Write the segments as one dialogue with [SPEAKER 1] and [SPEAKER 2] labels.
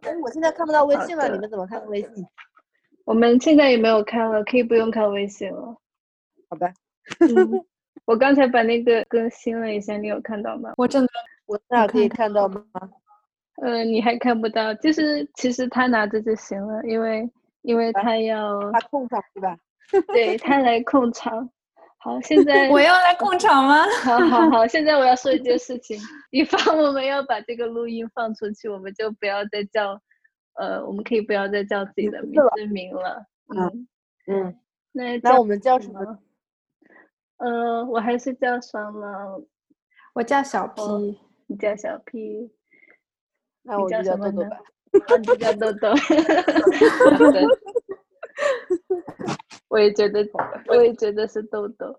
[SPEAKER 1] 哎，我现在看不到微
[SPEAKER 2] 啊
[SPEAKER 1] 信了，你们怎么看微信？
[SPEAKER 2] 我们现在也没有看了，可以不用看微信了。
[SPEAKER 1] 好吧。
[SPEAKER 2] 嗯我刚才把那个更新了一下，你有看到吗？
[SPEAKER 3] 我真的
[SPEAKER 1] 我这儿可以看到吗？
[SPEAKER 2] 呃，你还看不到，就是其实他拿着就行了，因为因为他要
[SPEAKER 1] 他控场是吧？
[SPEAKER 2] 对他来控场。好， 现在
[SPEAKER 3] 我要来控场吗？
[SPEAKER 2] 好好好，现在我要说一件事 情，以防我们要把这个录音放出去，我们就不要再叫，呃，我们可以不要再叫自己的
[SPEAKER 1] 是
[SPEAKER 2] 名
[SPEAKER 1] 了
[SPEAKER 2] 字名了。
[SPEAKER 1] 嗯
[SPEAKER 2] 嗯，
[SPEAKER 1] 嗯，
[SPEAKER 2] 那叫
[SPEAKER 1] 那我们叫什么？
[SPEAKER 2] 么？呃，我还是叫什么？
[SPEAKER 3] 我叫小 P，
[SPEAKER 2] 哦你叫小 P，
[SPEAKER 1] 那我
[SPEAKER 2] 你叫
[SPEAKER 1] 就叫
[SPEAKER 2] 什么
[SPEAKER 1] 豆豆
[SPEAKER 2] 呢
[SPEAKER 1] 吧。
[SPEAKER 2] 啊你叫豆 豆。好的我也觉得，我也觉得是豆豆。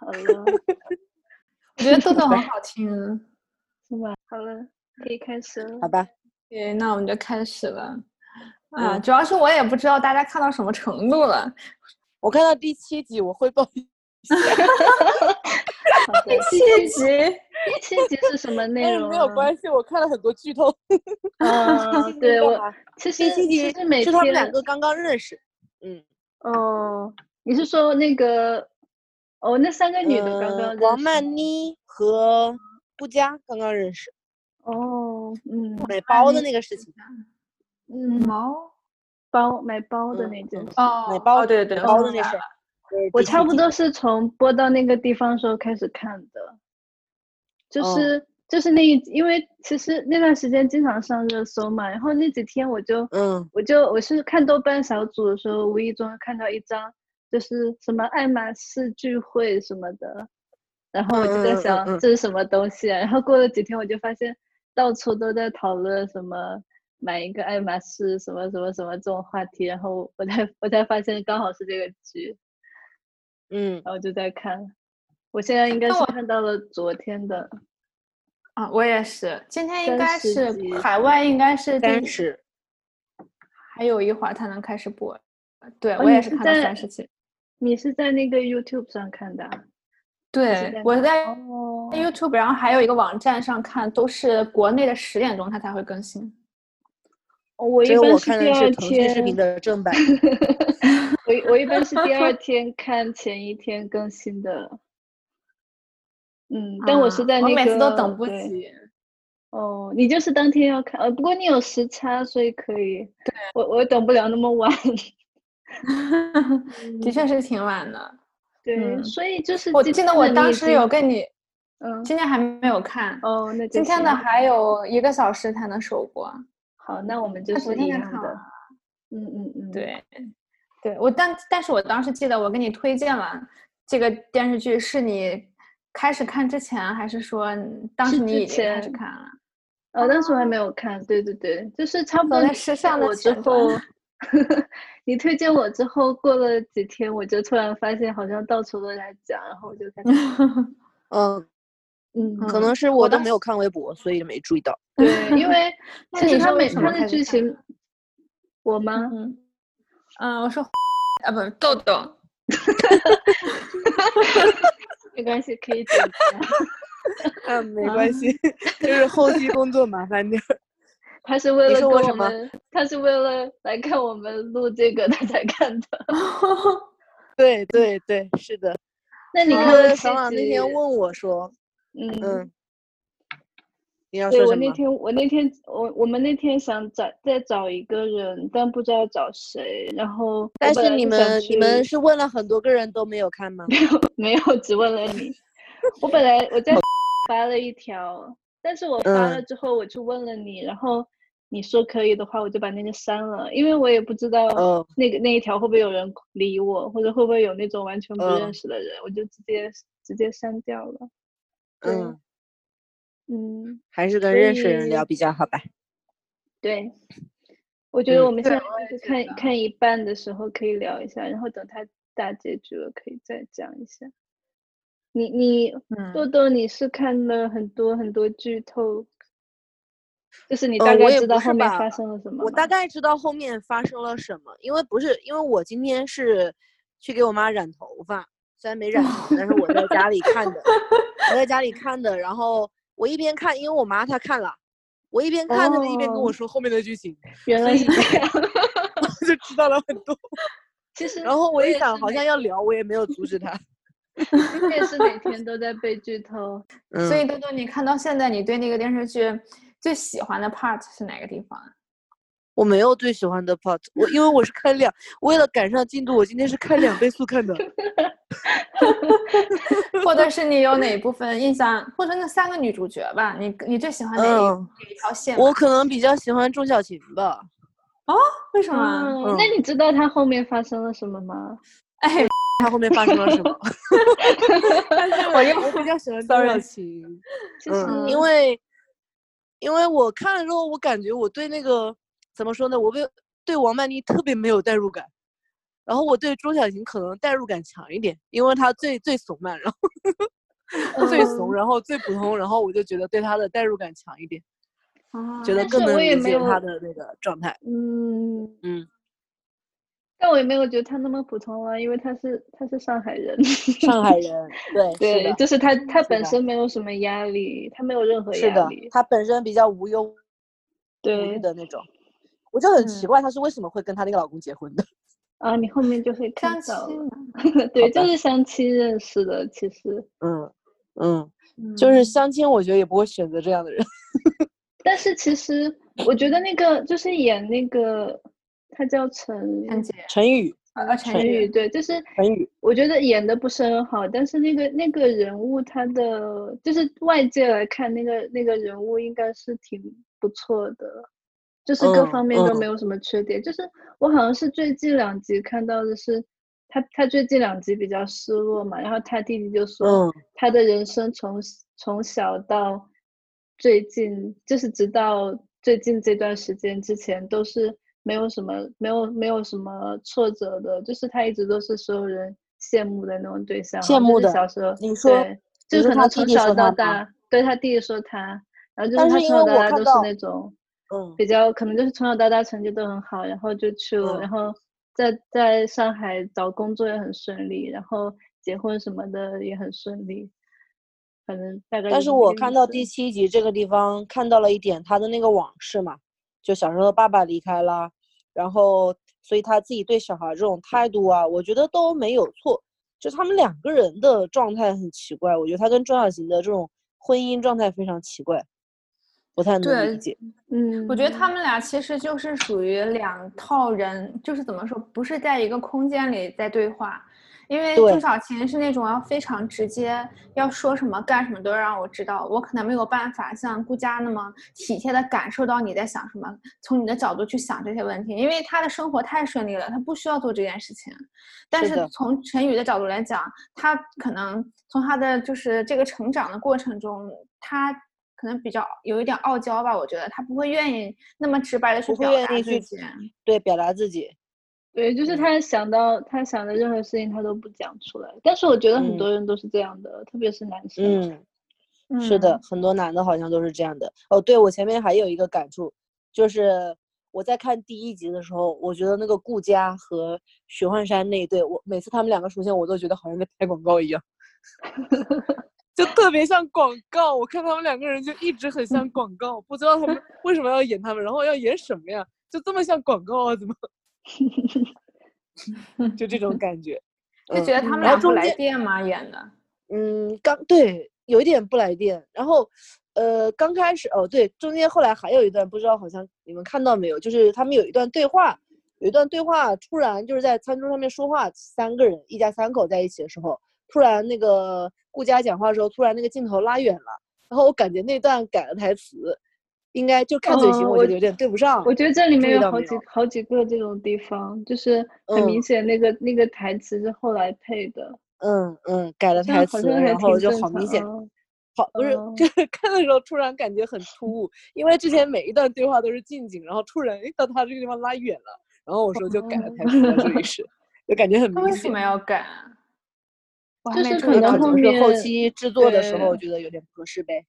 [SPEAKER 2] 好了，
[SPEAKER 3] 我觉得豆豆很好听。
[SPEAKER 2] 是吧？好了，可以开始了
[SPEAKER 1] 好。吧，
[SPEAKER 3] 对，那我们就开始了。啊，
[SPEAKER 1] 嗯
[SPEAKER 3] 主要是我也不知道大家看到什么程度了。
[SPEAKER 1] 我看到第七集，我汇报一下，
[SPEAKER 2] 好的，第七
[SPEAKER 3] 七集，
[SPEAKER 2] 第七集是什么
[SPEAKER 1] 但
[SPEAKER 2] 内
[SPEAKER 1] 是
[SPEAKER 2] 容、啊？
[SPEAKER 1] 哎没有关系，我看了很多剧透。
[SPEAKER 2] 哦，对我其实
[SPEAKER 1] 第七
[SPEAKER 2] 其
[SPEAKER 1] 集
[SPEAKER 2] 实每
[SPEAKER 1] 是
[SPEAKER 2] 天
[SPEAKER 1] 他们两个刚刚认识，嗯，
[SPEAKER 2] 哦，你是说那个哦，那三个女的刚
[SPEAKER 1] 呃
[SPEAKER 2] 刚、
[SPEAKER 1] 王曼妮和顾佳刚刚认识，
[SPEAKER 2] 哦，嗯
[SPEAKER 1] 买
[SPEAKER 3] 曼
[SPEAKER 1] 包的
[SPEAKER 3] 妮
[SPEAKER 1] 那个事情，
[SPEAKER 2] 嗯，
[SPEAKER 3] 毛
[SPEAKER 2] 包买包的
[SPEAKER 1] 嗯
[SPEAKER 2] 那件
[SPEAKER 1] 嗯
[SPEAKER 2] 事。
[SPEAKER 3] 哦
[SPEAKER 1] 买包
[SPEAKER 3] 哦对对，
[SPEAKER 1] 包
[SPEAKER 3] 我
[SPEAKER 1] 的那
[SPEAKER 3] 想
[SPEAKER 1] 事
[SPEAKER 3] 起
[SPEAKER 1] 儿
[SPEAKER 3] 来了。。
[SPEAKER 1] 呃
[SPEAKER 2] 我
[SPEAKER 1] 第七
[SPEAKER 2] 差不
[SPEAKER 1] 集
[SPEAKER 2] 多是从播到那个地方的时候开始看的，就
[SPEAKER 1] 哦
[SPEAKER 2] 是、就是那一，因为其实那段时间经常上热搜嘛，然后那几天我就
[SPEAKER 1] 嗯，
[SPEAKER 2] 我就我是看豆瓣小组的时候，无意中看到一张就是什么爱马仕聚会什么的，然后我就在
[SPEAKER 1] 嗯嗯嗯
[SPEAKER 2] 想、
[SPEAKER 1] 嗯
[SPEAKER 2] 这是什么东西啊？然后过了几天，我就发现到处都在讨论什么买一个爱马仕什么什么什么这种话题，然后我才我才发现刚好是这个剧，
[SPEAKER 1] 嗯，
[SPEAKER 2] 然后就在看。我现在应该
[SPEAKER 3] 那
[SPEAKER 2] 是
[SPEAKER 3] 我
[SPEAKER 2] 看到了昨天的，
[SPEAKER 3] 啊，我也是，今天应
[SPEAKER 2] 三
[SPEAKER 3] 该
[SPEAKER 2] 十
[SPEAKER 3] 是
[SPEAKER 2] 集
[SPEAKER 3] 海外，应该是第
[SPEAKER 1] 三，十，
[SPEAKER 3] 还有一会儿才能开始播。对，
[SPEAKER 2] 哦
[SPEAKER 3] 我也
[SPEAKER 2] 你
[SPEAKER 3] 是
[SPEAKER 2] 是
[SPEAKER 3] 看到
[SPEAKER 2] 在
[SPEAKER 3] 三十集。
[SPEAKER 2] 你是在那个 YouTube 上看的啊？
[SPEAKER 3] 对，我在
[SPEAKER 2] 哦
[SPEAKER 3] 在 YouTube，然后还有一个网站上看，都是国内的十点钟它才会更新。
[SPEAKER 2] 哦我
[SPEAKER 1] 只
[SPEAKER 2] 一
[SPEAKER 1] 有
[SPEAKER 2] 般
[SPEAKER 1] 我
[SPEAKER 2] 是
[SPEAKER 1] 看
[SPEAKER 2] 第
[SPEAKER 1] 的
[SPEAKER 2] 二
[SPEAKER 1] 是腾讯视频
[SPEAKER 2] 天。
[SPEAKER 1] 的正 版，
[SPEAKER 2] 我一我一般是第 二天看前一天更新的，嗯，但我是
[SPEAKER 3] 啊
[SPEAKER 2] 在那个，
[SPEAKER 3] 我每次都等不
[SPEAKER 2] 对
[SPEAKER 3] 及。
[SPEAKER 2] 哦，你就是当天要看，呃，不过你有时差，所以可以。对，我我等不了那么晚。
[SPEAKER 3] 的确是挺晚的。
[SPEAKER 2] 对，
[SPEAKER 3] 嗯
[SPEAKER 2] 所以就是
[SPEAKER 3] 我
[SPEAKER 2] 今
[SPEAKER 3] 记得
[SPEAKER 2] 天
[SPEAKER 3] 我
[SPEAKER 2] 的你
[SPEAKER 3] 当
[SPEAKER 2] 已
[SPEAKER 3] 时
[SPEAKER 2] 经
[SPEAKER 3] 有跟你，
[SPEAKER 2] 嗯，
[SPEAKER 3] 今天还没有看，
[SPEAKER 2] 哦，那
[SPEAKER 3] 今
[SPEAKER 2] 就
[SPEAKER 3] 天的
[SPEAKER 2] 行
[SPEAKER 3] 还有一个小时才能收播。
[SPEAKER 2] 好，那我们就
[SPEAKER 3] 那
[SPEAKER 2] 是
[SPEAKER 3] 昨
[SPEAKER 2] 一
[SPEAKER 3] 天才
[SPEAKER 2] 样
[SPEAKER 3] 看
[SPEAKER 2] 的
[SPEAKER 3] 完。
[SPEAKER 2] 嗯嗯嗯，，
[SPEAKER 3] 对，对我但但是我当时记得我给你推荐了这个电视剧，是你开始看之前，还是说你当
[SPEAKER 2] 是
[SPEAKER 3] 时你
[SPEAKER 2] 之
[SPEAKER 3] 已经开始
[SPEAKER 2] 前
[SPEAKER 3] 看了？
[SPEAKER 2] 哦，当时我还没有看，对对对，就是差不
[SPEAKER 3] 走
[SPEAKER 2] 多
[SPEAKER 3] 在
[SPEAKER 2] 你
[SPEAKER 3] 时
[SPEAKER 2] 推荐
[SPEAKER 3] 尚的
[SPEAKER 2] 我之
[SPEAKER 3] 前端
[SPEAKER 2] 后， 你推荐我之后，过了几天，我就突然发现好像到处都在讲，然后我就开始 看，
[SPEAKER 1] 嗯，
[SPEAKER 2] 嗯，
[SPEAKER 1] 可
[SPEAKER 3] 嗯
[SPEAKER 1] 能是
[SPEAKER 3] 我
[SPEAKER 1] 我都
[SPEAKER 3] 当
[SPEAKER 1] 没有看微博，所以没注意到。
[SPEAKER 2] 对，因为
[SPEAKER 3] 那
[SPEAKER 2] 其
[SPEAKER 3] 你
[SPEAKER 2] 实
[SPEAKER 3] 是
[SPEAKER 2] 他
[SPEAKER 3] 为
[SPEAKER 2] 每
[SPEAKER 3] 什么
[SPEAKER 2] 他的
[SPEAKER 3] 开
[SPEAKER 2] 剧
[SPEAKER 3] 始看
[SPEAKER 2] 情，我吗？
[SPEAKER 3] 嗯，嗯，我说啊，不，豆 豆，
[SPEAKER 2] 没关系，可以剪掉。
[SPEAKER 1] 嗯，没
[SPEAKER 3] 关
[SPEAKER 1] 系， 就是后期工作麻烦点儿。
[SPEAKER 2] 他是为
[SPEAKER 1] 你
[SPEAKER 2] 了
[SPEAKER 1] 说
[SPEAKER 2] 跟
[SPEAKER 1] 我
[SPEAKER 2] 我
[SPEAKER 1] 什么
[SPEAKER 2] 们，他是为了来看我们录这个他才看 的。
[SPEAKER 1] 对对对，是的。
[SPEAKER 2] 那你
[SPEAKER 1] 因
[SPEAKER 2] 看了
[SPEAKER 1] 为
[SPEAKER 2] 七
[SPEAKER 1] 爽朗那
[SPEAKER 2] 集？
[SPEAKER 1] 天问我说，
[SPEAKER 2] 嗯。
[SPEAKER 1] 嗯，你要
[SPEAKER 2] 对，
[SPEAKER 1] 说
[SPEAKER 2] 我
[SPEAKER 1] 什
[SPEAKER 2] 那
[SPEAKER 1] 么？
[SPEAKER 2] 天我那天我我们那天想找再找一个人，但不知道找谁。然后我
[SPEAKER 1] 但
[SPEAKER 2] 本
[SPEAKER 1] 是
[SPEAKER 2] 来
[SPEAKER 1] 你
[SPEAKER 2] 就想
[SPEAKER 1] 们你们
[SPEAKER 2] 去
[SPEAKER 1] 是问了很多个人都没有看吗？
[SPEAKER 2] 没有，只问了你。我本来我 在发了一条，但是我发
[SPEAKER 1] 嗯
[SPEAKER 2] 了之后我去问了你，然后你说可以的话，我就把那个删了，因为我也不知道
[SPEAKER 1] 哦，
[SPEAKER 2] 那个那一条会不会有人理我，或者会不会有那种完全不
[SPEAKER 1] 嗯
[SPEAKER 2] 认识的人，我就直接直接删掉了。对
[SPEAKER 1] 嗯，
[SPEAKER 2] 嗯，
[SPEAKER 1] 还是跟
[SPEAKER 2] 所
[SPEAKER 1] 认识人
[SPEAKER 2] 以
[SPEAKER 1] 聊比较好吧。
[SPEAKER 2] 对，我觉得
[SPEAKER 1] 嗯
[SPEAKER 2] 我们现
[SPEAKER 3] 对
[SPEAKER 2] 在
[SPEAKER 3] 我也
[SPEAKER 2] 就是
[SPEAKER 3] 觉
[SPEAKER 2] 看
[SPEAKER 3] 得
[SPEAKER 2] 看一半的时候可以聊一下，然后等它大结局了可以再讲一下。你你豆
[SPEAKER 3] 嗯，
[SPEAKER 2] 豆，你是看了很多很多剧透，就是你
[SPEAKER 1] 呃
[SPEAKER 2] 大
[SPEAKER 1] 我
[SPEAKER 2] 概
[SPEAKER 1] 也
[SPEAKER 2] 知
[SPEAKER 1] 不
[SPEAKER 2] 道
[SPEAKER 1] 是
[SPEAKER 2] 后面
[SPEAKER 1] 吧
[SPEAKER 2] 发生了什么
[SPEAKER 1] 我大
[SPEAKER 2] 吗
[SPEAKER 1] 概知道后面发生了什么，因为不是因为我今天是去给我妈染头发，虽然没染成，但是我在家里看的，我在家里看的，然后我一边看，因为我妈她看了，我一边看他们一边跟我说后面的剧情，
[SPEAKER 2] 原来是
[SPEAKER 1] 所以
[SPEAKER 2] 这样。
[SPEAKER 1] 我就知道了很多。
[SPEAKER 2] 其实，
[SPEAKER 1] 然后我一想，好
[SPEAKER 2] 也
[SPEAKER 1] 像要聊，我也没有阻止他。
[SPEAKER 2] 是每我也是 每天都在被剧透。
[SPEAKER 3] 所以豆豆，你看到现在，你对那个电视剧最喜欢的 part 是哪个地方啊？
[SPEAKER 1] 我没有最喜欢的 part，我因为我是看两，为了赶上进度，我今天是看两倍速看的。
[SPEAKER 3] 或者是你有哪部分印象，或者那三个女主角吧，你你最喜欢哪一、
[SPEAKER 1] 嗯
[SPEAKER 3] 哪一条线吧？
[SPEAKER 1] 我可能比较喜欢钟小琴吧，
[SPEAKER 3] 为什么啊？
[SPEAKER 2] 嗯，那你知道它后面发生了什么吗？
[SPEAKER 3] 哎，
[SPEAKER 1] 她后面发生了什么？
[SPEAKER 3] 我又
[SPEAKER 1] 嗯我比较 喜欢钟
[SPEAKER 3] Sorry
[SPEAKER 1] 小琴，
[SPEAKER 2] 其实
[SPEAKER 1] 嗯，因
[SPEAKER 3] 嗯
[SPEAKER 1] 为因为我看了之后，我感觉我对那个怎么说呢，我被对王曼妮特别没有代入感，然后我对钟小琴可能代入感强一点，因为她最最怂嘛，然后 最
[SPEAKER 2] 嗯呃
[SPEAKER 1] 怂，然后最普通，然后我就觉得对她的代入感强一点，
[SPEAKER 3] 哦
[SPEAKER 1] 觉得
[SPEAKER 2] 啊但
[SPEAKER 1] 更
[SPEAKER 2] 是
[SPEAKER 1] 能
[SPEAKER 2] 我也
[SPEAKER 1] 理
[SPEAKER 2] 没
[SPEAKER 1] 解
[SPEAKER 2] 有
[SPEAKER 1] 她的那个状 态。
[SPEAKER 2] 嗯
[SPEAKER 1] 嗯，
[SPEAKER 2] 但我也没有觉得他那么普通啊，因为他是他是上海人，
[SPEAKER 1] 上海人，对，
[SPEAKER 2] 对，
[SPEAKER 1] 是的，
[SPEAKER 2] 就是他他
[SPEAKER 1] 是
[SPEAKER 2] 本
[SPEAKER 1] 的
[SPEAKER 2] 身没有什么压力，他没有任何
[SPEAKER 1] 是
[SPEAKER 2] 压
[SPEAKER 1] 的
[SPEAKER 2] 力，，
[SPEAKER 1] 她本身比较无忧无虑
[SPEAKER 2] 对
[SPEAKER 1] 的那种，我就很奇
[SPEAKER 3] 嗯
[SPEAKER 1] 怪她是为什么会跟她那个老公结婚的。
[SPEAKER 2] 啊，你后面就会看
[SPEAKER 1] 嗯
[SPEAKER 3] 相亲
[SPEAKER 2] 到了，
[SPEAKER 3] 嘛，
[SPEAKER 2] 对，
[SPEAKER 1] 好
[SPEAKER 2] 就
[SPEAKER 1] 吧
[SPEAKER 2] 是相亲认识的，其实，
[SPEAKER 1] 嗯嗯，就是相亲，我觉得也不会选择这样的人。
[SPEAKER 2] 但是其实我觉得那个就是演那个他叫陈
[SPEAKER 3] 陈姐，
[SPEAKER 1] 陈宇，
[SPEAKER 3] 呃，陈
[SPEAKER 2] 陈宇，
[SPEAKER 3] 宇，
[SPEAKER 2] 对，就是
[SPEAKER 1] 陈宇，
[SPEAKER 2] 我觉得演的不是很好，但是那个那个人物他的就是外界来看那个那个人物应该是挺不错的，就是各
[SPEAKER 1] 嗯
[SPEAKER 2] 方面都
[SPEAKER 1] 嗯
[SPEAKER 2] 没有什么缺点。就是我好像是最近两集看到的是他他最近两集比较失落嘛，然后他弟弟就说
[SPEAKER 1] 嗯
[SPEAKER 2] 他的人生从从小到最近，就是直到最近这段时间之前都是没有什么没有没有什么挫折的，就是他一直都是所有人羡慕的那种对象。
[SPEAKER 1] 羡
[SPEAKER 2] 然后就
[SPEAKER 1] 慕
[SPEAKER 2] 是
[SPEAKER 1] 的
[SPEAKER 2] 小时候，
[SPEAKER 1] 你说
[SPEAKER 2] 对
[SPEAKER 1] 你
[SPEAKER 2] 就
[SPEAKER 1] 说
[SPEAKER 2] 可
[SPEAKER 1] 他
[SPEAKER 2] 能
[SPEAKER 1] 弟
[SPEAKER 2] 从
[SPEAKER 1] 弟
[SPEAKER 2] 小
[SPEAKER 1] 说
[SPEAKER 2] 到
[SPEAKER 1] 他吗
[SPEAKER 2] 大，对他弟弟说他，然后就
[SPEAKER 1] 但
[SPEAKER 2] 是他
[SPEAKER 1] 是因
[SPEAKER 2] 从小
[SPEAKER 1] 为
[SPEAKER 2] 到
[SPEAKER 1] 我
[SPEAKER 2] 大
[SPEAKER 1] 看
[SPEAKER 2] 都是
[SPEAKER 1] 到
[SPEAKER 2] 那种
[SPEAKER 1] 嗯
[SPEAKER 2] 比较可能就是从小到大成绩都很好，然后就去了，
[SPEAKER 1] 嗯
[SPEAKER 2] 然后在在上海找工作也很顺利，然后结婚什么的也很顺利，反正大概就
[SPEAKER 1] 但
[SPEAKER 2] 是
[SPEAKER 1] 是
[SPEAKER 2] 这
[SPEAKER 1] 我
[SPEAKER 2] 个
[SPEAKER 1] 看
[SPEAKER 2] 意
[SPEAKER 1] 到
[SPEAKER 2] 思
[SPEAKER 1] 第七集这个地方看到了一点他的那个往事嘛，就小时候爸爸离开啦，然后所以他自己对小孩这种态度啊，我觉得都没有错。就他们两个人的状态很奇怪，我觉得他跟钟小琴的这种婚姻状态非常奇怪，不太能理
[SPEAKER 3] 对
[SPEAKER 1] 解。
[SPEAKER 2] 嗯，
[SPEAKER 3] 我觉得他们俩其实就是属于两套人，就是怎么说，不是在一个空间里在对话。因为
[SPEAKER 1] 对
[SPEAKER 3] 钟小琴是那种要非常直接，要说什么干什么都要让我知道，我可能没有办法像顾佳那么体贴的感受到你在想什么，从你的角度去想这些问题。因为她的生活太顺利了，她不需要做这件事情。但
[SPEAKER 1] 是
[SPEAKER 3] 是
[SPEAKER 1] 的
[SPEAKER 3] 从陈宇的角度来讲，他可能从他的就是这个成长的过程中，他可能比较有一点傲娇吧，我觉得他不会愿意那么直白的去
[SPEAKER 1] 不会
[SPEAKER 3] 表
[SPEAKER 1] 愿
[SPEAKER 3] 达
[SPEAKER 1] 意
[SPEAKER 3] 自
[SPEAKER 1] 去
[SPEAKER 3] 己。啊
[SPEAKER 1] 对，表达自己，
[SPEAKER 2] 对，就是
[SPEAKER 1] 嗯
[SPEAKER 2] 他想到他想的任何事情，他都不讲出来。但是我觉得
[SPEAKER 1] 嗯
[SPEAKER 2] 很多人都是这样的，特别是男生。
[SPEAKER 1] 嗯。是的
[SPEAKER 3] 嗯，，
[SPEAKER 1] 很多男的好像都是这样的。哦，对，我前面还有一个感触，就是我在看第一集的时候，我觉得那个顾佳和许幻山那一对，我每次他们两个出现，我都觉得好像在拍广告一样，就特别像广告。我看他们两个人就一直很像广告，不知道他们为什么要演他们，然后要演什么呀？就这么像广告啊？怎么 就这种感觉？
[SPEAKER 3] 就
[SPEAKER 1] 嗯
[SPEAKER 3] 觉得他们
[SPEAKER 1] 然后
[SPEAKER 3] 俩不
[SPEAKER 1] 中
[SPEAKER 3] 来
[SPEAKER 1] 间
[SPEAKER 3] 电嘛演的。
[SPEAKER 1] 嗯，刚对，有一点不来电。然后，呃，刚开始哦，对，中间后来还有一段，不知道好像你们看到没有，就是他们有一段对话，有一段对话，突然就是在餐桌上面说话，三个人一家三口在一起的时候，突然那个顾佳讲话的时候，突然那个镜头拉远了，然后我感觉那段改了台词，应该就看嘴型，
[SPEAKER 2] 嗯
[SPEAKER 1] 我
[SPEAKER 2] 我
[SPEAKER 1] 觉得有点对不上。
[SPEAKER 2] 我觉得这里
[SPEAKER 1] 注
[SPEAKER 2] 面
[SPEAKER 1] 意
[SPEAKER 2] 有
[SPEAKER 1] 到
[SPEAKER 2] 好
[SPEAKER 1] 没
[SPEAKER 2] 几
[SPEAKER 1] 有
[SPEAKER 2] 好几个这种地方，就是很明
[SPEAKER 1] 嗯
[SPEAKER 2] 显那个、那个台词是后来配的，
[SPEAKER 1] 嗯嗯，改了
[SPEAKER 2] 这样
[SPEAKER 1] 台
[SPEAKER 2] 好
[SPEAKER 1] 词，
[SPEAKER 2] 像还
[SPEAKER 1] 然后
[SPEAKER 2] 挺
[SPEAKER 1] 就
[SPEAKER 2] 正
[SPEAKER 1] 好明显
[SPEAKER 2] 常。啊。
[SPEAKER 1] 好，不是，
[SPEAKER 2] 嗯
[SPEAKER 1] 就是看的时候突然感觉很突兀，因为之前每一段对话都是近景，然后突然诶哎到他这个地方拉远了，然后我说就改
[SPEAKER 2] 哦
[SPEAKER 1] 了台词了， 这里是，就感觉很
[SPEAKER 3] 他
[SPEAKER 1] 明
[SPEAKER 3] 为什
[SPEAKER 1] 显
[SPEAKER 3] 么。要改啊？我还
[SPEAKER 2] 就
[SPEAKER 3] 没
[SPEAKER 2] 是
[SPEAKER 3] 注
[SPEAKER 2] 可
[SPEAKER 3] 意
[SPEAKER 1] 也
[SPEAKER 3] 到
[SPEAKER 2] 能
[SPEAKER 3] 这
[SPEAKER 2] 后
[SPEAKER 3] 个
[SPEAKER 1] 能是后
[SPEAKER 2] 面
[SPEAKER 1] 期制作的时候
[SPEAKER 2] 对
[SPEAKER 1] 觉得有点不合适呗。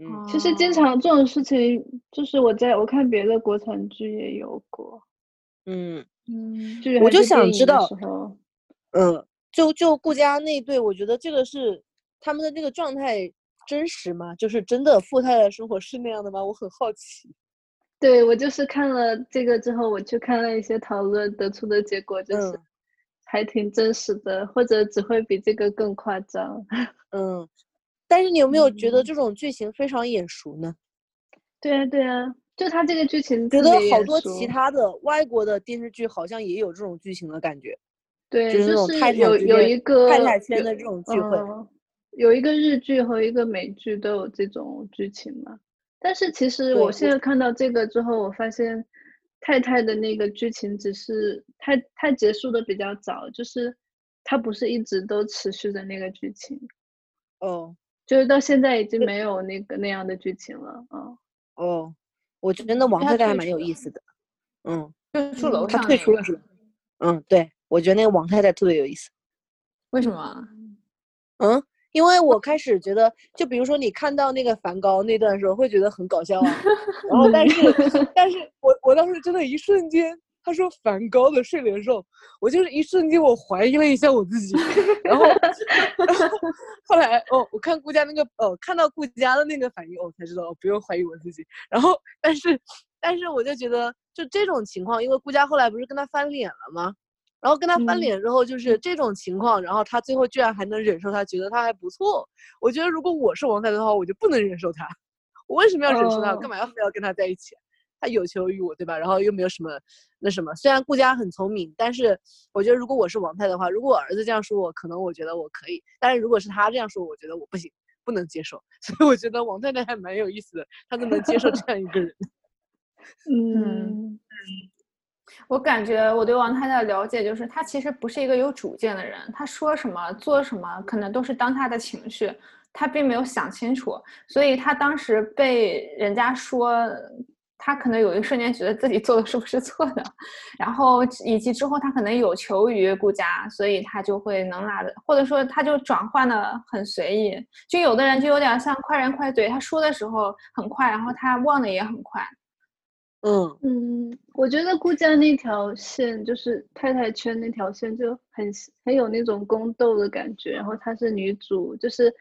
[SPEAKER 1] 嗯，
[SPEAKER 2] 其实经
[SPEAKER 3] 哦
[SPEAKER 2] 常这种事情，就是我在我看别的国产剧也有过，
[SPEAKER 1] 嗯
[SPEAKER 3] 嗯，
[SPEAKER 2] 剧
[SPEAKER 1] 我
[SPEAKER 2] 还
[SPEAKER 1] 就是想
[SPEAKER 2] 电
[SPEAKER 1] 知
[SPEAKER 2] 影的
[SPEAKER 1] 道
[SPEAKER 2] 时候，
[SPEAKER 1] 嗯，就就顾佳那一对，我觉得这个是他们的那个状态真实吗？就是真的富太太生活是那样的吗？我很好奇。
[SPEAKER 2] 对我就是看了这个之后，我去看了一些讨论，得出的结果就是
[SPEAKER 1] 嗯
[SPEAKER 2] 还挺真实的，或者只会比这个更夸张。
[SPEAKER 1] 嗯，但是你有没有觉得
[SPEAKER 2] 嗯
[SPEAKER 1] 这种剧情非常眼熟呢？
[SPEAKER 2] 对啊，对啊，就他这个剧情
[SPEAKER 1] 觉
[SPEAKER 2] 特
[SPEAKER 1] 得
[SPEAKER 2] 别
[SPEAKER 1] 好
[SPEAKER 2] 眼
[SPEAKER 1] 多
[SPEAKER 2] 熟
[SPEAKER 1] 其他的外国的电视剧好像也有这种剧情的感觉，
[SPEAKER 2] 对，
[SPEAKER 1] 就是那种
[SPEAKER 2] 是
[SPEAKER 1] 泰坦
[SPEAKER 2] 有
[SPEAKER 1] 之
[SPEAKER 2] 有
[SPEAKER 1] 恋
[SPEAKER 2] 一个
[SPEAKER 1] 太太签
[SPEAKER 2] 有
[SPEAKER 1] 的这种聚会。
[SPEAKER 2] 嗯，有一个日剧和一个美剧都有这种剧情嘛。但是其
[SPEAKER 1] 对
[SPEAKER 2] 实我
[SPEAKER 1] 我
[SPEAKER 2] 现在看到这个之后，我发现太太的那个剧情只是它它结束的比较早，就是它不是一直都持续的那个剧情，
[SPEAKER 1] 哦
[SPEAKER 2] 就是到现在已经
[SPEAKER 1] 对
[SPEAKER 2] 没有那个那样的剧情了啊。嗯
[SPEAKER 1] 哦，我觉得王
[SPEAKER 3] 他
[SPEAKER 1] 太太还
[SPEAKER 3] 退
[SPEAKER 1] 蛮
[SPEAKER 3] 出
[SPEAKER 1] 有
[SPEAKER 3] 了
[SPEAKER 1] 意思的。嗯，
[SPEAKER 3] 就住
[SPEAKER 2] 嗯
[SPEAKER 3] 楼
[SPEAKER 1] 她
[SPEAKER 3] 上
[SPEAKER 1] 退
[SPEAKER 3] 啊那
[SPEAKER 1] 出
[SPEAKER 3] 个
[SPEAKER 1] 了是吧？嗯，对，我觉得那个王太太特别有意思。
[SPEAKER 3] 为什么？啊
[SPEAKER 1] 嗯，因为我开始觉得，就比如说你看到那个梵高那段时候，会觉得很搞笑啊。然后，但是，但是我我当时真的，一瞬间，他说梵高的睡莲兽，我就是一瞬间，我怀疑了一下我自己。然后，然后后来哦，我看顾佳那个哦，看到顾佳的那个反应，哦，才知道哦，不用怀疑我自己。然后，但是，但是我就觉得，就这种情况，因为顾佳后来不是跟他翻脸了吗？然后跟他翻
[SPEAKER 2] 嗯
[SPEAKER 1] 脸之后，就是这种情况，然后他最后居然还能忍受他，觉得他还不错。我觉得如果我是王太太的话，我就不能忍受他。我为什么要忍受他？
[SPEAKER 2] 哦
[SPEAKER 1] 干嘛要非要跟他在一起？他有求于我，对吧？然后又没有什么那什么。虽然顾佳很聪明，但是我觉得如果我是王太的话，如果我儿子这样说我，可能我觉得我可以；但是如果是他这样说，我觉得我不行，不能接受。 所以我觉得王太太还蛮有意思的，她都能接受这样一个人。
[SPEAKER 2] 嗯
[SPEAKER 3] 我感觉我对王太太的了解就是，她其实不是一个有主见的人，她说什么做什么，可能都是当下的情绪，她并没有想清楚，所以她当时被人家说，她可能有一瞬间觉得自己做的是不是错的，然后以及之后她可能有求于顾家，所以她就会能拿的，或者说她就转换的很随意，就有的人就有点像快人快嘴，他说的时候很快，然后他忘的也很快，
[SPEAKER 1] 嗯，
[SPEAKER 2] 嗯，我觉得顾家那条线就是太太圈那条线就很是很有那种宫斗的感觉，然后她是女主，就是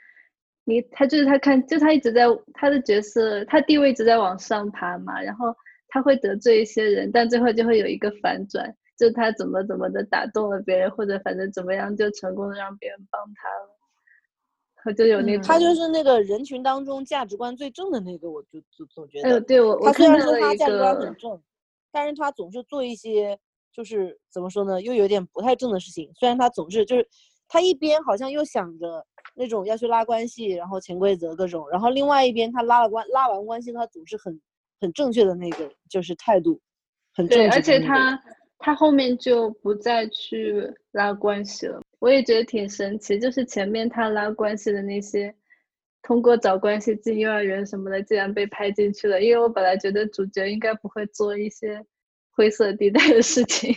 [SPEAKER 2] 你她就是她看就她一直在她的角色，她地位一直在往上爬嘛，然后她会得罪一些人，但最后就会有一个反转，就她怎么怎么的打动了别人，或者反正怎么样就成功的让别人帮她了，我就有那
[SPEAKER 3] 嗯
[SPEAKER 1] 她
[SPEAKER 2] 种，
[SPEAKER 1] 就是那个人群当中价值观最正的那个，我就总总觉
[SPEAKER 2] 哎呦，
[SPEAKER 1] 得，
[SPEAKER 2] 对我我
[SPEAKER 1] 她虽
[SPEAKER 2] 看
[SPEAKER 1] 然
[SPEAKER 2] 到
[SPEAKER 1] 说
[SPEAKER 2] 了
[SPEAKER 1] 她
[SPEAKER 2] 一
[SPEAKER 1] 价值观
[SPEAKER 2] 个
[SPEAKER 1] 很正，但是她总是做一些就是怎么说呢，又有点不太正的事情。虽然她总是就是，她一边好像又想着那种要去拉关系，然后潜规则各种，然后另外一边她拉了关拉完关系，她总是很很正确的那个就是态度，很正
[SPEAKER 2] 对，
[SPEAKER 1] 确的
[SPEAKER 2] 而且
[SPEAKER 1] 那个人
[SPEAKER 2] 他他后面就不再去拉关系了，我也觉得挺神奇。就是前面他拉关系的那些，通过找关系进幼儿园什么的，竟然被拍进去了。因为我本来觉得主角应该不会做一些灰色地带的事 情，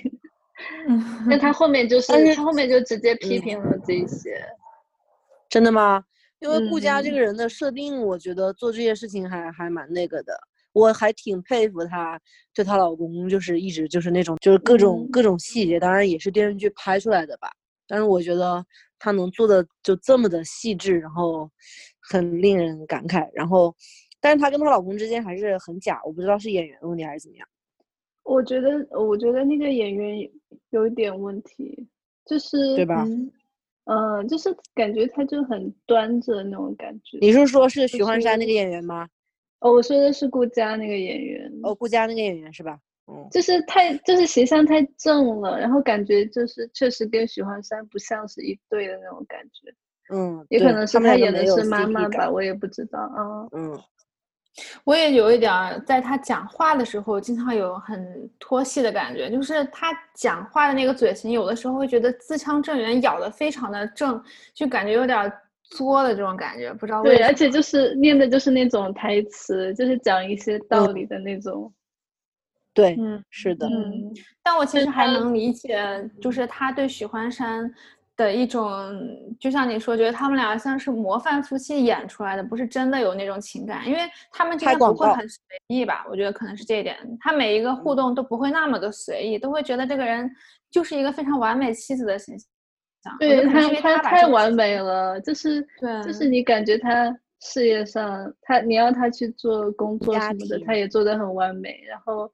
[SPEAKER 2] 但他后面就是
[SPEAKER 1] 但是
[SPEAKER 2] 他后面就直接批
[SPEAKER 1] 嗯
[SPEAKER 2] 评了这一些。
[SPEAKER 1] 真的吗？因为顾佳这
[SPEAKER 2] 嗯
[SPEAKER 1] 个人的设定，我觉得做这些事情还还蛮那个的，我还挺佩服她，对她老公就是一直就是那种就是各种
[SPEAKER 2] 嗯
[SPEAKER 1] 各种细节，当然也是电视剧拍出来的吧。但是我觉得她能做的就这么的细致，然后很令人感慨。然后，但是她跟她老公之间还是很假，我不知道是演员的问题还是怎么样。
[SPEAKER 2] 我觉得，我觉得那个演员有一点问题，就是
[SPEAKER 1] 对吧
[SPEAKER 2] 嗯、呃就是感觉他就很端着那种感觉。
[SPEAKER 1] 你是说是徐焕山那
[SPEAKER 2] 是
[SPEAKER 1] 个演员吗？
[SPEAKER 2] 哦，我说的是顾佳那个演员，
[SPEAKER 1] 哦，顾佳那个演员是吧？嗯，
[SPEAKER 2] 就是太就是形象太正了，然后感觉就是确实跟许幻山不像是一对的那种感觉，
[SPEAKER 1] 嗯，
[SPEAKER 2] 也可
[SPEAKER 1] 对
[SPEAKER 2] 能是
[SPEAKER 1] 他们
[SPEAKER 2] 他
[SPEAKER 1] 两个
[SPEAKER 2] 演的
[SPEAKER 1] 没有
[SPEAKER 2] 是妈
[SPEAKER 1] CP
[SPEAKER 2] 妈
[SPEAKER 1] 感
[SPEAKER 2] 吧，我也不知道啊。
[SPEAKER 1] 嗯。
[SPEAKER 3] 我也有一点儿，在他讲话的时候，经常有很拖戏的感觉，就是他讲话的那个嘴型，有的时候会觉得字腔正圆，咬得非常的正，就感觉有点儿作的这种感觉，不知道为
[SPEAKER 2] 对，
[SPEAKER 3] 什
[SPEAKER 2] 而
[SPEAKER 3] 么。
[SPEAKER 2] 且就是念的就是那种台词，就是讲一些道理的那种。
[SPEAKER 1] 对，
[SPEAKER 3] 嗯
[SPEAKER 1] 是的，
[SPEAKER 3] 嗯
[SPEAKER 2] 嗯，
[SPEAKER 3] 但我其
[SPEAKER 2] 就
[SPEAKER 3] 实还
[SPEAKER 2] 他
[SPEAKER 3] 能理解，就是他对许幻山的一种，就像你说，觉得他们俩像是模范夫妻演出来的，不是真的有那种情感，因为他们之
[SPEAKER 1] 拍
[SPEAKER 3] 间不
[SPEAKER 1] 广
[SPEAKER 3] 会
[SPEAKER 1] 告
[SPEAKER 3] 很随意吧？我觉得可能是这一点，他每一个互
[SPEAKER 1] 嗯
[SPEAKER 3] 动都不会那么的随意，都会觉得这个人就是一个非常完美妻子的形象。我觉
[SPEAKER 2] 对
[SPEAKER 3] 得可能
[SPEAKER 2] 他
[SPEAKER 3] 是因为
[SPEAKER 2] 他
[SPEAKER 3] 把
[SPEAKER 2] 太
[SPEAKER 3] 这个
[SPEAKER 2] 完
[SPEAKER 3] 事
[SPEAKER 2] 美了，就是就是
[SPEAKER 3] 对
[SPEAKER 2] 你感觉他事业上，他你要他去做工作
[SPEAKER 1] 家
[SPEAKER 2] 什么的，
[SPEAKER 1] 庭
[SPEAKER 2] 他也做得很完美。然后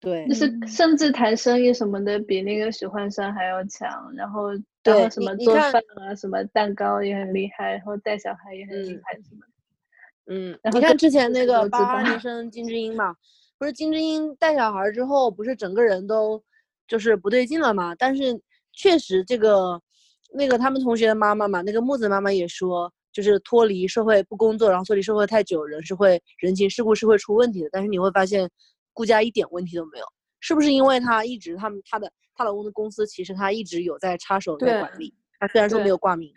[SPEAKER 1] 对
[SPEAKER 2] 就是
[SPEAKER 3] 嗯
[SPEAKER 2] 甚至谈生意什么的，比那个许幻山还要强。然后然
[SPEAKER 1] 对
[SPEAKER 2] 后什
[SPEAKER 1] 你
[SPEAKER 2] 么
[SPEAKER 1] 你
[SPEAKER 2] 做
[SPEAKER 1] 看
[SPEAKER 2] 饭啊，什么蛋糕也很厉害，然后带小孩也很厉
[SPEAKER 1] 嗯
[SPEAKER 2] 害什么的。
[SPEAKER 1] 嗯，
[SPEAKER 2] 然
[SPEAKER 1] 你
[SPEAKER 2] 后
[SPEAKER 1] 看
[SPEAKER 2] 跟
[SPEAKER 1] 之前那
[SPEAKER 2] 是
[SPEAKER 1] 个
[SPEAKER 2] 我知
[SPEAKER 1] 八二
[SPEAKER 2] 道
[SPEAKER 1] 年生金智英嘛，不是金智英带小孩儿之后，不是整个人都就是不对劲了嘛？但是确实这个那个他们同学的妈妈嘛，那个木子妈妈也说，就是脱离社会不工作，然后脱离社会太久，人是会人情世故是会出问题的。但是你会发现，顾佳一点问题都没有，是不是因为她一直他们她的她老公的公司其实她一直有在插手在管
[SPEAKER 3] 对
[SPEAKER 1] 理，她虽然说没
[SPEAKER 3] 对
[SPEAKER 1] 有挂名，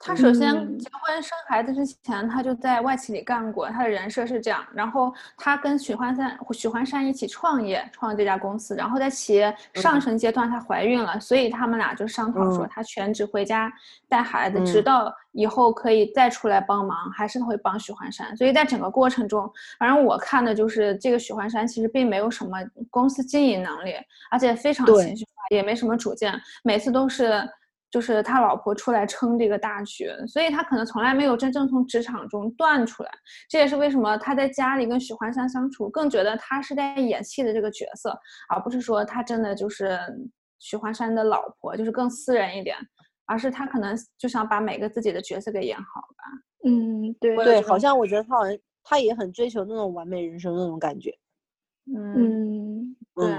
[SPEAKER 3] 他首先
[SPEAKER 2] 嗯
[SPEAKER 3] 结婚生孩子之前，他就在外企里干过，他的人设是这样。然后他跟许幻山、许幻山一起创业，创立这家公司。然后在企业上
[SPEAKER 1] 嗯
[SPEAKER 3] 升阶段，她怀孕了，所以他们俩就商讨说，
[SPEAKER 1] 嗯
[SPEAKER 3] 她全职回家带孩子，直
[SPEAKER 1] 嗯
[SPEAKER 3] 到以后可以再出来帮忙，还是会帮许幻山。所以在整个过程中，反正我看的就是这个许幻山其实并没有什么公司经营能力，而且非常
[SPEAKER 1] 对
[SPEAKER 3] 情绪化，也没什么主见，每次都是就是他老婆出来撑这个大局，所以他可能从来没有真正从职场中断出来。这也是为什么他在家里跟许幻山相处，更觉得他是在演戏的这个角色，而不是说他真的就是许幻山的老婆，就是更私人一点。而是他可能就想把每个自己的角色给演好吧。
[SPEAKER 2] 嗯，对
[SPEAKER 3] 我有
[SPEAKER 1] 对，
[SPEAKER 3] 这
[SPEAKER 1] 好
[SPEAKER 3] 种
[SPEAKER 1] 像我觉得她好像她也很追求那种完美人生那种感觉，
[SPEAKER 3] 嗯，
[SPEAKER 2] 嗯
[SPEAKER 3] 对。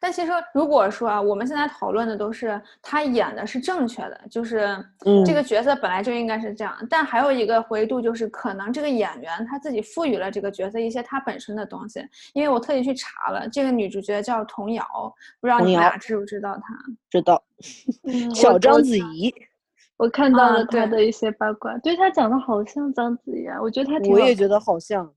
[SPEAKER 3] 但其实如果说啊，我们现在讨论的都是他演的是正确的，就是
[SPEAKER 1] 嗯
[SPEAKER 3] 这个角色本来就应该是这样。但还有一个维度就是，可能这个演员他自己赋予了这个角色一些他本身的东西。因为我特意去查了，这个女主角叫童瑶，不知道
[SPEAKER 1] 童
[SPEAKER 3] 你们
[SPEAKER 1] 瑶
[SPEAKER 3] 俩知不知道她？
[SPEAKER 1] 知道。
[SPEAKER 2] 嗯，我
[SPEAKER 1] 小章
[SPEAKER 2] 我
[SPEAKER 1] 子怡，
[SPEAKER 2] 我看到
[SPEAKER 3] 啊
[SPEAKER 2] 了他
[SPEAKER 3] 对
[SPEAKER 2] 的一些八卦，对他长得好像章子怡啊，我觉得他挺
[SPEAKER 1] 我
[SPEAKER 2] 好
[SPEAKER 1] 也觉得好像。
[SPEAKER 2] 看，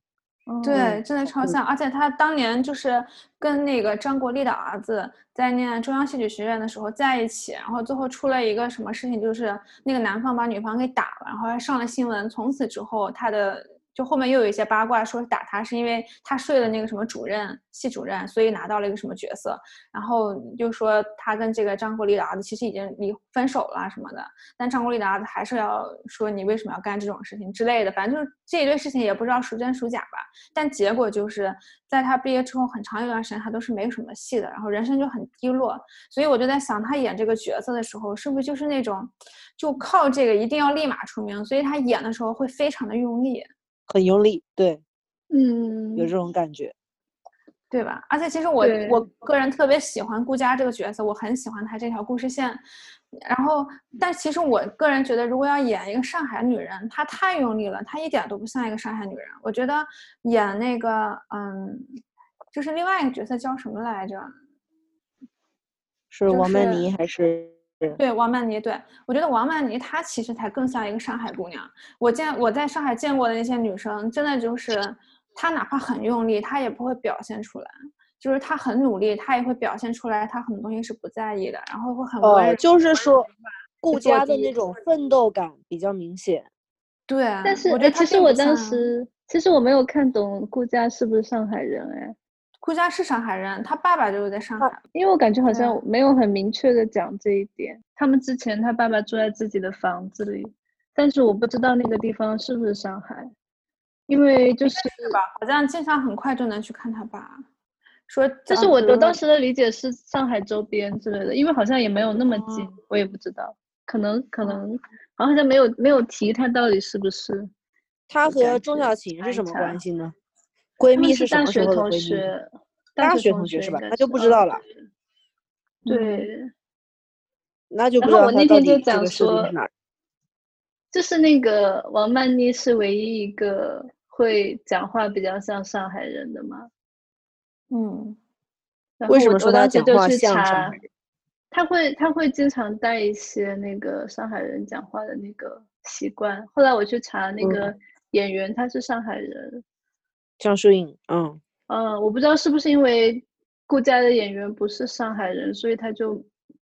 [SPEAKER 3] 对，
[SPEAKER 2] 嗯
[SPEAKER 3] 真的超
[SPEAKER 1] 酷
[SPEAKER 3] 像，而且他当年就是跟那个张国立的儿子在念中央戏剧学院的时候在一起，然后最后出了一个什么事情，就是那个男方把女方给打了，然后还上了新闻。从此之后，他的就后面又有一些八卦说打他是因为他睡了那个什么主任，系主任，所以拿到了一个什么角色，然后就说他跟这个张国立的儿子其实已经离分手了什么的。但张国立的儿子还是要说你为什么要干这种事情之类的，反正就是这一堆事情也不知道孰真孰假吧。但结果就是在他毕业之后很长一段时间，他都是没什么戏的，然后人生就很低落。所以我就在想，他演这个角色的时候，是不是就是那种就靠这个一定要立马出名，所以他演的时候会非常的用力，
[SPEAKER 1] 很用力，对，
[SPEAKER 2] 嗯，
[SPEAKER 1] 有这种感觉。
[SPEAKER 3] 对吧？而且其实我
[SPEAKER 2] 对
[SPEAKER 3] 我个人特别喜欢顾佳这个角色，我很喜欢她这条故事线。然后，但其实我个人觉得，如果要演一个上海女人，她太用力了，她一点都不像一个上海女人。我觉得演那个，嗯，就是另外一个角色叫什么来着？
[SPEAKER 1] 是
[SPEAKER 3] 就
[SPEAKER 1] 王曼
[SPEAKER 3] 是
[SPEAKER 1] 妮还是？
[SPEAKER 3] 对，王曼妮，对我觉得王曼妮她其实才更像一个上海姑娘。我见我在上海见过的那些女生，真的就是她哪怕很用力，她也不会表现出来。就是她很努力，她也会表现出来，她很多东西是不在意的，然后会很温柔
[SPEAKER 2] 哦
[SPEAKER 1] 呃，就是说，顾
[SPEAKER 3] 去做
[SPEAKER 1] 佳的
[SPEAKER 3] 第一
[SPEAKER 1] 那种奋斗感比较明显。
[SPEAKER 3] 对，
[SPEAKER 2] 但是
[SPEAKER 3] 我觉
[SPEAKER 2] 哎
[SPEAKER 3] 得她
[SPEAKER 2] 其实
[SPEAKER 3] 并
[SPEAKER 2] 我
[SPEAKER 3] 不像
[SPEAKER 2] 当时其实我没有看懂顾佳是不是上海人哎，
[SPEAKER 3] 顾佳是上海人，她爸爸就是在上海。
[SPEAKER 2] 因为我感觉好
[SPEAKER 1] 啊
[SPEAKER 3] 对
[SPEAKER 2] 像没有很明确的讲这一点。他们之前他爸爸住在自己的房子里，但是我不知道那个地方是不是上海，因为就是
[SPEAKER 3] 是吧？好像经常很快就能去看她爸，说
[SPEAKER 2] 就是
[SPEAKER 3] 呃
[SPEAKER 2] 我
[SPEAKER 3] 比
[SPEAKER 2] 我
[SPEAKER 3] 如
[SPEAKER 2] 当时的理解是上海周边之类的，因为好像也没有那么近，
[SPEAKER 1] 哦
[SPEAKER 2] 我也不知道，可能可能好像没有没有提他到底是不是。
[SPEAKER 1] 她
[SPEAKER 2] 我感
[SPEAKER 1] 和钟
[SPEAKER 2] 觉
[SPEAKER 1] 晓芹
[SPEAKER 2] 查
[SPEAKER 1] 是
[SPEAKER 2] 一
[SPEAKER 1] 什么
[SPEAKER 2] 查
[SPEAKER 1] 关系呢？闺
[SPEAKER 2] 他们
[SPEAKER 1] 蜜
[SPEAKER 2] 是
[SPEAKER 1] 什
[SPEAKER 2] 大
[SPEAKER 1] 么时
[SPEAKER 2] 学
[SPEAKER 1] 候的
[SPEAKER 2] 同
[SPEAKER 1] 闺蜜？
[SPEAKER 2] 学，
[SPEAKER 1] 大
[SPEAKER 2] 学
[SPEAKER 1] 学
[SPEAKER 2] 同
[SPEAKER 1] 同学是
[SPEAKER 2] 应
[SPEAKER 1] 吧
[SPEAKER 2] 该
[SPEAKER 1] 那就是不知道了。
[SPEAKER 2] 嗯对，
[SPEAKER 1] 那就不
[SPEAKER 2] 然
[SPEAKER 1] 知
[SPEAKER 2] 后
[SPEAKER 1] 道
[SPEAKER 2] 我
[SPEAKER 1] 她
[SPEAKER 2] 那
[SPEAKER 1] 到
[SPEAKER 2] 天就
[SPEAKER 1] 底这
[SPEAKER 2] 讲
[SPEAKER 1] 个设定
[SPEAKER 2] 说
[SPEAKER 1] 是哪儿。
[SPEAKER 2] 就是那个王曼妮是唯一一个会讲话比较像上海人的嘛。
[SPEAKER 3] 嗯，
[SPEAKER 2] 然
[SPEAKER 1] 为
[SPEAKER 2] 后
[SPEAKER 1] 什
[SPEAKER 2] 我
[SPEAKER 1] 么
[SPEAKER 2] 我
[SPEAKER 1] 说她
[SPEAKER 2] 当时
[SPEAKER 1] 讲
[SPEAKER 2] 就
[SPEAKER 1] 话
[SPEAKER 2] 去
[SPEAKER 1] 像上
[SPEAKER 2] 查
[SPEAKER 1] 海，人？
[SPEAKER 2] 他会他会经常带一些那个上海人讲话的那个习惯。后来我去查那
[SPEAKER 1] 嗯
[SPEAKER 2] 个演员，他是上海人。
[SPEAKER 1] 江疏影，嗯，
[SPEAKER 2] 嗯，我不知道是不是因为顾佳的演员不是上海人，所以他就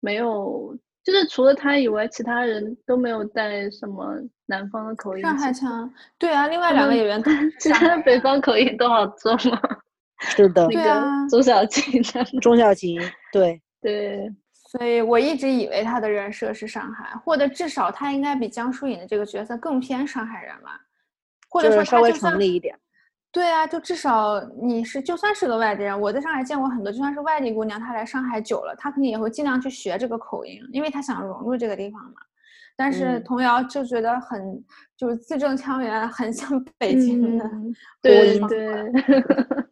[SPEAKER 2] 没有，就是除了他以外，其他人都没有带什么南方的口音
[SPEAKER 3] 嗯上
[SPEAKER 2] 进
[SPEAKER 3] 海
[SPEAKER 2] 去。
[SPEAKER 3] 腔，对啊，另
[SPEAKER 2] 他
[SPEAKER 3] 外两个
[SPEAKER 2] 们
[SPEAKER 3] 演员都
[SPEAKER 2] 其
[SPEAKER 3] 是上
[SPEAKER 2] 他
[SPEAKER 3] 海
[SPEAKER 2] 北
[SPEAKER 3] 人
[SPEAKER 2] 方口音都好重啊。
[SPEAKER 1] 是的
[SPEAKER 2] 那，
[SPEAKER 3] 对
[SPEAKER 2] 个
[SPEAKER 3] 啊
[SPEAKER 2] 周小静他们，
[SPEAKER 1] 钟晓芹，对，
[SPEAKER 2] 对，
[SPEAKER 3] 所以我一直以为他的人设是上海，或者至少他应该比江疏影的这个角色更偏上海人吧，或者
[SPEAKER 1] 就
[SPEAKER 3] 说
[SPEAKER 1] 是稍
[SPEAKER 3] 他
[SPEAKER 1] 微
[SPEAKER 3] 就算
[SPEAKER 1] 城里一点。
[SPEAKER 3] 对啊，就至少你是就算是个外地人，我在上海见过很多，就算是外地姑娘，她来上海久了，她肯定也会尽量去学这个口音，因为她想融入这个地方嘛。但是
[SPEAKER 1] 嗯
[SPEAKER 3] 童谣就觉得很、就是字正腔圆，很像北京的，
[SPEAKER 2] 嗯
[SPEAKER 1] 播
[SPEAKER 2] 对
[SPEAKER 1] 音
[SPEAKER 2] 对，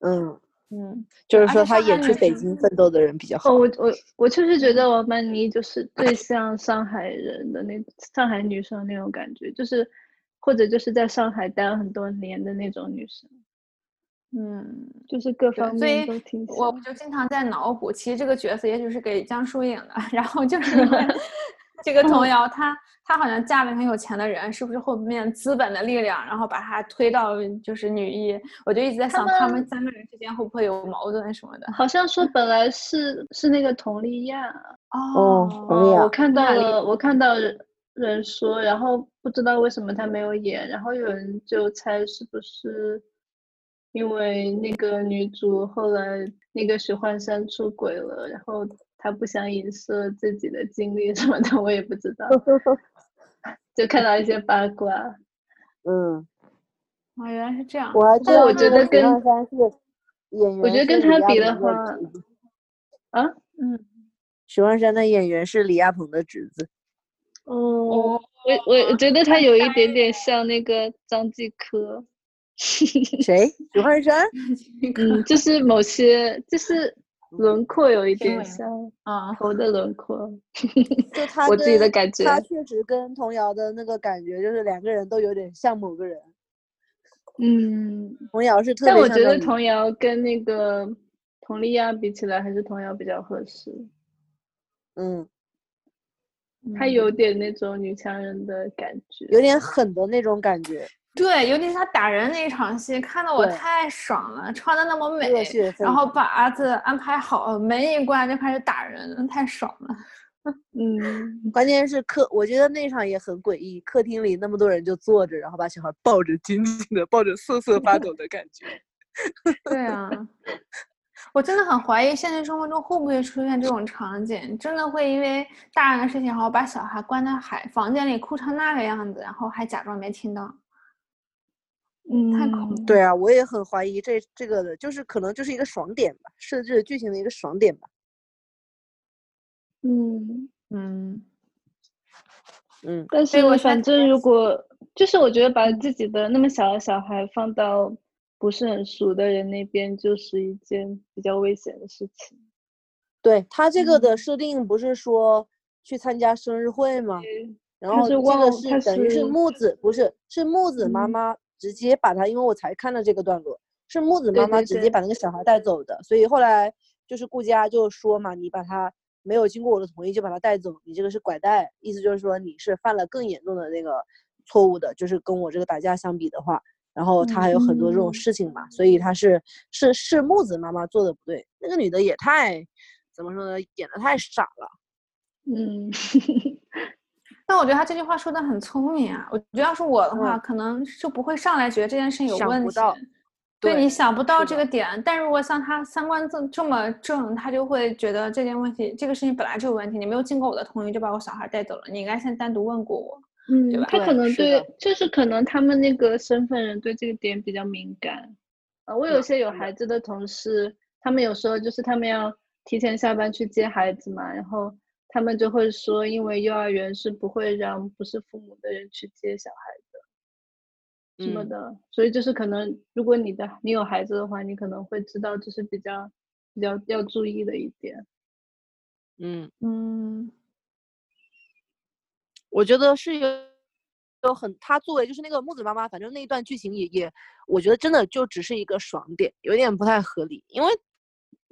[SPEAKER 1] 嗯，
[SPEAKER 3] 嗯，
[SPEAKER 1] 就是
[SPEAKER 3] 而
[SPEAKER 1] 说他
[SPEAKER 3] 且上海
[SPEAKER 1] 演
[SPEAKER 3] 女
[SPEAKER 1] 出北
[SPEAKER 3] 生
[SPEAKER 1] 京奋斗的人比较好
[SPEAKER 2] 哦，。我我我确实觉得王曼妮就是最像上海人的那上海女生那种感觉，就是或者就是在上海待了很多年的那种女生，
[SPEAKER 3] 嗯，
[SPEAKER 2] 就是各
[SPEAKER 3] 对
[SPEAKER 2] 方
[SPEAKER 3] 所
[SPEAKER 2] 面
[SPEAKER 3] 以
[SPEAKER 2] 都挺
[SPEAKER 3] 我
[SPEAKER 2] 像
[SPEAKER 3] 就经常在脑补，其实这个角色也许是给江疏影的， 然后就是 因为这个
[SPEAKER 1] 嗯
[SPEAKER 3] 童谣，她她好像嫁了很有钱的人，是不是后面资本的力量，然后把她推到就是女一？我就一直在
[SPEAKER 2] 他
[SPEAKER 3] 想，他们
[SPEAKER 2] 们
[SPEAKER 3] 三个人之间会不会有矛盾什么的？
[SPEAKER 2] 好像说本来是是那个佟丽娅，
[SPEAKER 1] 哦佟
[SPEAKER 2] 嗯
[SPEAKER 1] 丽
[SPEAKER 3] 啊
[SPEAKER 1] 娅
[SPEAKER 2] 我看到
[SPEAKER 3] 佟丽娅
[SPEAKER 2] 了，我看到人人说，然后不知道为什么她没有演，然后有人就猜是不是因为那个女主后来那个许幻山出轨了，然后她不想影射自己的经历什么的，我也不知道，就看到一些八卦。
[SPEAKER 1] 嗯，
[SPEAKER 3] 哦，原来是这样。
[SPEAKER 1] 我还知
[SPEAKER 2] 但
[SPEAKER 1] 道
[SPEAKER 2] 我
[SPEAKER 1] 这
[SPEAKER 2] 觉
[SPEAKER 1] 个
[SPEAKER 2] 得
[SPEAKER 1] 许
[SPEAKER 2] 跟
[SPEAKER 1] 幻山是演员，
[SPEAKER 2] 我觉得跟他比的话，啊，
[SPEAKER 3] 嗯，
[SPEAKER 1] 许幻山的演员是李亚鹏的侄子。
[SPEAKER 2] 哦，我我觉得他有一点点像那个张继科。
[SPEAKER 1] 谁？许幻山？
[SPEAKER 2] 嗯，就是某些，就是轮廓有一
[SPEAKER 3] 评
[SPEAKER 2] 点
[SPEAKER 3] 委
[SPEAKER 2] 像
[SPEAKER 3] 啊、
[SPEAKER 2] 头的轮廓，
[SPEAKER 1] 就他
[SPEAKER 2] 我自己的
[SPEAKER 1] 跟
[SPEAKER 2] 感觉。
[SPEAKER 1] 他确实跟童谣的那个感觉，就是两个人都有点像某个人。
[SPEAKER 2] 嗯，
[SPEAKER 1] 童谣是特别
[SPEAKER 2] 但我
[SPEAKER 1] 像
[SPEAKER 2] 觉得
[SPEAKER 1] 张宇
[SPEAKER 2] 童谣跟那个佟丽娅比起来，还是童谣比较合适。
[SPEAKER 1] 嗯，
[SPEAKER 3] 嗯
[SPEAKER 2] 她有点那种女强人的感觉。
[SPEAKER 1] 有点狠的那种感觉，
[SPEAKER 3] 对，尤其是他打人那一场戏，看得我
[SPEAKER 1] 对
[SPEAKER 3] 太爽了，穿的那么
[SPEAKER 1] 热
[SPEAKER 3] 美，
[SPEAKER 1] 血沸
[SPEAKER 3] 然
[SPEAKER 1] 腾。
[SPEAKER 3] 后靶子安排好，门一关就开始打人，太爽了。
[SPEAKER 2] 嗯，
[SPEAKER 1] 关键是客，我觉得那场也很诡异，客厅里那么多人就坐着，然后把小孩抱着紧紧的，抱着瑟瑟发抖的感觉。
[SPEAKER 3] 对啊，我真的很怀疑现实生活中会不会出现这种场景，真的会因为大人的事情，然后把小孩关在海房间里哭成那个样子，然后还假装没听到。太
[SPEAKER 2] 嗯
[SPEAKER 3] 恐怖
[SPEAKER 1] 对啊，我也很怀疑这这个的，就是可能就是一个爽点吧，设置剧情的一个爽点吧。
[SPEAKER 2] 嗯，
[SPEAKER 3] 嗯，
[SPEAKER 1] 嗯，
[SPEAKER 2] 但
[SPEAKER 3] 所以
[SPEAKER 2] 是
[SPEAKER 3] 我现在
[SPEAKER 2] 反
[SPEAKER 3] 特
[SPEAKER 2] 正
[SPEAKER 3] 别
[SPEAKER 2] 如
[SPEAKER 3] 喜
[SPEAKER 2] 果就是我觉得把自己的那么小的小孩放到不是很熟的人那边，就是一件比较危险的事情。
[SPEAKER 1] 对他这个的
[SPEAKER 2] 嗯
[SPEAKER 1] 设定不是说去参加生日会吗？然
[SPEAKER 2] 他
[SPEAKER 1] 后
[SPEAKER 2] 是
[SPEAKER 1] 这
[SPEAKER 2] 忘
[SPEAKER 1] 个是
[SPEAKER 2] 他
[SPEAKER 1] 等于是
[SPEAKER 2] 是
[SPEAKER 1] 木子，不是是木子妈
[SPEAKER 2] 嗯
[SPEAKER 1] 妈直接把他，因为我才看到这个段落，是木子
[SPEAKER 2] 对
[SPEAKER 1] 妈妈
[SPEAKER 2] 对
[SPEAKER 1] 直接
[SPEAKER 2] 对
[SPEAKER 1] 把那个小孩带走的，所以后来就是顾佳就说嘛，你把他没有经过我的同意就把他带走，你这个是拐带，意思就是说你是犯了更严重的那个错误的，就是跟我这个打架相比的话，然后他还有很多这种
[SPEAKER 2] 嗯
[SPEAKER 1] 事情嘛，所以他是是是木子妈妈做的不对，那个女的也太怎么说呢，演的太傻了。
[SPEAKER 2] 嗯，
[SPEAKER 3] 但我觉得他这句话说的很聪明啊。我觉得要是我的话，
[SPEAKER 1] 嗯
[SPEAKER 3] 可能就不会上来觉得这件事情有
[SPEAKER 1] 想
[SPEAKER 3] 问
[SPEAKER 1] 不
[SPEAKER 3] 题。
[SPEAKER 1] 到
[SPEAKER 3] 对
[SPEAKER 1] 对
[SPEAKER 3] 你想不到
[SPEAKER 1] 是
[SPEAKER 3] 这
[SPEAKER 1] 的
[SPEAKER 3] 个点，但如果像他三观这这么正，他就会觉得这件问题，这个事情本来就有问题，你没有经过我的同意就把我小孩带走了，你应该先单独问过我。
[SPEAKER 2] 嗯
[SPEAKER 3] 对吧
[SPEAKER 2] 他可
[SPEAKER 1] 对
[SPEAKER 2] 能
[SPEAKER 1] 是
[SPEAKER 2] 对
[SPEAKER 1] 的，
[SPEAKER 2] 就是可能他们那个身份人对这个点比较敏感。呃，我有
[SPEAKER 1] 嗯
[SPEAKER 2] 些有
[SPEAKER 1] 是的
[SPEAKER 2] 孩子的同事，他们有时候就是他们要提前下班去接孩子嘛，然后他们就会说，因为幼儿园是不会让不是父母的人去接小孩的什么
[SPEAKER 1] 嗯
[SPEAKER 2] 的，所以就是可能如果你的你有孩子的话，你可能会知道这是比较比较要注意的一点。
[SPEAKER 1] 嗯，
[SPEAKER 3] 嗯，
[SPEAKER 1] 我觉得是有有很，他作为就是那个木子妈妈，反正那一段剧情也也，我觉得真的就只是一个爽点，有点不太合理。因为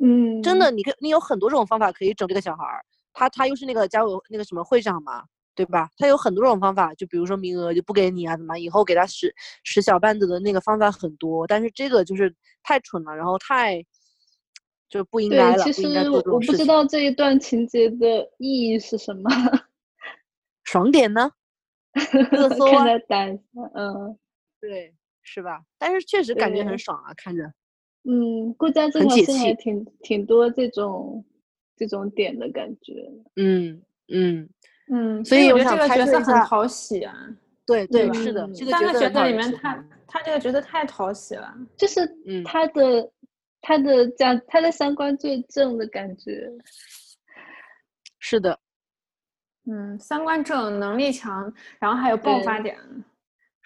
[SPEAKER 2] 嗯，
[SPEAKER 1] 真的，你可以你有很多种方法可以整这个小孩儿，他他又是那个家委那个什么会长嘛，对吧？他有很多种方法，就比如说名额就不给你啊，怎么以后给他使使小绊子的那个方法很多，但是这个就是太蠢了，然后太就不应
[SPEAKER 2] 对，
[SPEAKER 1] 该了，
[SPEAKER 2] 其
[SPEAKER 1] 不应该
[SPEAKER 2] 实
[SPEAKER 1] 做
[SPEAKER 2] 我
[SPEAKER 1] 这
[SPEAKER 2] 我
[SPEAKER 1] 种
[SPEAKER 2] 不
[SPEAKER 1] 事
[SPEAKER 2] 知
[SPEAKER 1] 情。
[SPEAKER 2] 道这一段情节的意义是什么，
[SPEAKER 1] 爽点呢？热搜啊
[SPEAKER 2] 看他打一下，嗯
[SPEAKER 1] 对，是吧？但是确实感觉很
[SPEAKER 2] 对
[SPEAKER 1] 爽啊，看着。
[SPEAKER 2] 嗯，顾家这
[SPEAKER 1] 很
[SPEAKER 2] 条
[SPEAKER 1] 解
[SPEAKER 2] 线还
[SPEAKER 1] 气
[SPEAKER 2] 挺挺多这种这种点的感觉。
[SPEAKER 1] 嗯嗯，
[SPEAKER 3] 嗯，
[SPEAKER 1] 所以
[SPEAKER 3] 我
[SPEAKER 1] 我
[SPEAKER 3] 觉
[SPEAKER 1] 想
[SPEAKER 3] 得这个
[SPEAKER 1] 拍
[SPEAKER 3] 角
[SPEAKER 1] 摄
[SPEAKER 3] 色
[SPEAKER 1] 一
[SPEAKER 3] 很
[SPEAKER 1] 下
[SPEAKER 3] 讨喜啊。
[SPEAKER 1] 对对，
[SPEAKER 2] 吧
[SPEAKER 1] 是的，
[SPEAKER 2] 嗯
[SPEAKER 1] 这个
[SPEAKER 3] 三
[SPEAKER 1] 角
[SPEAKER 3] 个角
[SPEAKER 1] 色
[SPEAKER 3] 色
[SPEAKER 1] 很
[SPEAKER 3] 里
[SPEAKER 1] 讨
[SPEAKER 3] 面
[SPEAKER 1] 喜
[SPEAKER 3] 他他这个角色太讨喜了。
[SPEAKER 2] 就是
[SPEAKER 1] 嗯
[SPEAKER 2] 他的、他的价他的三观最正的感觉，
[SPEAKER 1] 是的，
[SPEAKER 3] 嗯，三观正，能力强，然后还有爆发
[SPEAKER 2] 对
[SPEAKER 3] 点。对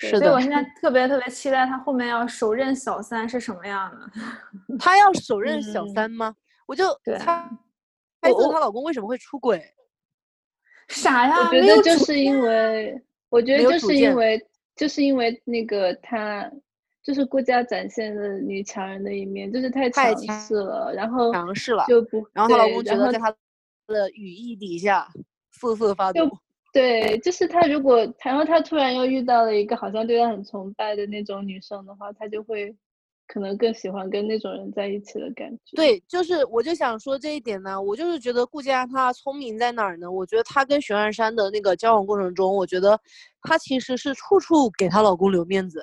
[SPEAKER 1] 是
[SPEAKER 3] 所以我
[SPEAKER 1] 的。
[SPEAKER 3] 现在特别特别期待他后面要手刃小三是什么样的。
[SPEAKER 1] 她要手刃小
[SPEAKER 2] 嗯
[SPEAKER 1] 三吗？我就
[SPEAKER 3] 对
[SPEAKER 1] 她，猜
[SPEAKER 2] 我
[SPEAKER 1] 测
[SPEAKER 2] 我
[SPEAKER 1] 她老公为什么会出轨？
[SPEAKER 3] 啥呀？
[SPEAKER 1] 啊
[SPEAKER 2] 我觉
[SPEAKER 3] 没有
[SPEAKER 2] 得就
[SPEAKER 3] 主
[SPEAKER 2] 是因为，我觉
[SPEAKER 1] 没
[SPEAKER 2] 得
[SPEAKER 1] 有
[SPEAKER 2] 就
[SPEAKER 1] 主
[SPEAKER 2] 是
[SPEAKER 1] 见
[SPEAKER 2] 因为就是因为那个她就是顾佳展现了女强人的一面，就是太
[SPEAKER 1] 太
[SPEAKER 2] 强
[SPEAKER 1] 强
[SPEAKER 2] 势了，然后
[SPEAKER 1] 强势了
[SPEAKER 2] 就不
[SPEAKER 1] 然后她老
[SPEAKER 2] 对
[SPEAKER 1] 公觉
[SPEAKER 2] 然
[SPEAKER 1] 得
[SPEAKER 2] 后
[SPEAKER 1] 在她的羽翼底下瑟瑟发抖
[SPEAKER 2] 就。对，就是他如果，然后他突然又遇到了一个好像对他很崇拜的那种女生的话，他就会可能更喜欢跟那种人在一起的感觉。，
[SPEAKER 1] 对，就是我就想说这一点呢，我就是觉得顾佳她聪明在哪儿呢？我觉得她跟熊二山的那个交往过程中，我觉得她其实是处处给她老公留面子，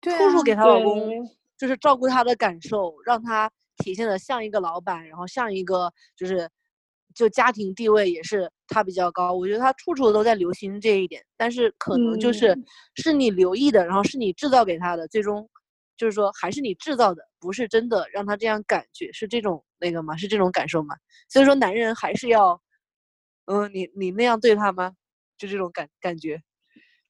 [SPEAKER 3] 对
[SPEAKER 1] 处处
[SPEAKER 3] 啊
[SPEAKER 1] 给她老公
[SPEAKER 2] 对，
[SPEAKER 1] 就是照顾她的感受，让她体现的像一个老板，然后像一个就是就家庭地位也是她比较高。我觉得她处处都在留心这一点，但是可能就是
[SPEAKER 2] 嗯
[SPEAKER 1] 是你留意的，然后是你制造给她的，最终就是说还是你制造的，不是真的让她这样感觉，是这种那个吗？是这种感受吗？所以说男人还是要，嗯，你你那样对他吗？就这种感感觉，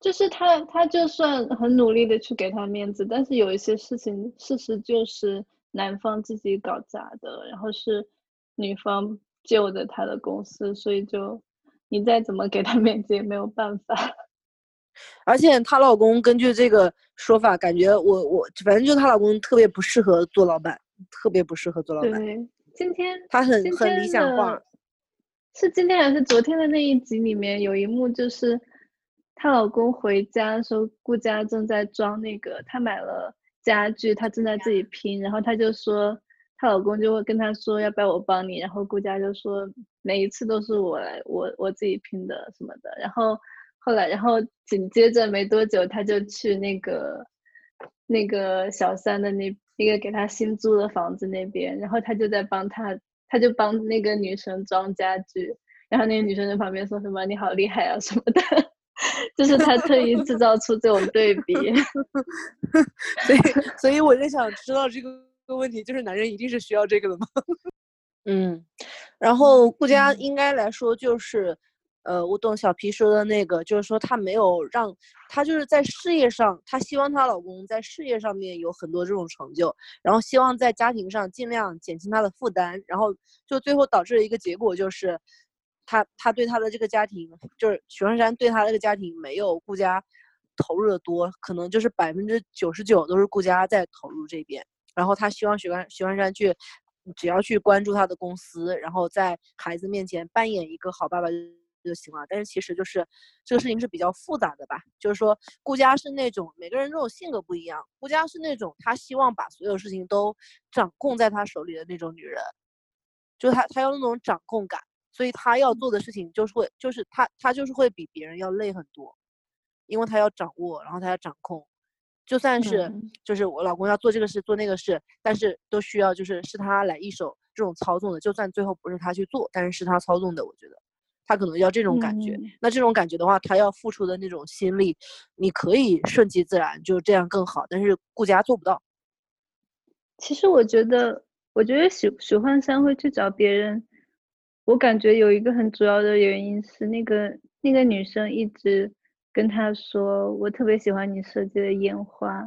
[SPEAKER 2] 就是他，他就算很努力的去给他面子，但是有一些事情，事实就是男方自己搞砸的，然后是女方救的他的公司，所以就你再怎么给他面子也没有办法。
[SPEAKER 1] 而且她老公根据这个说法，感觉我我反正就她老公特别不适合做老板，特别不适合做老板。
[SPEAKER 2] 对，今天
[SPEAKER 1] 他很
[SPEAKER 2] 今
[SPEAKER 1] 很理
[SPEAKER 2] 天
[SPEAKER 1] 想化
[SPEAKER 2] 的，是今天还是昨天的那一集里面有一幕，就是她老公回家的时候，顾佳正在装那个，她买了家具，她正在自己拼，然后她就说，她老公就会跟她说，要不要我帮你？然后顾佳就说，每一次都是我来，我我自己拼的什么的。然后后来，然后紧接着没多久，她就去那个那个小三的那那个给她新租的房子那边，然后她就在帮她，她就帮那个女生装家具，然后那个女生在旁边说什么“你好厉害啊”什么的， 就是她特意制造出这种对比。
[SPEAKER 1] 所以所以我就想知道这个问题，就是男人一定是需要这个的吗？ 嗯，然后顾佳
[SPEAKER 2] 嗯
[SPEAKER 1] 应该来说就是，呃，我懂小皮说的那个，就是说她没有让她就是在事业上，她希望她老公在事业上面有很多这种成就，然后希望在家庭上尽量减轻她的负担，然后就最后导致了一个结果就是，她她对她的这个家庭，就是许幻山对她这个家庭没有顾佳投入的多，可能就是百分之九十九都是顾佳在投入这边，然后她希望许幻许幻山去。嗯只要去关注他的公司，然后在孩子面前扮演一个好爸爸就就行了。但是其实就是这个事情是比较复杂的吧，就是说顾佳是那种每个人这种性格不一样，顾佳是那种她希望把所有事情都掌控在她手里的那种女人，就是她她要那种掌控感，所以她要做的事情就是会就是她她就是会比别人要累很多，因为她要掌握，然后她要掌控，就算是。
[SPEAKER 3] 嗯
[SPEAKER 1] 就是我老公要做这个事做那个事，但是都需要就是是他来一手这种操纵的，就算最后不是他去做，但是是他操纵的，我觉得他可能要这种感觉。
[SPEAKER 2] 嗯
[SPEAKER 1] 那这种感觉的话，他要付出的那种心力，你可以顺其自然，就这样更好。但是顾佳做不到，
[SPEAKER 2] 其实我觉得，我觉得许许幻山会去找别人，我感觉有一个很主要的原因是那个那个女生一直跟他说，我特别喜欢你设计的烟花。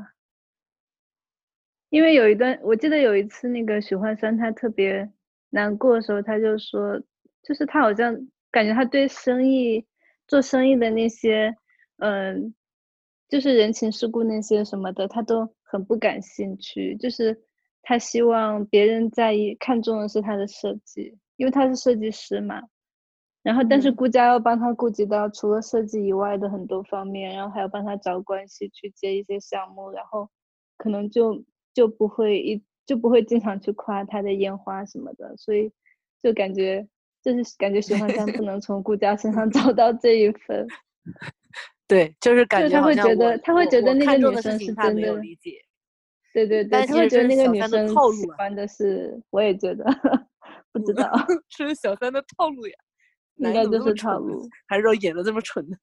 [SPEAKER 2] 因为有一段，我记得有一次那个许幻山他特别难过的时候，他就说，就是他好像感觉他对生意做生意的那些，嗯，就是人情世故那些什么的，他都很不感兴趣。就是他希望别人在意看重的是他的设计，因为他是设计师嘛。然后，但是
[SPEAKER 3] 嗯
[SPEAKER 2] 顾佳要帮他顾及到除了设计以外的很多方面，然后还要帮他找关系去接一些项目，然后可能就就不会一就不会经常去夸他的烟花什么的，所以就感觉就是感觉许幻山不能从顾佳身上找到这一份。
[SPEAKER 1] 对，就是感
[SPEAKER 2] 就
[SPEAKER 1] 觉
[SPEAKER 2] 他
[SPEAKER 1] 好
[SPEAKER 2] 会
[SPEAKER 1] 像
[SPEAKER 2] 觉
[SPEAKER 1] 我
[SPEAKER 2] 得他会
[SPEAKER 1] 我
[SPEAKER 2] 觉得
[SPEAKER 1] 我
[SPEAKER 2] 那
[SPEAKER 1] 看
[SPEAKER 2] 个
[SPEAKER 1] 中
[SPEAKER 2] 女
[SPEAKER 1] 的事
[SPEAKER 2] 生
[SPEAKER 1] 情
[SPEAKER 2] 是
[SPEAKER 1] 他
[SPEAKER 2] 真
[SPEAKER 1] 没有
[SPEAKER 2] 的
[SPEAKER 1] 理解，
[SPEAKER 2] 对对
[SPEAKER 1] 但
[SPEAKER 2] 对，
[SPEAKER 1] 其
[SPEAKER 2] 他会
[SPEAKER 1] 实
[SPEAKER 2] 觉
[SPEAKER 1] 这
[SPEAKER 2] 得
[SPEAKER 1] 是
[SPEAKER 2] 那个
[SPEAKER 1] 小
[SPEAKER 2] 女
[SPEAKER 1] 三的
[SPEAKER 2] 生
[SPEAKER 1] 套路啊嗯
[SPEAKER 2] 喜
[SPEAKER 1] 了
[SPEAKER 2] 欢的是，我也觉得， 不知道，
[SPEAKER 1] 这是小三的套路呀。
[SPEAKER 2] 应
[SPEAKER 1] 男
[SPEAKER 2] 该
[SPEAKER 1] 人怎
[SPEAKER 2] 就
[SPEAKER 1] 么这
[SPEAKER 2] 是
[SPEAKER 1] 么
[SPEAKER 2] 套
[SPEAKER 1] 蠢呢
[SPEAKER 2] 路。
[SPEAKER 1] 还是说演的这么蠢呢？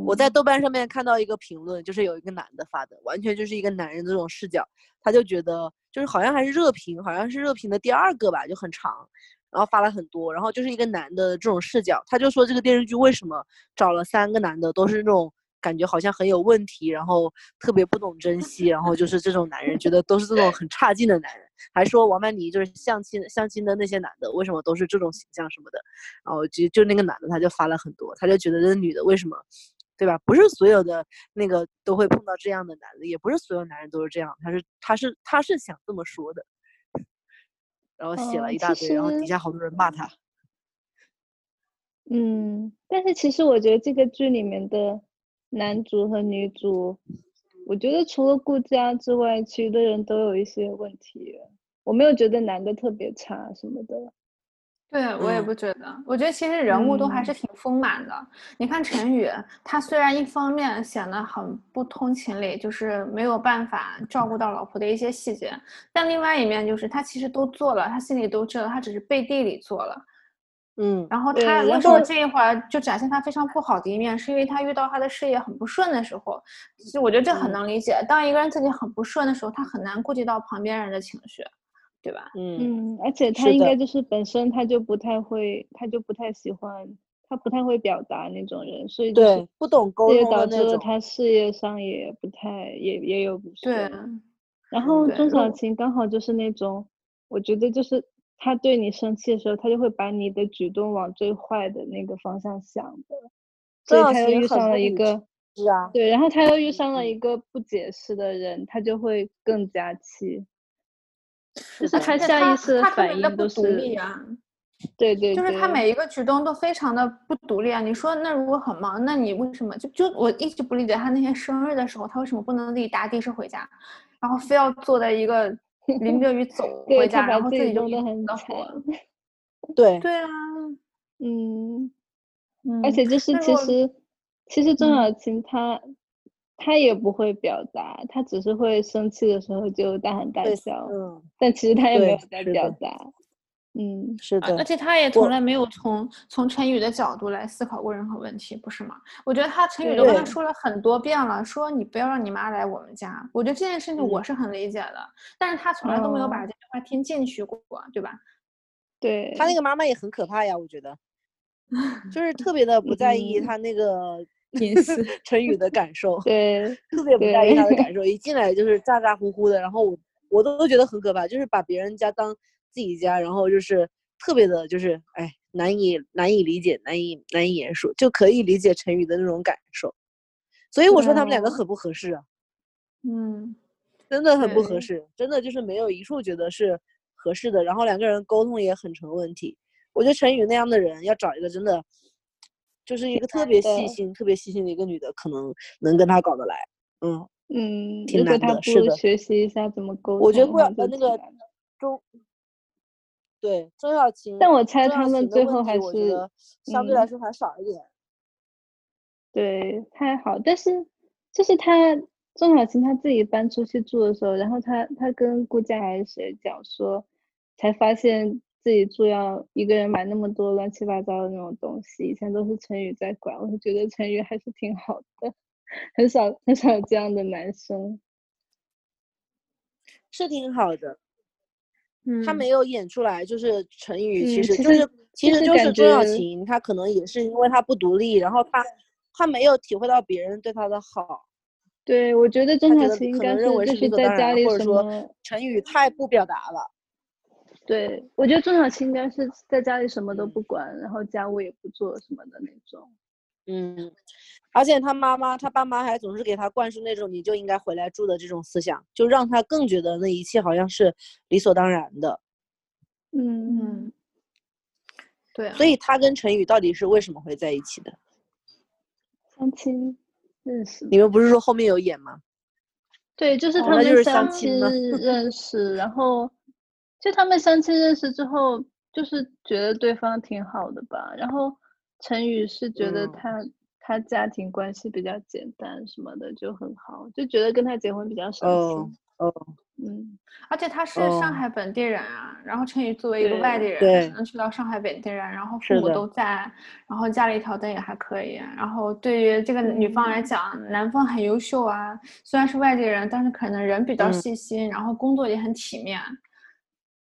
[SPEAKER 1] 我在豆瓣上面看到一个评论，就是有一个男的发的，完全就是一个男人的这种视角，他就觉得就是好像还是热评，好像是热评的第二个吧，就很长，然后发了很多，然后就是一个男的这种视角，他就说这个电视剧为什么找了三个男的都是那种感觉好像很有问题，然后特别不懂珍惜，然后就是这种男人，觉得都是这种很差劲的男人，还说王曼妮就是相亲相亲的那些男的为什么都是这种形象什么的，然后就就那个男的他就发了很多，他就觉得这女的为什么，对吧？不是所有的那个都会碰到这样的男的，也不是所有男人都是这样，他是他是他是想这么说的，然后写了
[SPEAKER 2] 哦
[SPEAKER 1] 一
[SPEAKER 2] 其
[SPEAKER 1] 大堆，然后底
[SPEAKER 2] 实
[SPEAKER 1] 下好多人骂他，
[SPEAKER 2] 嗯，但是其实我觉得这个剧里面的男主和女主，我觉得除了顾佳之外，其余的人都有一些问题。我没有觉得男的特别差什么的。
[SPEAKER 3] 对，我也
[SPEAKER 1] 嗯
[SPEAKER 3] 不觉得。我觉得其实人物都还
[SPEAKER 2] 嗯
[SPEAKER 3] 是挺丰满的。你看陈宇，他虽然一方面显得很不通情理，就是没有办法照顾到老婆的一些细节，但另外一面就是他其实都做了，他心里都知道，他只是背地里做了。
[SPEAKER 1] 嗯
[SPEAKER 3] 然后
[SPEAKER 2] 对
[SPEAKER 3] 他为
[SPEAKER 2] 然
[SPEAKER 3] 什么
[SPEAKER 2] 后
[SPEAKER 3] 这一会儿就展现他非常不好的一面，是因为他遇到他的事业很不顺的时候，其实我觉得这很
[SPEAKER 1] 嗯
[SPEAKER 3] 能理解。当一个人自己很不顺的时候，他很难顾及到旁边人的情绪，对吧？
[SPEAKER 1] 嗯
[SPEAKER 2] 嗯，而且他
[SPEAKER 1] 是
[SPEAKER 2] 应
[SPEAKER 1] 的
[SPEAKER 2] 该就是本身他就不太会，他就不太喜欢，他不太会表达那种人，所以就是
[SPEAKER 1] 对，不懂沟
[SPEAKER 2] 这也
[SPEAKER 1] 通
[SPEAKER 2] 导
[SPEAKER 1] 的
[SPEAKER 2] 致
[SPEAKER 1] 那
[SPEAKER 2] 了
[SPEAKER 1] 种，
[SPEAKER 2] 他事业上也不太，也也有不
[SPEAKER 3] 对，
[SPEAKER 1] 啊
[SPEAKER 2] 顺。然后
[SPEAKER 3] 对
[SPEAKER 2] 钟
[SPEAKER 3] 如
[SPEAKER 2] 小
[SPEAKER 3] 果
[SPEAKER 2] 琴刚好就是那种，我觉得就是他对你生气的时候，他就会把你的举动往最坏的那个方向想的，所
[SPEAKER 1] 钟小
[SPEAKER 2] 以他又
[SPEAKER 1] 琴
[SPEAKER 2] 遇
[SPEAKER 1] 很
[SPEAKER 2] 上了
[SPEAKER 1] 会
[SPEAKER 2] 一
[SPEAKER 1] 理
[SPEAKER 2] 个，
[SPEAKER 1] 是啊，
[SPEAKER 2] 对，然后他又遇
[SPEAKER 1] 嗯
[SPEAKER 2] 上了一个不解释的人，他就会更加气，就是
[SPEAKER 1] 的
[SPEAKER 2] 他
[SPEAKER 3] 而且
[SPEAKER 2] 下
[SPEAKER 3] 他
[SPEAKER 2] 意识
[SPEAKER 3] 他特
[SPEAKER 2] 反
[SPEAKER 3] 别的
[SPEAKER 2] 应
[SPEAKER 3] 不
[SPEAKER 2] 都
[SPEAKER 3] 独立
[SPEAKER 2] 是，
[SPEAKER 3] 啊，
[SPEAKER 2] 对对
[SPEAKER 3] 就是他
[SPEAKER 2] 对
[SPEAKER 3] 每一个举动都非常的不独立啊。你说那如果很忙，那你为什么就就我一直不理解他那天生日的时候，他为什么不能自己搭的士回家，然后非要坐在 一个淋着雨走
[SPEAKER 2] 对
[SPEAKER 3] 回
[SPEAKER 2] 他
[SPEAKER 3] 家，然
[SPEAKER 2] 把
[SPEAKER 3] 后
[SPEAKER 2] 自
[SPEAKER 3] 自
[SPEAKER 2] 己
[SPEAKER 3] 己就
[SPEAKER 2] 弄
[SPEAKER 3] 一
[SPEAKER 2] 得
[SPEAKER 3] 肚
[SPEAKER 2] 很
[SPEAKER 3] 子
[SPEAKER 2] 惨
[SPEAKER 3] 火。
[SPEAKER 1] 对，
[SPEAKER 3] 对啊，
[SPEAKER 2] 嗯。
[SPEAKER 3] 嗯，
[SPEAKER 2] 而且就是
[SPEAKER 3] 那如
[SPEAKER 2] 其
[SPEAKER 3] 果
[SPEAKER 2] 实，其实钟
[SPEAKER 3] 嗯
[SPEAKER 2] 小琴她她也不会表达，她只是会生气的时候就大喊大
[SPEAKER 1] 对，
[SPEAKER 2] 笑，
[SPEAKER 1] 嗯，
[SPEAKER 2] 但其实她也没
[SPEAKER 1] 对
[SPEAKER 2] 有在
[SPEAKER 1] 是的
[SPEAKER 2] 表达。嗯，
[SPEAKER 1] 是
[SPEAKER 3] 而
[SPEAKER 1] 的
[SPEAKER 3] 啊而，且他也从
[SPEAKER 1] 我
[SPEAKER 3] 来没有从从陈宇的角度来思考过任何问题，不是吗？我觉得他陈宇都跟他
[SPEAKER 1] 对
[SPEAKER 3] 说了很多遍了，说你不要让你妈来我们家。我觉得这件事情我
[SPEAKER 1] 嗯
[SPEAKER 3] 是很理解的，但是他从来都
[SPEAKER 2] 哦
[SPEAKER 3] 没有把这句话听进去过，对吧？
[SPEAKER 2] 对，
[SPEAKER 1] 他那个妈妈也很可怕呀，我觉得， 就是特别的不在意
[SPEAKER 2] 嗯
[SPEAKER 1] 他那 个
[SPEAKER 3] 隐私
[SPEAKER 1] 陈宇的感受，
[SPEAKER 2] 对
[SPEAKER 1] 特别不在意他的
[SPEAKER 2] 对
[SPEAKER 1] 感受，一进来就是咋咋呼呼的，然后我我都觉得很可怕，就是把别人家当自己家，然后就是特别的，就是哎，难以难以理解，难以难以言述，就可以理解陈宇的那种感受，所以我说他们两个
[SPEAKER 2] 对
[SPEAKER 1] 很不合适啊，
[SPEAKER 3] 嗯，
[SPEAKER 1] 真的很不合
[SPEAKER 2] 对
[SPEAKER 1] 适，真的就是没有一处觉得是合适的，然后两个人沟通也很成问题。我觉得陈宇那样的人要找一个真的，就是一个特
[SPEAKER 2] 难
[SPEAKER 1] 别细
[SPEAKER 2] 的
[SPEAKER 1] 心、特别细心的一个女的，可能能跟他搞得来。嗯，
[SPEAKER 2] 嗯，
[SPEAKER 1] 挺
[SPEAKER 2] 如果
[SPEAKER 1] 难
[SPEAKER 2] 她
[SPEAKER 1] 的
[SPEAKER 2] 不
[SPEAKER 1] 是
[SPEAKER 2] 如
[SPEAKER 1] 的
[SPEAKER 2] 学习一下怎么沟
[SPEAKER 1] 我觉得
[SPEAKER 2] 通
[SPEAKER 1] 顾
[SPEAKER 2] 的
[SPEAKER 1] 晓
[SPEAKER 2] 话，
[SPEAKER 1] 呃那
[SPEAKER 2] 会嗯起
[SPEAKER 1] 个
[SPEAKER 2] 来
[SPEAKER 1] 钟，对钟晓芹，
[SPEAKER 2] 但我猜
[SPEAKER 1] 钟
[SPEAKER 2] 他
[SPEAKER 1] 晓
[SPEAKER 2] 们
[SPEAKER 1] 芹的
[SPEAKER 2] 最
[SPEAKER 1] 问
[SPEAKER 2] 后
[SPEAKER 1] 题
[SPEAKER 2] 还
[SPEAKER 1] 我觉
[SPEAKER 2] 是
[SPEAKER 1] 得相对来
[SPEAKER 2] 嗯
[SPEAKER 1] 说还少一点。
[SPEAKER 2] 对，太好，但是就是他钟小琴她自己搬出去住的时候，然后她她跟顾佳还是谁讲说，才发现自己住要一个人买那么多乱七八糟的那种东西，以前都是陈宇在管，我就觉得陈宇还是挺好的，很少很少有这样的男生。
[SPEAKER 1] 是挺好的，他
[SPEAKER 3] 嗯
[SPEAKER 1] 没有演出来，就是陈宇其
[SPEAKER 2] 嗯
[SPEAKER 1] 实
[SPEAKER 2] 其
[SPEAKER 1] 就
[SPEAKER 2] 实
[SPEAKER 1] 是其
[SPEAKER 2] 就
[SPEAKER 1] 实
[SPEAKER 2] 是
[SPEAKER 1] 就是
[SPEAKER 2] 感
[SPEAKER 1] 钟晓
[SPEAKER 2] 觉
[SPEAKER 1] 芹，她可能也是因为她不独立，然后她她没有体会到别人对她的好，
[SPEAKER 2] 对，我觉得
[SPEAKER 1] 她
[SPEAKER 2] 钟
[SPEAKER 1] 觉
[SPEAKER 2] 小
[SPEAKER 1] 得
[SPEAKER 2] 琴应
[SPEAKER 1] 可
[SPEAKER 2] 该
[SPEAKER 1] 能
[SPEAKER 2] 是
[SPEAKER 1] 认为
[SPEAKER 2] 就是
[SPEAKER 1] 理
[SPEAKER 2] 是
[SPEAKER 1] 所
[SPEAKER 2] 在
[SPEAKER 1] 当
[SPEAKER 2] 家
[SPEAKER 1] 然了，
[SPEAKER 2] 里
[SPEAKER 1] 或者
[SPEAKER 2] 什
[SPEAKER 1] 说
[SPEAKER 2] 么。
[SPEAKER 1] 陈宇太不表达了。
[SPEAKER 2] 对，我觉得钟小琴应该是在家里什么都
[SPEAKER 1] 嗯
[SPEAKER 2] 不管，然后家务也不做什么的那种。
[SPEAKER 1] 嗯，而且他妈妈、他爸妈还总是给他灌输那种你就应该回来住的这种思想，就让他更觉得那一切好像是理所当然的。
[SPEAKER 2] 嗯，
[SPEAKER 3] 嗯，对啊，
[SPEAKER 1] 所以他跟陈宇到底是为什么会在一起的？
[SPEAKER 2] 相亲认识的，
[SPEAKER 1] 你们不是说后面有演吗？
[SPEAKER 2] 对，就是
[SPEAKER 1] 哦
[SPEAKER 2] 他
[SPEAKER 1] 那
[SPEAKER 2] 们
[SPEAKER 1] 就是相
[SPEAKER 2] 相
[SPEAKER 1] 亲了
[SPEAKER 2] 认识，然后就他们相亲认识之后，就是觉得对方挺好的吧。然后陈宇是觉得
[SPEAKER 1] 嗯
[SPEAKER 2] 他、他家庭关系比较简单什么的就很好，就觉得跟他结婚比较省
[SPEAKER 1] 哦
[SPEAKER 2] 心。
[SPEAKER 1] 哦，
[SPEAKER 2] 嗯，
[SPEAKER 3] 而且他是
[SPEAKER 1] 哦
[SPEAKER 3] 上海本地人啊，然后陈宇作为一个
[SPEAKER 2] 对
[SPEAKER 3] 外地
[SPEAKER 1] 对
[SPEAKER 3] 人，能去到上海本地人，然后父
[SPEAKER 1] 是
[SPEAKER 3] 母
[SPEAKER 1] 的
[SPEAKER 3] 都在，然后家里条件也还可以，然后对于这个女方
[SPEAKER 1] 嗯
[SPEAKER 3] 来讲，男方很优秀啊，虽然是外地人，但是可能人比较
[SPEAKER 1] 嗯
[SPEAKER 3] 细心，然后工作也很体面。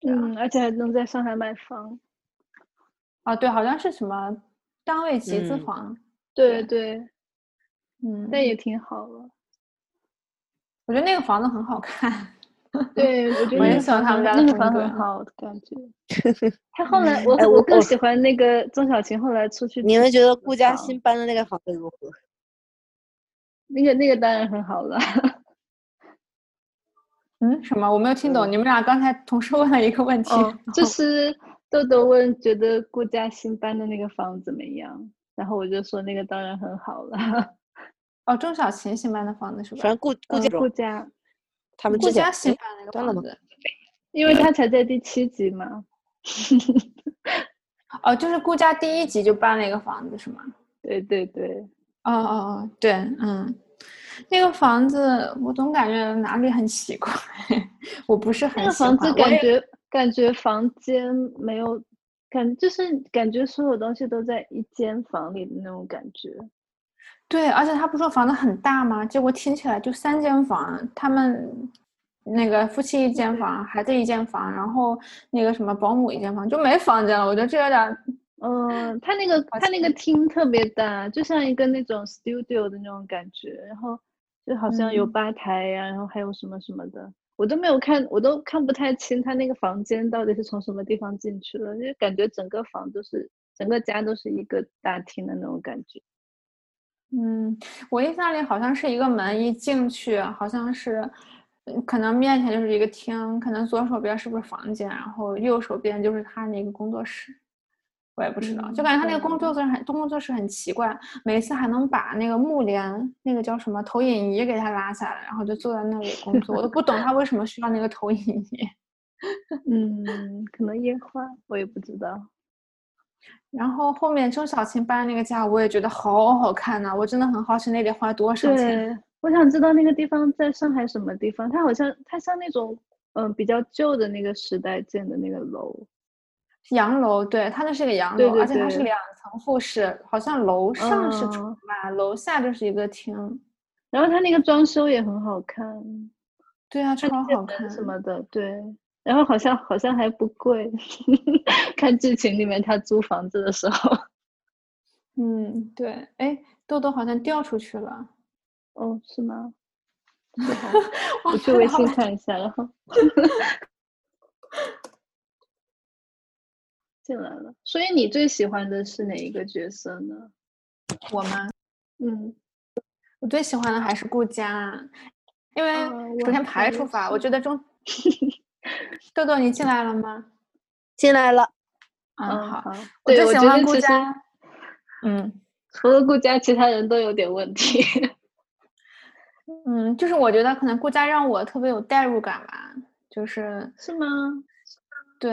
[SPEAKER 3] 对啊
[SPEAKER 2] 嗯，而且还能在上海买房，
[SPEAKER 3] 啊，对，好像是什么单位集资
[SPEAKER 1] 嗯
[SPEAKER 3] 房，
[SPEAKER 2] 对
[SPEAKER 3] 对
[SPEAKER 2] 对，
[SPEAKER 3] 嗯，
[SPEAKER 2] 那也挺好了。
[SPEAKER 3] 我觉得那个房子很好看。
[SPEAKER 2] 对，我觉得
[SPEAKER 1] 我
[SPEAKER 2] 那
[SPEAKER 1] 也
[SPEAKER 2] 个
[SPEAKER 3] 喜欢
[SPEAKER 2] 房
[SPEAKER 3] 他
[SPEAKER 2] 子
[SPEAKER 3] 们家的
[SPEAKER 2] 那个
[SPEAKER 3] 风
[SPEAKER 2] 房子
[SPEAKER 3] 格
[SPEAKER 2] 很好，感觉。他后来，我
[SPEAKER 1] 哎
[SPEAKER 2] 我
[SPEAKER 1] 我
[SPEAKER 2] 更
[SPEAKER 1] 我
[SPEAKER 2] 喜欢那个钟小琴后来出去住
[SPEAKER 1] 你
[SPEAKER 2] 的
[SPEAKER 1] 们觉得
[SPEAKER 2] 那个
[SPEAKER 1] 顾佳
[SPEAKER 2] 房
[SPEAKER 1] 欣搬的那个房子如何？
[SPEAKER 2] 那个那个当然很好了，
[SPEAKER 3] 嗯，什么？我没有听懂。
[SPEAKER 1] 嗯
[SPEAKER 3] 你们俩刚才同时问了一个问题，
[SPEAKER 2] 哦，就是豆豆问觉得顾佳欣搬的那个房怎么样，然后我就说那个当然很好 了。
[SPEAKER 3] 哦，钟小琴新搬的房子是
[SPEAKER 1] 反
[SPEAKER 3] 吧
[SPEAKER 1] 正？顾顾
[SPEAKER 2] 嗯
[SPEAKER 1] 佳
[SPEAKER 2] 顾佳，
[SPEAKER 1] 他们
[SPEAKER 3] 顾
[SPEAKER 1] 之前
[SPEAKER 3] 佳新
[SPEAKER 1] 哎
[SPEAKER 3] 搬那个
[SPEAKER 1] 搬了
[SPEAKER 3] 房
[SPEAKER 1] 吗
[SPEAKER 3] 子。
[SPEAKER 2] 因为他才在第七集嘛，
[SPEAKER 3] 哦，就是顾家第一集就搬了一个房子是吗？
[SPEAKER 2] 对对对，
[SPEAKER 3] 哦哦哦，对，嗯，那个房子我总感觉哪里很奇怪， 我不是
[SPEAKER 2] 那
[SPEAKER 3] 很
[SPEAKER 2] 个
[SPEAKER 3] 喜
[SPEAKER 2] 房
[SPEAKER 3] 欢。
[SPEAKER 2] 子
[SPEAKER 3] 我
[SPEAKER 2] 感
[SPEAKER 3] 也
[SPEAKER 2] 觉感觉房间没有感，就是感觉所有东西都在一间房里的那种感觉。
[SPEAKER 3] 对，而且他不说房子很大吗？结果听起来就三间房，他们那个夫妻一间房，孩子一间房，然后那个什么保姆一间房，就没房间了。我觉得这有点儿
[SPEAKER 2] 嗯，他那个
[SPEAKER 3] 好
[SPEAKER 2] 他那个厅特别大，就像一个那种 studio 的那种感觉，然后就好像有
[SPEAKER 3] 嗯
[SPEAKER 2] 吧台呀、然后还有什么什么的，我都没有看，我都看不太清他那个房间到底是从什么地方进去了，就感觉整个房都是整个家都是一个大厅的那种感觉。
[SPEAKER 3] 嗯，我印象里好像是一个门一进去，好像是，嗯可能面前就是一个厅，可能左手边是不是房间，然后右手边就是他那个工作室，我也不知道，就
[SPEAKER 2] 嗯
[SPEAKER 3] 感觉他那个
[SPEAKER 2] 对
[SPEAKER 3] 工作室很，工作室很奇怪，每次还能把那个幕帘，那个叫什么投影仪给他拉下来，然后就坐在那里工作，我都不懂他为什么需要那个投影仪。
[SPEAKER 2] 嗯，可能烟花我也不知道。
[SPEAKER 3] 然后后面周小琴搬那个家，我也觉得好好看呐、我真的很好奇那得花多少钱。
[SPEAKER 2] 对，我想知道那个地方在上海什么地方，它好像它像那种嗯、比较旧的那个时代建的那个楼。
[SPEAKER 3] 洋楼，对，它那是个洋
[SPEAKER 2] 对
[SPEAKER 3] 楼，
[SPEAKER 2] 对
[SPEAKER 3] 而且它是
[SPEAKER 2] 对
[SPEAKER 3] 两层复式，好像楼上是厨
[SPEAKER 2] 嗯
[SPEAKER 3] 吧，楼下就是一个厅。
[SPEAKER 2] 然后它那个装修也很好看，
[SPEAKER 3] 对啊，
[SPEAKER 2] 它
[SPEAKER 3] 超
[SPEAKER 2] 那些
[SPEAKER 3] 好
[SPEAKER 2] 灯
[SPEAKER 3] 看。
[SPEAKER 2] 什么的，对。然后好像好像还不贵， 看剧情里面他租房子的时 候，
[SPEAKER 3] 嗯，对，哎，豆豆好像掉出去了，
[SPEAKER 2] 哦，是吗？
[SPEAKER 3] 我
[SPEAKER 2] 啊 我去
[SPEAKER 3] 看
[SPEAKER 2] 微
[SPEAKER 3] 到
[SPEAKER 2] 信
[SPEAKER 3] 了
[SPEAKER 2] 看一下，然 后进来了。所以你最喜欢的是哪一个角色呢？
[SPEAKER 3] 我吗？
[SPEAKER 2] 嗯，
[SPEAKER 3] 我最喜欢的还是顾佳，因为
[SPEAKER 2] 啊
[SPEAKER 3] 首
[SPEAKER 2] 我
[SPEAKER 3] 先
[SPEAKER 2] 也
[SPEAKER 3] 排除法，
[SPEAKER 2] 是
[SPEAKER 3] 呃我觉得中豆豆你进来 了吗？
[SPEAKER 1] 进来了，
[SPEAKER 3] 嗯，
[SPEAKER 2] 好
[SPEAKER 3] 好，，我
[SPEAKER 2] 对，
[SPEAKER 3] 最
[SPEAKER 2] 我
[SPEAKER 3] 喜
[SPEAKER 2] 觉
[SPEAKER 3] 欢
[SPEAKER 2] 得
[SPEAKER 3] 顾
[SPEAKER 2] 其实
[SPEAKER 3] 佳。嗯
[SPEAKER 2] 除了顾佳，其他人都有点问题。
[SPEAKER 3] 嗯，就是我觉得可能顾佳让我特别有代入感吧， 就是
[SPEAKER 2] 是吗？
[SPEAKER 3] 对，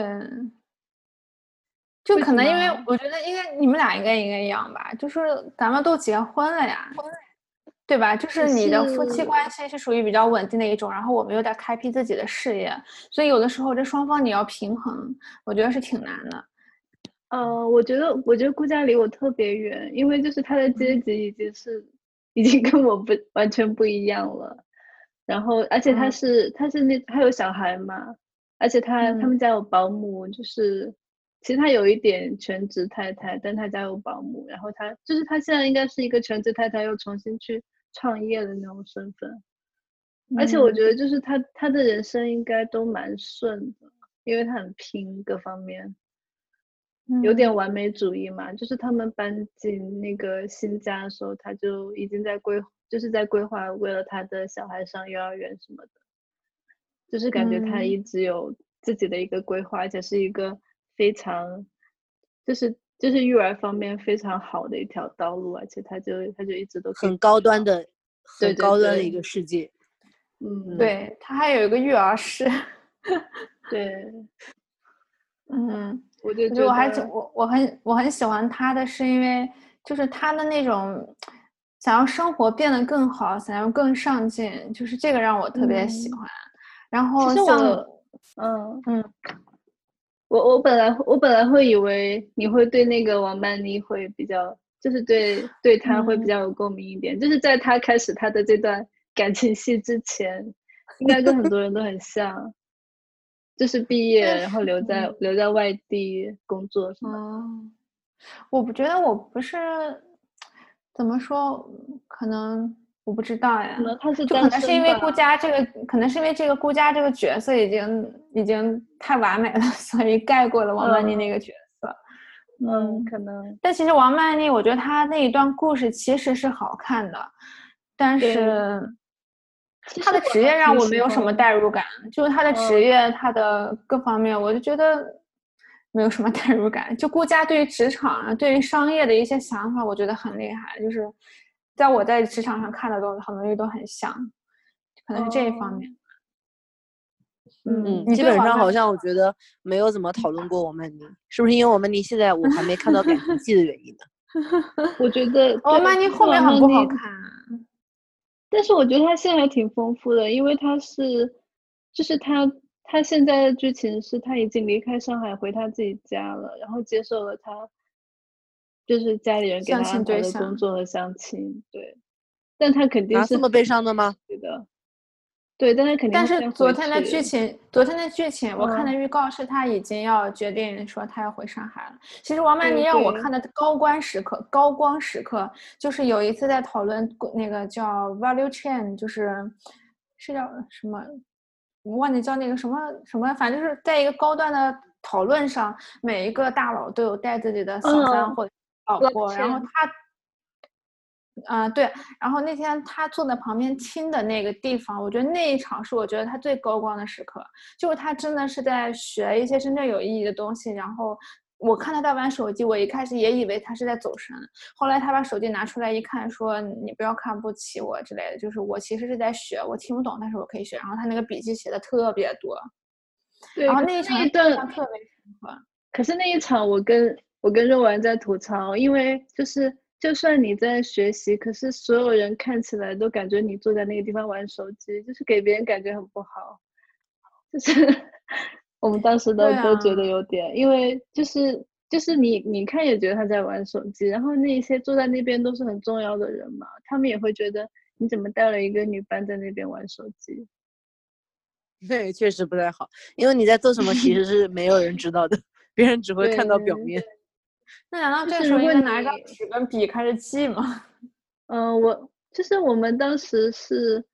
[SPEAKER 3] 就
[SPEAKER 2] 为
[SPEAKER 3] 可
[SPEAKER 2] 什
[SPEAKER 3] 能因为
[SPEAKER 2] 么
[SPEAKER 3] 我觉得应该你们俩应该应该一样吧，就是咱们都结婚了呀，对吧？就是
[SPEAKER 2] 只
[SPEAKER 3] 你的夫妻
[SPEAKER 2] 是
[SPEAKER 3] 关系是属于比较稳定的一种，然后我们又在开辟自己的事业，所以有的时候这双方你要平衡，我觉得是挺难的。
[SPEAKER 2] 呃，我觉得，我觉得顾佳离我特别远，因为就是她的阶
[SPEAKER 3] 嗯
[SPEAKER 2] 级已经是，已经跟我不完全不一样了。然后，而且她
[SPEAKER 3] 嗯
[SPEAKER 2] 是，她是那，她有小孩嘛，而且她他
[SPEAKER 3] 嗯
[SPEAKER 2] 们家有保姆，就是其实她有一点全职太太，但她家有保姆。然后她就是她现在应该是一个全职太太，又重新去创业的那种身份。而且
[SPEAKER 3] 嗯
[SPEAKER 2] 我觉得，就是她她的人生应该都蛮顺的，因为她很拼各方面。
[SPEAKER 3] 得
[SPEAKER 2] 有点完美主义嘛，就是他们搬进那个新家的时候，他就已经在规，就是在规划为了他的小孩上幼儿园什么的，就是感觉他
[SPEAKER 3] 嗯
[SPEAKER 2] 一直有自己的一个规划，而且是一个非常，就是就是育儿方面非常好的一条道路，而且他就他就一直都可以
[SPEAKER 1] 很高端的，
[SPEAKER 2] 嗯对
[SPEAKER 1] 很
[SPEAKER 2] 对
[SPEAKER 1] 高端的
[SPEAKER 2] 对
[SPEAKER 1] 一个世界。
[SPEAKER 2] 嗯
[SPEAKER 3] 对他还有一个育儿室，
[SPEAKER 2] 对，
[SPEAKER 3] 嗯。
[SPEAKER 2] 我就
[SPEAKER 3] 我
[SPEAKER 2] 觉
[SPEAKER 3] 觉得
[SPEAKER 2] 得
[SPEAKER 3] 我还挺我我很我很喜欢他的，是因为就是他的那种想要生活变得更好，想要更上进，就是这个让我特别喜
[SPEAKER 2] 嗯
[SPEAKER 3] 欢。然后
[SPEAKER 2] 其实
[SPEAKER 3] 哦像
[SPEAKER 2] 我，嗯
[SPEAKER 3] 嗯，
[SPEAKER 2] 我我本来我本来会以为你会对那个王曼妮会比较，就是对对她会比
[SPEAKER 3] 嗯
[SPEAKER 2] 较有共鸣一点，就是在她开始她的这段感情戏之前，应该跟很多人都很像，就是毕业然后留在
[SPEAKER 3] 嗯
[SPEAKER 2] 留在外地工作什么的。
[SPEAKER 3] 哦，我不觉得我不是怎么说，可能我不知道呀
[SPEAKER 2] 可，能她是
[SPEAKER 3] 就可
[SPEAKER 2] 单
[SPEAKER 3] 能是
[SPEAKER 2] 身
[SPEAKER 3] 因为
[SPEAKER 2] 吧
[SPEAKER 3] 顾佳这个，可能是因为这个顾佳这个角色已经已经太完美了， 所以盖过了王曼妮那个角色。
[SPEAKER 2] 嗯，可能
[SPEAKER 3] 但其实王曼妮，我觉得她那一段故事其实是好看的，但
[SPEAKER 2] 对
[SPEAKER 3] 是
[SPEAKER 2] 其
[SPEAKER 3] 她
[SPEAKER 2] 实
[SPEAKER 3] 的职业
[SPEAKER 2] 还
[SPEAKER 3] 让
[SPEAKER 2] 挺
[SPEAKER 3] 我
[SPEAKER 2] 喜
[SPEAKER 3] 没有什么
[SPEAKER 2] 欢
[SPEAKER 3] 代入感，就是她的
[SPEAKER 2] 嗯
[SPEAKER 3] 职业、她的各方面，我就觉得没有什么 代入感。就顾佳对于职场啊、对于商业的一些想法，我觉得很厉害，就是在我在职场上看到的东西，很多东西都很像，可能是这一方
[SPEAKER 2] 哦
[SPEAKER 3] 面。
[SPEAKER 1] 嗯，
[SPEAKER 3] 你
[SPEAKER 1] 基
[SPEAKER 3] 对
[SPEAKER 1] 本
[SPEAKER 3] 王
[SPEAKER 1] 上
[SPEAKER 3] 曼
[SPEAKER 1] 好像我觉得没有怎么讨论过王曼妮，是不是因为王曼妮现在我还没看到感情戏的原 因呢？
[SPEAKER 2] 我觉得
[SPEAKER 3] 哦王
[SPEAKER 2] 对
[SPEAKER 3] 曼妮
[SPEAKER 2] 就是
[SPEAKER 3] 后面
[SPEAKER 2] 王
[SPEAKER 3] 很不
[SPEAKER 2] 曼
[SPEAKER 3] 好
[SPEAKER 2] 妮
[SPEAKER 3] 看，啊
[SPEAKER 2] 但是我觉得他现在还挺丰富的，因为他是，就是他他现在的剧情是他已经离开上海回他自己家了，然后接受了他，就是家里人给
[SPEAKER 3] 相
[SPEAKER 2] 他
[SPEAKER 3] 亲
[SPEAKER 2] 安
[SPEAKER 3] 对
[SPEAKER 2] 排的
[SPEAKER 3] 象
[SPEAKER 2] 工作和相亲，对，但他肯定
[SPEAKER 1] 啊，
[SPEAKER 2] 是
[SPEAKER 1] 这么
[SPEAKER 2] 很
[SPEAKER 1] 悲伤的吗？
[SPEAKER 2] 对的，对，但他肯定
[SPEAKER 3] 但
[SPEAKER 2] 会
[SPEAKER 3] 是
[SPEAKER 2] 先
[SPEAKER 3] 昨
[SPEAKER 2] 回
[SPEAKER 3] 天的剧
[SPEAKER 2] 去
[SPEAKER 3] 情，昨天的剧情，我看的
[SPEAKER 2] 嗯
[SPEAKER 3] 预告是他已经要决定说他要回上海了。其实王曼
[SPEAKER 2] 对
[SPEAKER 3] 妮让我
[SPEAKER 2] 对
[SPEAKER 3] 看的高光时刻，高光时刻就是有一次在讨论过那个叫 value chain，就是是叫什么，我忘记叫那个什么什么，反正就是在一个高端的讨论上，每一个大佬都有带自己的小三
[SPEAKER 2] 嗯
[SPEAKER 3] 或者老
[SPEAKER 2] 老
[SPEAKER 3] 婆，然后
[SPEAKER 2] 千
[SPEAKER 3] 他。啊、对，然后那天他坐在旁边听的那个地方，我觉得那一场是我觉得他最高光的时刻，就是他真的是在学一些真正有意义的东西。然后我看他在玩手机，我一开始也以为他是在走神，后来他把手机拿出来一看，说你不要看不起我之类的，就是我其实是在学，我听不懂，但是我可以学。然后他那个笔记写的特别多，
[SPEAKER 2] 对，
[SPEAKER 3] 然后
[SPEAKER 2] 可
[SPEAKER 3] 那一
[SPEAKER 2] 是
[SPEAKER 3] 场啊
[SPEAKER 2] 一
[SPEAKER 3] 印象
[SPEAKER 2] 段
[SPEAKER 3] 特别深刻。
[SPEAKER 2] 可是那一场，我跟我跟肉丸在吐槽，因为就是就算你在学习，可是所有人看起来都感觉你坐在那个地方玩手机，就是给别人感觉很不好。就是 我们当时都
[SPEAKER 3] 对
[SPEAKER 2] 都觉
[SPEAKER 3] 啊
[SPEAKER 2] 得有点，因为就是就是你你看也觉得他在玩手机，然后那些坐在那边都是很重要的人嘛，他们也会觉得你怎么带了一个女班在那边玩手机？
[SPEAKER 1] 对，确实不太好，因为你在做什么其实是没有人知道的，别人只会看到表
[SPEAKER 2] 对
[SPEAKER 1] 面。
[SPEAKER 3] 那难道
[SPEAKER 2] 就
[SPEAKER 3] 这个
[SPEAKER 2] 是
[SPEAKER 3] 时候
[SPEAKER 2] 如
[SPEAKER 3] 应
[SPEAKER 2] 果
[SPEAKER 3] 该拿一张
[SPEAKER 2] 你
[SPEAKER 3] 纸跟笔开始 记吗？
[SPEAKER 2] 嗯，呃我就是我们当时是，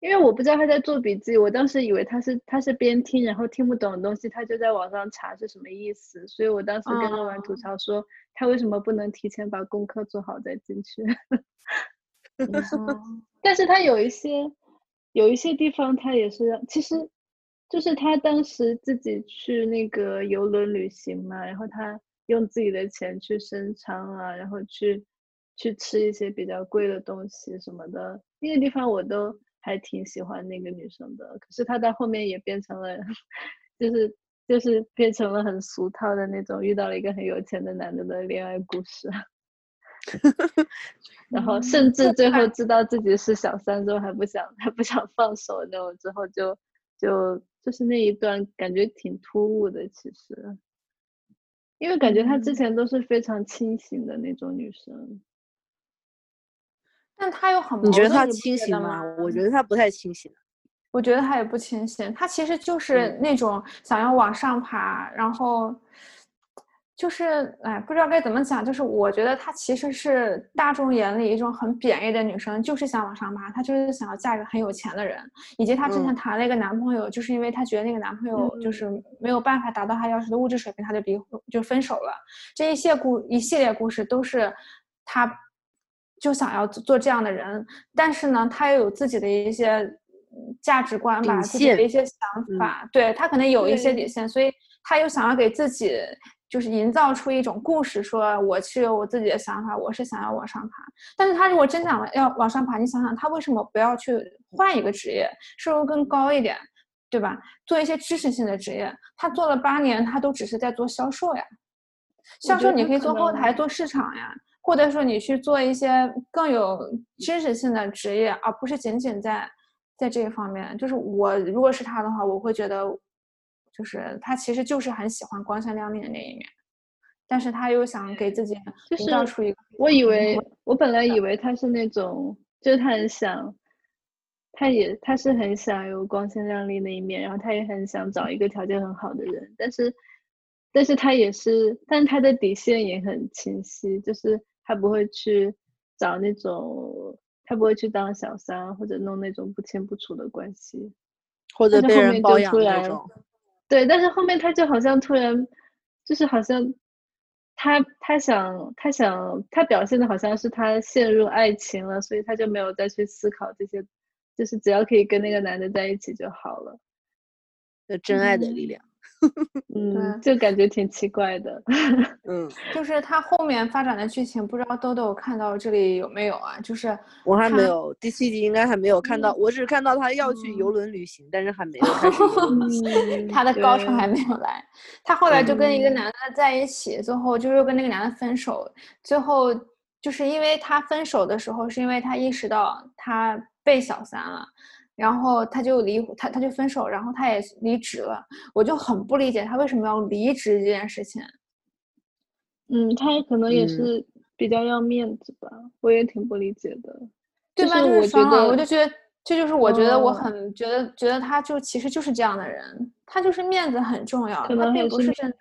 [SPEAKER 2] 因为我不知道他在做笔记，我当时以为他是他是边听，然后听不懂的东西，他就在网上查是什么意思，所以我当时跟肉丸吐槽说，他为什么不能提前把功课做好再进去？
[SPEAKER 3] 嗯
[SPEAKER 2] 但是他有一些有一些地方他也是让，其实就是他当时自己去那个游轮旅行嘛，然后他用自己的钱去升舱啊，然后去去吃一些比较贵的东西什么的，那个地方我都还挺喜欢那个女生的。可是她到后面也变成了， 就是就是变成了很俗套的那种，遇到了一个很有钱的男的的恋爱故事。然后甚
[SPEAKER 3] 嗯
[SPEAKER 2] 至
[SPEAKER 3] 这
[SPEAKER 2] 最后
[SPEAKER 3] 段
[SPEAKER 2] 知道自己是小三之后还不想还不想放手那种，之后就就就是那一段感觉挺突兀的，其实，因为感觉她之
[SPEAKER 3] 嗯
[SPEAKER 2] 前都是非常清醒的那种女生，
[SPEAKER 3] 但他又很矛
[SPEAKER 1] 你
[SPEAKER 3] 盾，
[SPEAKER 1] 觉得他
[SPEAKER 3] 不
[SPEAKER 1] 清
[SPEAKER 3] 觉
[SPEAKER 1] 醒
[SPEAKER 3] 得
[SPEAKER 1] 吗
[SPEAKER 3] 吗？？
[SPEAKER 1] 我
[SPEAKER 2] 嗯
[SPEAKER 1] 觉得他不太清醒。
[SPEAKER 3] 我觉得他也不清醒，他其实
[SPEAKER 1] 嗯
[SPEAKER 3] 就是那种想要往上爬，然后就是哎，不知道该怎么讲，就是我觉得她其实是大众眼里一种很贬义的女生，就是想往上爬，她就是想要嫁一个很有钱的人，以及她之前
[SPEAKER 1] 嗯
[SPEAKER 3] 谈了一个男朋友，就是因为她觉得那个男朋友就
[SPEAKER 2] 嗯
[SPEAKER 3] 是没有办法达到她要求的物质水平，她就离婚就分手了。这一系列故一系列故事都是她就想要做做这样的人，但是呢，他又有自己的一些嗯价值观吧，
[SPEAKER 1] 底
[SPEAKER 3] 自己
[SPEAKER 1] 线
[SPEAKER 3] 的
[SPEAKER 1] 嗯
[SPEAKER 3] 一些想法，对他可能有一些底
[SPEAKER 2] 对
[SPEAKER 3] 线，所以他又想要给自己就是营造出一种故事，说我是有我自己的想法，我是想要往上爬。但是他如果真想要往上爬，你想想他为什么不要去换一个职业，收入更高一点，对吧？做一些知识性的职业，他做了八年，他都只是在做销售呀。
[SPEAKER 2] 我
[SPEAKER 3] 销
[SPEAKER 2] 觉
[SPEAKER 3] 售
[SPEAKER 2] 得
[SPEAKER 3] 你
[SPEAKER 2] 他
[SPEAKER 3] 可以
[SPEAKER 2] 可
[SPEAKER 3] 做后台、
[SPEAKER 2] 能
[SPEAKER 3] 做市场呀，或者说你去做一些更有知识性的职业，而不是仅仅在在这一方面，就是我如果是他的话，我会觉得，就是他其实就是很喜欢光鲜亮丽的那一面，但是他又想给自己
[SPEAKER 2] 就
[SPEAKER 3] 营造
[SPEAKER 2] 是
[SPEAKER 3] 出一个
[SPEAKER 2] 我以
[SPEAKER 3] 平
[SPEAKER 2] 为
[SPEAKER 3] 衡
[SPEAKER 2] 我本来以为他是那种，就是他很想，他也他是很想有光鲜亮丽那一面，然后他也很想找一个条件很好的人，但是，但是他也是，但他的底线也很清晰，就是他不会去找那种，他不会去当小三啊或者弄那种不清不楚的关系。
[SPEAKER 1] 或者
[SPEAKER 2] 但是
[SPEAKER 1] 被
[SPEAKER 2] 后
[SPEAKER 1] 人
[SPEAKER 2] 面
[SPEAKER 1] 包
[SPEAKER 2] 就
[SPEAKER 1] 养
[SPEAKER 2] 出
[SPEAKER 1] 的那
[SPEAKER 2] 来
[SPEAKER 1] 种。
[SPEAKER 2] 对，但是后面他就好像突然，就是好像他他想他想他表现的好像是他陷入爱情了，所以他就没有再去思考这些，就是只要可以跟那个男的在一起就好了。
[SPEAKER 1] 就真爱的力量。啊
[SPEAKER 2] 嗯，就感觉挺奇 怪的。
[SPEAKER 1] 嗯，
[SPEAKER 3] 就是他后面发展的剧情，不知道豆豆看到这里有没有啊？ 就是
[SPEAKER 1] 我还没
[SPEAKER 3] 看
[SPEAKER 1] 有第七集，应该还没有
[SPEAKER 2] 嗯
[SPEAKER 1] 看到，我只看到他要去游轮旅行，但是还没有开 始游轮。
[SPEAKER 2] 嗯，
[SPEAKER 3] 他的高潮
[SPEAKER 2] 对嗯
[SPEAKER 3] 还没有来，他后来就跟一个男的在一起，最后就又跟那个男的分手，最后就是因为他分手的时候，是因为他意识到他被小三了，然后他就离他他就分手，然后他也离职了，我就很不理解他为什么要离职这件事情。
[SPEAKER 2] 嗯，他可能也
[SPEAKER 1] 嗯
[SPEAKER 2] 是比较要面子吧，我也挺不理解的。
[SPEAKER 3] 对
[SPEAKER 2] 就
[SPEAKER 3] 吧？
[SPEAKER 2] 是
[SPEAKER 3] 就
[SPEAKER 2] 我觉
[SPEAKER 3] 是双啊了，我
[SPEAKER 2] 得
[SPEAKER 3] 就觉得这就是我觉得我
[SPEAKER 2] 嗯
[SPEAKER 3] 很觉得觉得他就其实就是这样的人，他就是面子很重要，
[SPEAKER 2] 可
[SPEAKER 3] 他
[SPEAKER 2] 能
[SPEAKER 3] 并
[SPEAKER 2] 还
[SPEAKER 3] 不
[SPEAKER 2] 是
[SPEAKER 3] 是
[SPEAKER 2] 面
[SPEAKER 3] 真的。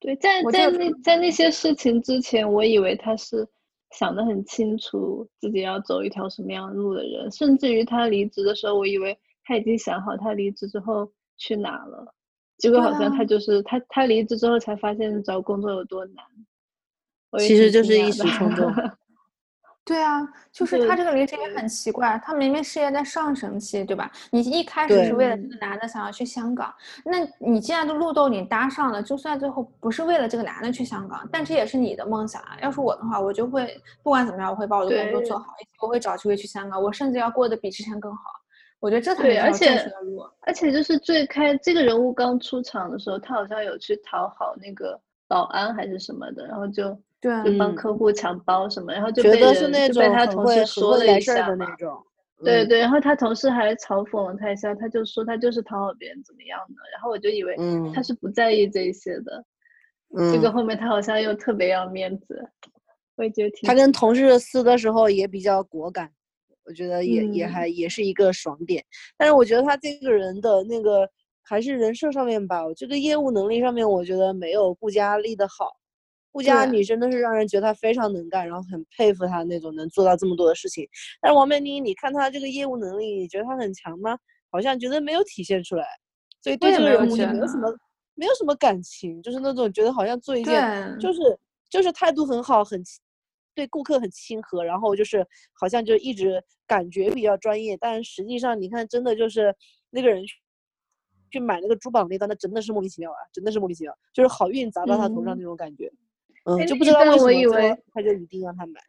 [SPEAKER 2] 对，在
[SPEAKER 3] 我
[SPEAKER 2] 在
[SPEAKER 3] 就
[SPEAKER 2] 那在那些事情之前，我以为他是想得很清楚自己要走一条什么样的路的人，甚至于他离职的时候，我以为他已经想好他离职之后去哪了，结果
[SPEAKER 3] 对
[SPEAKER 2] 好像
[SPEAKER 3] 啊
[SPEAKER 2] 他就是他他离职之后才发现找工作有多难，我也
[SPEAKER 1] 其实
[SPEAKER 2] 挺
[SPEAKER 1] 就
[SPEAKER 2] 惊
[SPEAKER 1] 是
[SPEAKER 2] 讶
[SPEAKER 1] 一时
[SPEAKER 2] 的
[SPEAKER 1] 冲动。
[SPEAKER 3] 对啊，就是他
[SPEAKER 2] 对
[SPEAKER 3] 这个离职也很奇怪，他明明事业在上升期，对吧？你一开始是为了这个男的想要去香港，那你既然都路都你搭上了，就算最后不是为了这个男的去香港，但这也是你的梦想啊。要是我的话，我就会不管怎么样，我会把我的工作做
[SPEAKER 2] 对
[SPEAKER 3] 好，以及我会找机会去香港，我甚至要过得比之前更好。我觉得这才
[SPEAKER 2] 对
[SPEAKER 3] 是
[SPEAKER 2] 而
[SPEAKER 3] 条正
[SPEAKER 2] 且
[SPEAKER 3] 确的路。啊
[SPEAKER 2] 而且就是最开这个人物刚出场的时候，他好像有去讨好那个保安还是什么的，然后就
[SPEAKER 3] 对
[SPEAKER 2] 就帮
[SPEAKER 1] 嗯
[SPEAKER 2] 客户抢包什么，然后 就
[SPEAKER 1] 觉
[SPEAKER 2] 被
[SPEAKER 1] 得是
[SPEAKER 2] 人
[SPEAKER 1] 那
[SPEAKER 2] 就被
[SPEAKER 1] 种
[SPEAKER 2] 他
[SPEAKER 1] 很
[SPEAKER 2] 同
[SPEAKER 1] 会
[SPEAKER 2] 事
[SPEAKER 1] 很
[SPEAKER 2] 说
[SPEAKER 1] 会
[SPEAKER 2] 了
[SPEAKER 1] 来
[SPEAKER 2] 一
[SPEAKER 1] 事儿
[SPEAKER 2] 下
[SPEAKER 1] 的
[SPEAKER 2] 嘛
[SPEAKER 1] 那种。
[SPEAKER 2] 对
[SPEAKER 1] 嗯，
[SPEAKER 2] 对，然后他同事还嘲讽了他一下，他就说他就是讨好别人怎么样的，然后我就以为
[SPEAKER 1] 嗯
[SPEAKER 2] 他是不在意这一些的，结果
[SPEAKER 1] 嗯，
[SPEAKER 2] 后面他好像又特别要面子，我也觉得挺
[SPEAKER 1] 他跟同事撕的时候也比较果敢，我觉得也也
[SPEAKER 2] 嗯
[SPEAKER 1] 还也是一个爽点。但是我觉得他这个人的那个还是人设上面吧，我这个业务能力上面，我觉得没有顾佳丽的好。顾佳
[SPEAKER 3] 对
[SPEAKER 1] 女真的是让人觉得她非常能干，然后很佩服她那种能做到这么多的事情。但是王曼妮，你看她这个业务能力，你觉得她很强吗？好像觉得没有体现出来，所以对
[SPEAKER 3] 也
[SPEAKER 1] 这个
[SPEAKER 3] 没有
[SPEAKER 1] 人物就
[SPEAKER 3] 觉
[SPEAKER 1] 没有什
[SPEAKER 3] 得
[SPEAKER 1] 么没有什么感情，就是那种觉得好像做一
[SPEAKER 3] 对
[SPEAKER 1] 件，
[SPEAKER 2] 嗯
[SPEAKER 1] 就是就是态度很好，很亲对顾客很亲和，然后就是好像就一直感觉比较专业，但实际上你看，真的就是那个人去去买那个珠宝那段，那真的是莫名其妙啊，真的是莫名其妙，就是好运砸到他头上
[SPEAKER 2] 嗯
[SPEAKER 1] 那种感觉。嗯，
[SPEAKER 2] 哎
[SPEAKER 1] 就
[SPEAKER 2] 那
[SPEAKER 1] 不
[SPEAKER 2] 一
[SPEAKER 1] 知道为
[SPEAKER 2] 段
[SPEAKER 1] 什么
[SPEAKER 2] 我以
[SPEAKER 1] 最后
[SPEAKER 2] 为
[SPEAKER 1] 他就一定让他买。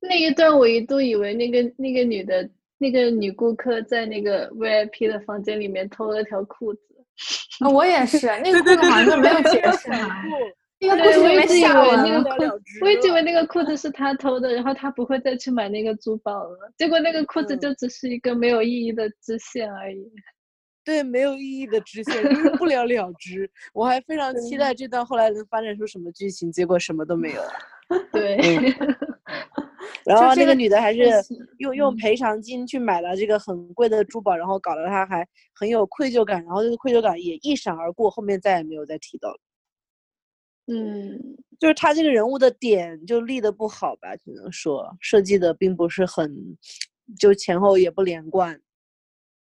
[SPEAKER 2] 那一段我一度以为那个那个女的那个女顾客在那个 VIP 的房间里面偷了条裤子，
[SPEAKER 3] 啊我也是，那个故事好像就没有解释嘛，那个故
[SPEAKER 2] 对
[SPEAKER 3] 事
[SPEAKER 2] 哎我
[SPEAKER 3] 就没
[SPEAKER 2] 一直以
[SPEAKER 3] 下
[SPEAKER 2] 为
[SPEAKER 3] 文
[SPEAKER 2] 那个
[SPEAKER 3] 了。
[SPEAKER 2] 裤子，我一直以为那个裤子是他偷的，然后他不会再去买那个珠宝了，结果那个裤子
[SPEAKER 1] 嗯
[SPEAKER 2] 就只是一个没有意义的支线而已。
[SPEAKER 1] 对，没有意义的支线，就是不了了之。我还非常期
[SPEAKER 2] 对
[SPEAKER 1] 待这段后来能发展出什么剧情，结果什么都没有。
[SPEAKER 2] 对，
[SPEAKER 1] 然
[SPEAKER 3] 就
[SPEAKER 1] 后那
[SPEAKER 3] 这个
[SPEAKER 1] 个女的还是
[SPEAKER 3] 确实
[SPEAKER 1] 用用
[SPEAKER 2] 嗯
[SPEAKER 1] 赔偿金去买了这个很贵的珠宝，然后搞得她还很有愧疚感，然后这个愧疚感也一闪而过，后面再也没有再提到了。
[SPEAKER 2] 嗯，
[SPEAKER 1] 就是她这个人物的点就立的不好吧，只能说设计的并不是很，就前后也不连贯，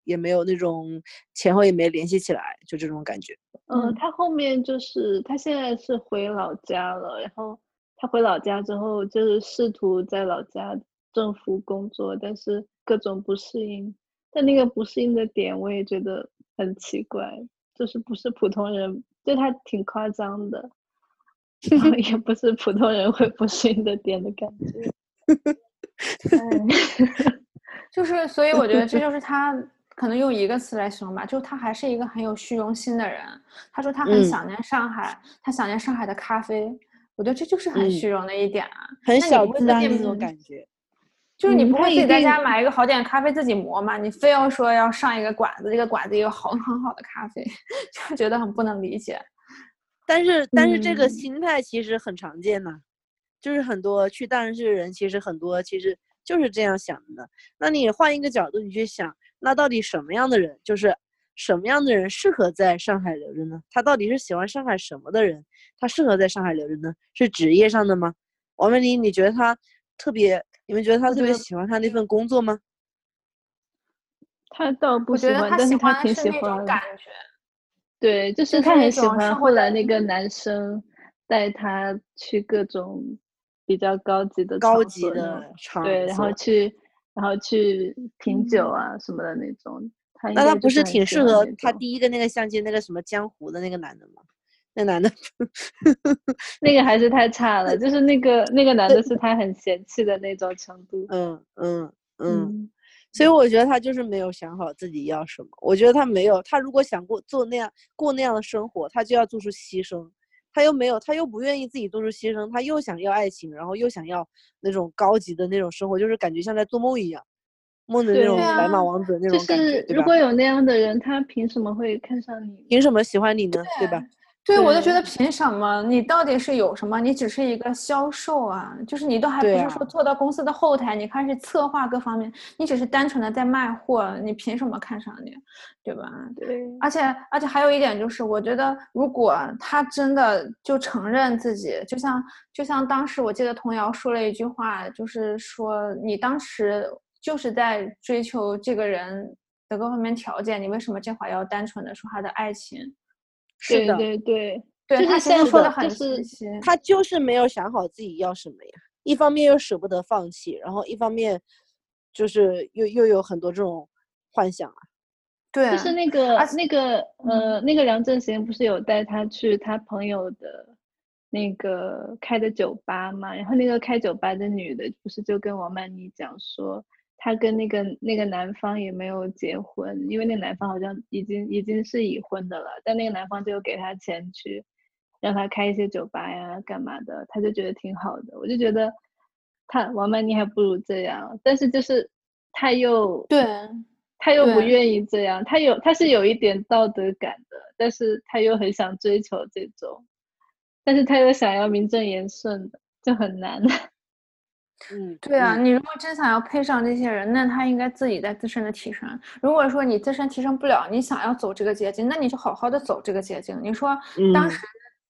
[SPEAKER 1] 也没有那种前后也没联系起来，就这种感觉。
[SPEAKER 2] 呃，
[SPEAKER 3] 嗯
[SPEAKER 2] 他后面就是他现在是回老家了，然后他回老家之后就是试图在老家政府工作，但是各种不适应。但那个不适应的点，我也觉得很奇怪，就是不是普通人，对他挺夸张的，然后也不是普通人会不适应的点的感觉。
[SPEAKER 3] 嗯 就是，所以我觉得这就是他可能用一个词来形容吧，就是他还是一个很有虚荣心的人。他说他很
[SPEAKER 1] 嗯
[SPEAKER 3] 想念上海，他想念上海的咖啡。我觉得这就是很
[SPEAKER 1] 嗯
[SPEAKER 3] 虚荣的一点啊。
[SPEAKER 1] 很
[SPEAKER 3] 那你
[SPEAKER 1] 小
[SPEAKER 3] 不会
[SPEAKER 1] 资
[SPEAKER 3] 在
[SPEAKER 1] 啊
[SPEAKER 3] 那
[SPEAKER 1] 那种
[SPEAKER 3] 边
[SPEAKER 1] 感觉。
[SPEAKER 3] 就是你
[SPEAKER 2] 嗯
[SPEAKER 3] 不
[SPEAKER 2] 他
[SPEAKER 3] 会自
[SPEAKER 2] 一
[SPEAKER 3] 己在家
[SPEAKER 2] 定
[SPEAKER 3] 买一个好点的咖啡自己磨嘛？你非要说要上一个馆子，这个馆子也有好 很好的咖啡，就觉得很不能理解。
[SPEAKER 1] 但是但是这个
[SPEAKER 2] 嗯
[SPEAKER 1] 心态其实很常见呐、就是很多去大城市的人，其实很多其实就是这样想的。那你换一个角度，你去想，那到底什么样的人，就是什么样的人适合在上海留着呢？他到底是喜欢上海什么的人？他适合在上海留着呢？是职业上的吗？王文林，你觉得他特别？你们觉得他
[SPEAKER 2] 我
[SPEAKER 1] 特
[SPEAKER 2] 觉
[SPEAKER 1] 别
[SPEAKER 2] 得
[SPEAKER 1] 喜欢他那份工作吗？
[SPEAKER 2] 他倒不
[SPEAKER 3] 我
[SPEAKER 2] 喜
[SPEAKER 3] 觉得
[SPEAKER 2] 欢，但
[SPEAKER 3] 喜
[SPEAKER 2] 是他
[SPEAKER 3] 欢的
[SPEAKER 2] 挺
[SPEAKER 3] 是
[SPEAKER 2] 喜
[SPEAKER 3] 那
[SPEAKER 2] 欢
[SPEAKER 3] 种
[SPEAKER 2] 的。
[SPEAKER 3] 感觉，
[SPEAKER 2] 对，就
[SPEAKER 3] 就是
[SPEAKER 2] 他
[SPEAKER 3] 是那
[SPEAKER 2] 很喜
[SPEAKER 3] 种
[SPEAKER 2] 欢
[SPEAKER 3] 生
[SPEAKER 2] 后
[SPEAKER 3] 活在
[SPEAKER 2] 来那
[SPEAKER 1] 嗯
[SPEAKER 2] 个男生带他去各种比较高级的
[SPEAKER 1] 高
[SPEAKER 2] 场
[SPEAKER 1] 级
[SPEAKER 2] 所那种，
[SPEAKER 1] 的场
[SPEAKER 2] 对，然
[SPEAKER 1] 所
[SPEAKER 2] 后去然后去品酒
[SPEAKER 3] 嗯
[SPEAKER 2] 啊什么的那种，他应
[SPEAKER 1] 那
[SPEAKER 2] 该
[SPEAKER 1] 他
[SPEAKER 2] 就
[SPEAKER 1] 不是
[SPEAKER 2] 很
[SPEAKER 1] 挺
[SPEAKER 2] 喜
[SPEAKER 1] 适
[SPEAKER 2] 欢
[SPEAKER 1] 合
[SPEAKER 2] 那
[SPEAKER 1] 他
[SPEAKER 2] 种
[SPEAKER 1] 第一个那个相亲那个什么江湖的那个男的吗？ 那男的
[SPEAKER 2] 那个还是太差了，就是那个那个男
[SPEAKER 1] 对
[SPEAKER 2] 的是他很嫌弃的那种程度，
[SPEAKER 1] 嗯嗯嗯，
[SPEAKER 2] 嗯，
[SPEAKER 1] 所以我觉得他就是没有想好自己要什么。我觉得他没有，他如果想过做那样过那样的生活，他就要做出牺牲。他又没有，他又不愿意自己做出牺牲，他又想要爱情，然后又想要那种高级的那种生活，就是感觉像在做梦一样，梦的那
[SPEAKER 2] 对
[SPEAKER 1] 种白马
[SPEAKER 3] 啊
[SPEAKER 1] 王子的那
[SPEAKER 2] 就
[SPEAKER 1] 种感觉，
[SPEAKER 2] 是
[SPEAKER 1] 对
[SPEAKER 2] 如
[SPEAKER 1] 吧
[SPEAKER 2] 果？有那样的人，他凭什么会看上你？
[SPEAKER 1] 凭什么喜欢你呢？对吧？
[SPEAKER 3] 对，我就觉得
[SPEAKER 2] 对
[SPEAKER 3] 凭什么？你到底是有什么？你只是一个销售啊，就是你都还不
[SPEAKER 1] 对
[SPEAKER 3] 是说
[SPEAKER 1] 啊
[SPEAKER 3] 坐到公司的后台，你开始策划各方面，你只是单纯的在卖货，你凭什么看上你，对吧？
[SPEAKER 2] 对，
[SPEAKER 1] 啊
[SPEAKER 3] 而且而且还有一点就是，我觉得如果他真的就承认自己，就像就像当时我记得童谣说了一句话，就是说你当时就是在追求这个人的各方面条件，你为什么这会儿要单纯的说他的爱情？
[SPEAKER 1] 是
[SPEAKER 2] 对
[SPEAKER 1] 的，
[SPEAKER 2] 对对，
[SPEAKER 3] 对
[SPEAKER 2] 就是
[SPEAKER 3] 他其实
[SPEAKER 2] 像
[SPEAKER 3] 说
[SPEAKER 2] 的
[SPEAKER 3] 的很
[SPEAKER 2] 就
[SPEAKER 3] 清
[SPEAKER 2] 是
[SPEAKER 3] 晰。
[SPEAKER 1] 他就是没有想好自己要什么呀，一方面又舍不得放弃，然后一方面就是又又有很多这种幻想啊。
[SPEAKER 3] 对，
[SPEAKER 2] 就是那个
[SPEAKER 3] 而且
[SPEAKER 2] 那个呃
[SPEAKER 3] 嗯
[SPEAKER 2] 那个梁振贤不是有带他去他朋友的那个开的酒吧嘛？然后那个开酒吧的女的不是就跟王曼妮讲说，她跟那个那个男方也没有结婚，因为那个男方好像已经已经是已婚的了，但那个男方就给她钱去让她开一些酒吧呀干嘛的，她就觉得挺好的。我就觉得她王曼妮还不如这样，但是就是她又。
[SPEAKER 3] 对
[SPEAKER 2] 嗯他又不
[SPEAKER 3] 对
[SPEAKER 2] 愿意这样，他有他是有一点道德感的，但是他又很想追求这种，但是他又想要名正言顺的，就很难。
[SPEAKER 1] 嗯，
[SPEAKER 3] 对啊，
[SPEAKER 1] 嗯
[SPEAKER 3] 你如果真想要配上这些人，那他应该自己在自身的提升。如果说你自身提升不了，你想要走这个捷径，那你就好好的走这个捷径。你说当
[SPEAKER 1] 嗯
[SPEAKER 3] 时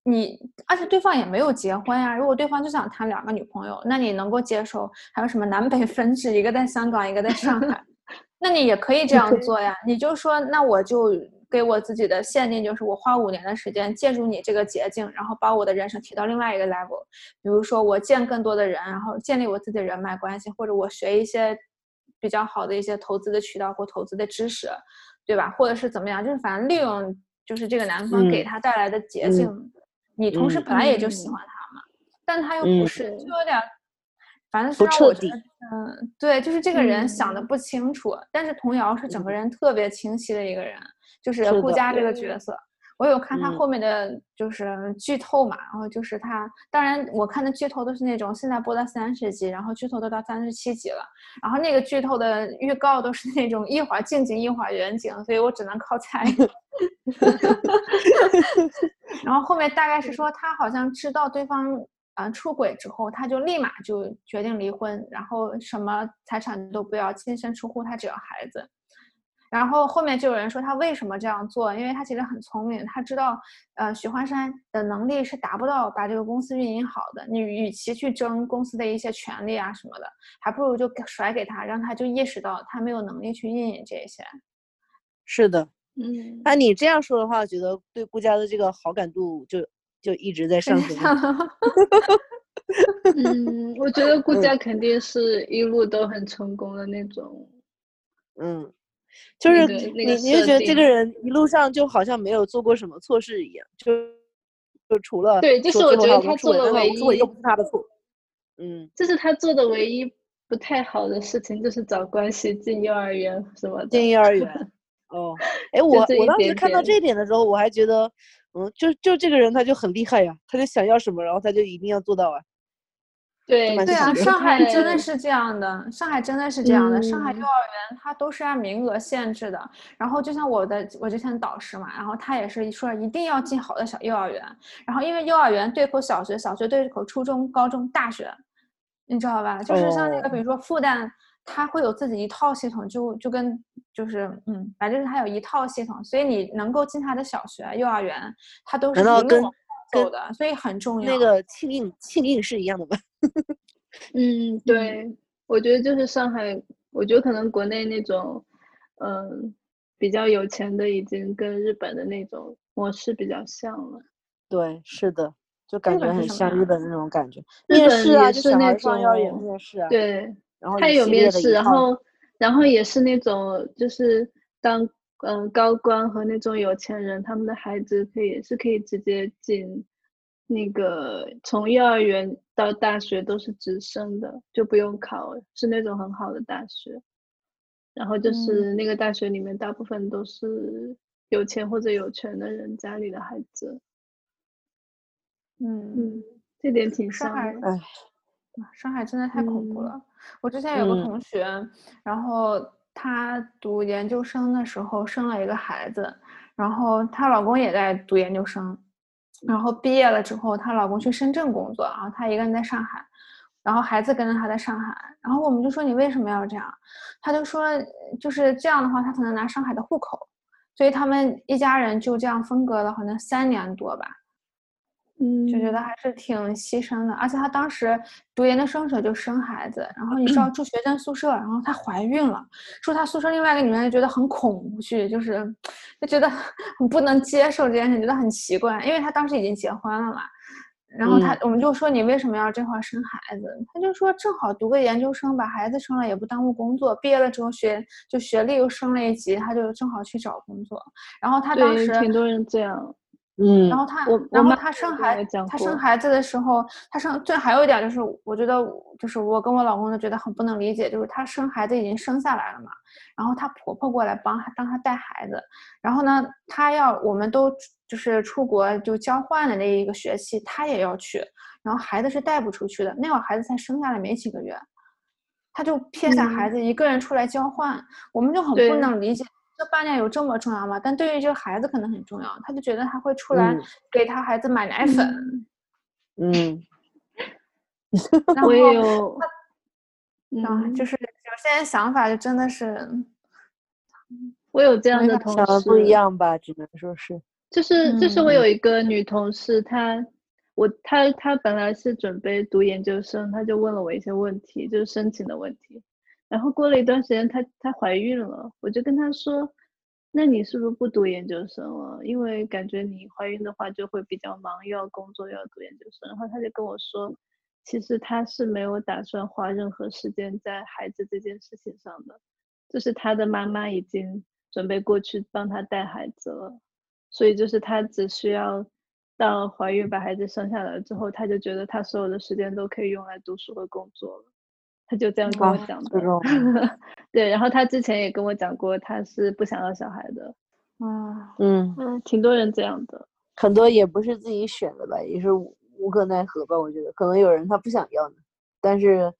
[SPEAKER 3] 你，而且对方也没有结婚呀、如果对方就想谈两个女朋友，那你能够接受？还有什么南北分治，一个在香港，一个在上海， 那你也可以这样
[SPEAKER 2] 对
[SPEAKER 3] 做呀。你就说，那我就。给我自己的限定就是，我花五年的时间借助你这个捷径，然后把我的人生提到另外一个 level。比如说我见更多的人，然后建立我自己的人脉关系，或者我学一些比较好的一些投资的渠道或投资的知识，对吧？或者是怎么样，就是反正利用就是这个男方给
[SPEAKER 1] 嗯
[SPEAKER 3] 他带来的捷
[SPEAKER 1] 嗯
[SPEAKER 3] 径，你同时
[SPEAKER 1] 嗯
[SPEAKER 3] 本来也就喜
[SPEAKER 2] 嗯
[SPEAKER 3] 欢他嘛，但他又
[SPEAKER 1] 嗯
[SPEAKER 3] 不是，就有点儿。反正是
[SPEAKER 1] 不
[SPEAKER 3] 让我
[SPEAKER 1] 彻
[SPEAKER 3] 觉
[SPEAKER 1] 底嗯
[SPEAKER 3] 得，嗯，对，就是这个人想的不清楚，但是童瑶是整个人特别清晰的一个人，就是
[SPEAKER 1] 是
[SPEAKER 3] 顾
[SPEAKER 1] 的
[SPEAKER 3] 佳这个角
[SPEAKER 2] 对
[SPEAKER 3] 色，我有看他
[SPEAKER 1] 嗯
[SPEAKER 3] 后面的就是剧透嘛，然后就是他，当然我看的剧透都是那种现在播到三十集，然后剧透都到三十七集了，然后那个剧透的预告都是那种一会儿近景一会儿远景，所以我只能靠猜。 然后后面大概是说他好像知道对方呃出轨之后，他就立马就决定离婚，然后什么财产都不要，净身出户，他只要孩子。然后后面就有人说他为什么这样做，因为他其实很聪明，他知道，呃，许幻山的能力是达不到把这个公司运营好的。你与其去争公司的一些权利啊什么的，还不如就给甩给他，让他就意识到他没有能力去运营这些。
[SPEAKER 1] 是的。
[SPEAKER 2] 嗯，
[SPEAKER 1] 按你这样说的话，我觉得对顾佳的这个好感度就就一直在上升 啊。
[SPEAKER 2] 嗯，我觉得顾
[SPEAKER 1] 嗯
[SPEAKER 2] 佳肯定是一路都很成功的那种，
[SPEAKER 1] 嗯，就
[SPEAKER 2] 那
[SPEAKER 1] 是
[SPEAKER 2] 个那
[SPEAKER 1] 你
[SPEAKER 2] 个
[SPEAKER 1] 你就
[SPEAKER 2] 设
[SPEAKER 1] 觉得这个
[SPEAKER 2] 定
[SPEAKER 1] 人一路上就好像没有做过什么错事一样，就就除了
[SPEAKER 2] 对就是
[SPEAKER 1] 说
[SPEAKER 2] 我
[SPEAKER 1] 做
[SPEAKER 2] 觉
[SPEAKER 1] 了老
[SPEAKER 2] 得
[SPEAKER 1] 公
[SPEAKER 2] 他
[SPEAKER 1] 出轨，
[SPEAKER 2] 做了
[SPEAKER 1] 但老
[SPEAKER 2] 唯
[SPEAKER 1] 公出轨又
[SPEAKER 2] 一
[SPEAKER 1] 不是他的错。嗯，
[SPEAKER 2] 这是他做的唯一不太好的事情，就是找关系进幼儿园什么的。
[SPEAKER 1] 进幼儿 园。哦，哎，我
[SPEAKER 2] 这
[SPEAKER 1] 我
[SPEAKER 2] 一
[SPEAKER 1] 当时
[SPEAKER 2] 点
[SPEAKER 1] 看到
[SPEAKER 2] 点
[SPEAKER 1] 这一点的时候，我还觉得，嗯，就就这个人他就很厉害呀，他就想要什么，然后他就一定要做到啊。
[SPEAKER 2] 对
[SPEAKER 1] 蛮
[SPEAKER 3] 对啊，
[SPEAKER 1] 是的
[SPEAKER 3] 上海真的
[SPEAKER 2] 对
[SPEAKER 3] 是这样的，上海真的是这样的。上海
[SPEAKER 1] 嗯
[SPEAKER 3] 幼儿园它都是按名额限制的。然后就像我的我之前的导师嘛，然后他也是说一定要进好的小幼儿园。然后因为幼儿园对口小学，小学对口初中、高中、大学，你知道吧？就是像那个，
[SPEAKER 1] 哦
[SPEAKER 3] 比如说复旦，它会有自己一套系统，就就跟就是嗯，反正就是它有一套系统，所以你能够进它的小学、幼儿园，它都
[SPEAKER 1] 难
[SPEAKER 3] 是一
[SPEAKER 1] 道
[SPEAKER 3] 路
[SPEAKER 1] 跟
[SPEAKER 3] 往上
[SPEAKER 1] 跟
[SPEAKER 3] 走的，所以很重要。
[SPEAKER 1] 那个庆应庆应是一样的吧？
[SPEAKER 2] 嗯，对，我觉得就是上海，我觉得可能国内那种，嗯，比较有钱的已经跟日本的那种模式比较像了。
[SPEAKER 1] 对，是的，就感觉
[SPEAKER 3] 本是
[SPEAKER 1] 很
[SPEAKER 3] 什么
[SPEAKER 1] 像日
[SPEAKER 3] 样
[SPEAKER 1] 本的那种感觉。
[SPEAKER 2] 日
[SPEAKER 1] 面
[SPEAKER 2] 本
[SPEAKER 1] 试啊，
[SPEAKER 2] 也
[SPEAKER 1] 就是小
[SPEAKER 2] 那
[SPEAKER 1] 孩上幼儿园
[SPEAKER 2] 种
[SPEAKER 1] 面试啊，，
[SPEAKER 2] 对，
[SPEAKER 1] 然后
[SPEAKER 2] 他
[SPEAKER 1] 一
[SPEAKER 2] 有
[SPEAKER 1] 系
[SPEAKER 2] 面
[SPEAKER 1] 列的一
[SPEAKER 2] 试，然
[SPEAKER 1] 套
[SPEAKER 2] 后然后也是那种就是当嗯、呃高官和那种有钱人，他们的孩子可以也是可以直接进那个从幼儿园到大学都是直升的，就不用考，是那种很好的大学。然后就
[SPEAKER 3] 嗯
[SPEAKER 2] 是那个大学里面大部分都是有钱或者有权的人家里的孩子，
[SPEAKER 3] 嗯。
[SPEAKER 2] 嗯，这点挺
[SPEAKER 3] 上
[SPEAKER 2] 像
[SPEAKER 3] 海
[SPEAKER 2] 的，
[SPEAKER 1] 哎，
[SPEAKER 3] 哇上海真的太恐怖
[SPEAKER 2] 嗯
[SPEAKER 3] 了。我之前有个
[SPEAKER 1] 嗯
[SPEAKER 3] 同学，然后她读研究生的时候生了一个孩子，然后她老公也在读研究生，然后毕业了之后，她老公去深圳工作，然后她一个人在上海，然后孩子跟着她在上海，然后我们就说你为什么要这样？她就说就是这样的话，她才能拿上海的户口，所以他们一家人就这样分隔了好像三年多吧。
[SPEAKER 2] 嗯，
[SPEAKER 3] 就觉得还是挺牺牲的。而且她当时读研究生的时候就生孩子，然后你
[SPEAKER 2] 嗯
[SPEAKER 3] 知道住学生宿舍，然后她怀孕了，住她宿舍另外一个女人就觉得很恐惧，就是就觉得 很不能接受这件事，觉得很奇怪，因为她当时已经结婚了嘛。然后她，
[SPEAKER 2] 嗯
[SPEAKER 3] 我们就说你为什么要这块儿生孩子？她就说正好读个研究生，把孩子生了也不耽误工作，毕业了之后学就学历又升了一级，她就正好去找工作。然后她当
[SPEAKER 2] 对
[SPEAKER 3] 时，
[SPEAKER 2] 挺多人这样，
[SPEAKER 1] 嗯
[SPEAKER 3] 然，后她，
[SPEAKER 2] 我
[SPEAKER 3] 然
[SPEAKER 2] 我
[SPEAKER 3] 后
[SPEAKER 2] 妈
[SPEAKER 3] 她生
[SPEAKER 2] 也
[SPEAKER 3] 孩，
[SPEAKER 2] 讲
[SPEAKER 3] 她生
[SPEAKER 2] 过
[SPEAKER 3] 孩子的时候，她生最还有一点就是，我觉得我就是我跟我老公都觉得很不能理解，就是她生孩子已经生下来了嘛，然后她婆婆过来帮她帮她带孩子，然后呢，她要我们都就是出国就交换的那一个学期，她也要去，然后孩子是带不出去的，那会儿孩子才生下来没几个月，她就撇下孩
[SPEAKER 2] 嗯
[SPEAKER 3] 子一个人出来交换，我们就很不
[SPEAKER 2] 对
[SPEAKER 3] 能理解。这半年有这么重要吗？但对于这个孩子可能很重要，他就觉得他会出来
[SPEAKER 1] 嗯
[SPEAKER 3] 给他孩子买奶粉，
[SPEAKER 2] 嗯
[SPEAKER 1] 嗯，
[SPEAKER 3] 然后
[SPEAKER 2] 我也有，
[SPEAKER 3] 啊，
[SPEAKER 2] 嗯，
[SPEAKER 3] 就是有些人想法就真的是，
[SPEAKER 2] 我有这样
[SPEAKER 3] 没
[SPEAKER 2] 的
[SPEAKER 3] 法
[SPEAKER 2] 同
[SPEAKER 1] 想的不一
[SPEAKER 2] 事，
[SPEAKER 1] 样吧，只能说是，
[SPEAKER 2] 就是就是我
[SPEAKER 1] 嗯
[SPEAKER 2] 有一个女同事，她我她她本来是准备读研究生，她就问了我一些问题，就是申请的问题。然后过了一段时间，她她怀孕了，我就跟她说：“那你是不是不读研究生了？因为感觉你怀孕的话就会比较忙，又要工作又要读研究生。”然后她就跟我说：“其实她是没有打算花任何时间在孩子这件事情上的，就是她的妈妈已经准备过去帮她带孩子了。”所以就是她只需要到怀孕把孩子生下来之后，她就觉得她所有的时间都可以用来读书和工作了。她就这样跟我
[SPEAKER 1] 啊
[SPEAKER 2] 讲
[SPEAKER 1] 这
[SPEAKER 2] 的。
[SPEAKER 1] 种
[SPEAKER 2] 对，然后她之前也跟我讲过，她是不想要小孩的。
[SPEAKER 3] 嗯，
[SPEAKER 1] 嗯，
[SPEAKER 2] 嗯，挺多人这样的。
[SPEAKER 1] 很多也不是自己选的吧，也是无无可奈何吧。我觉得可能有人他不想要呢，但是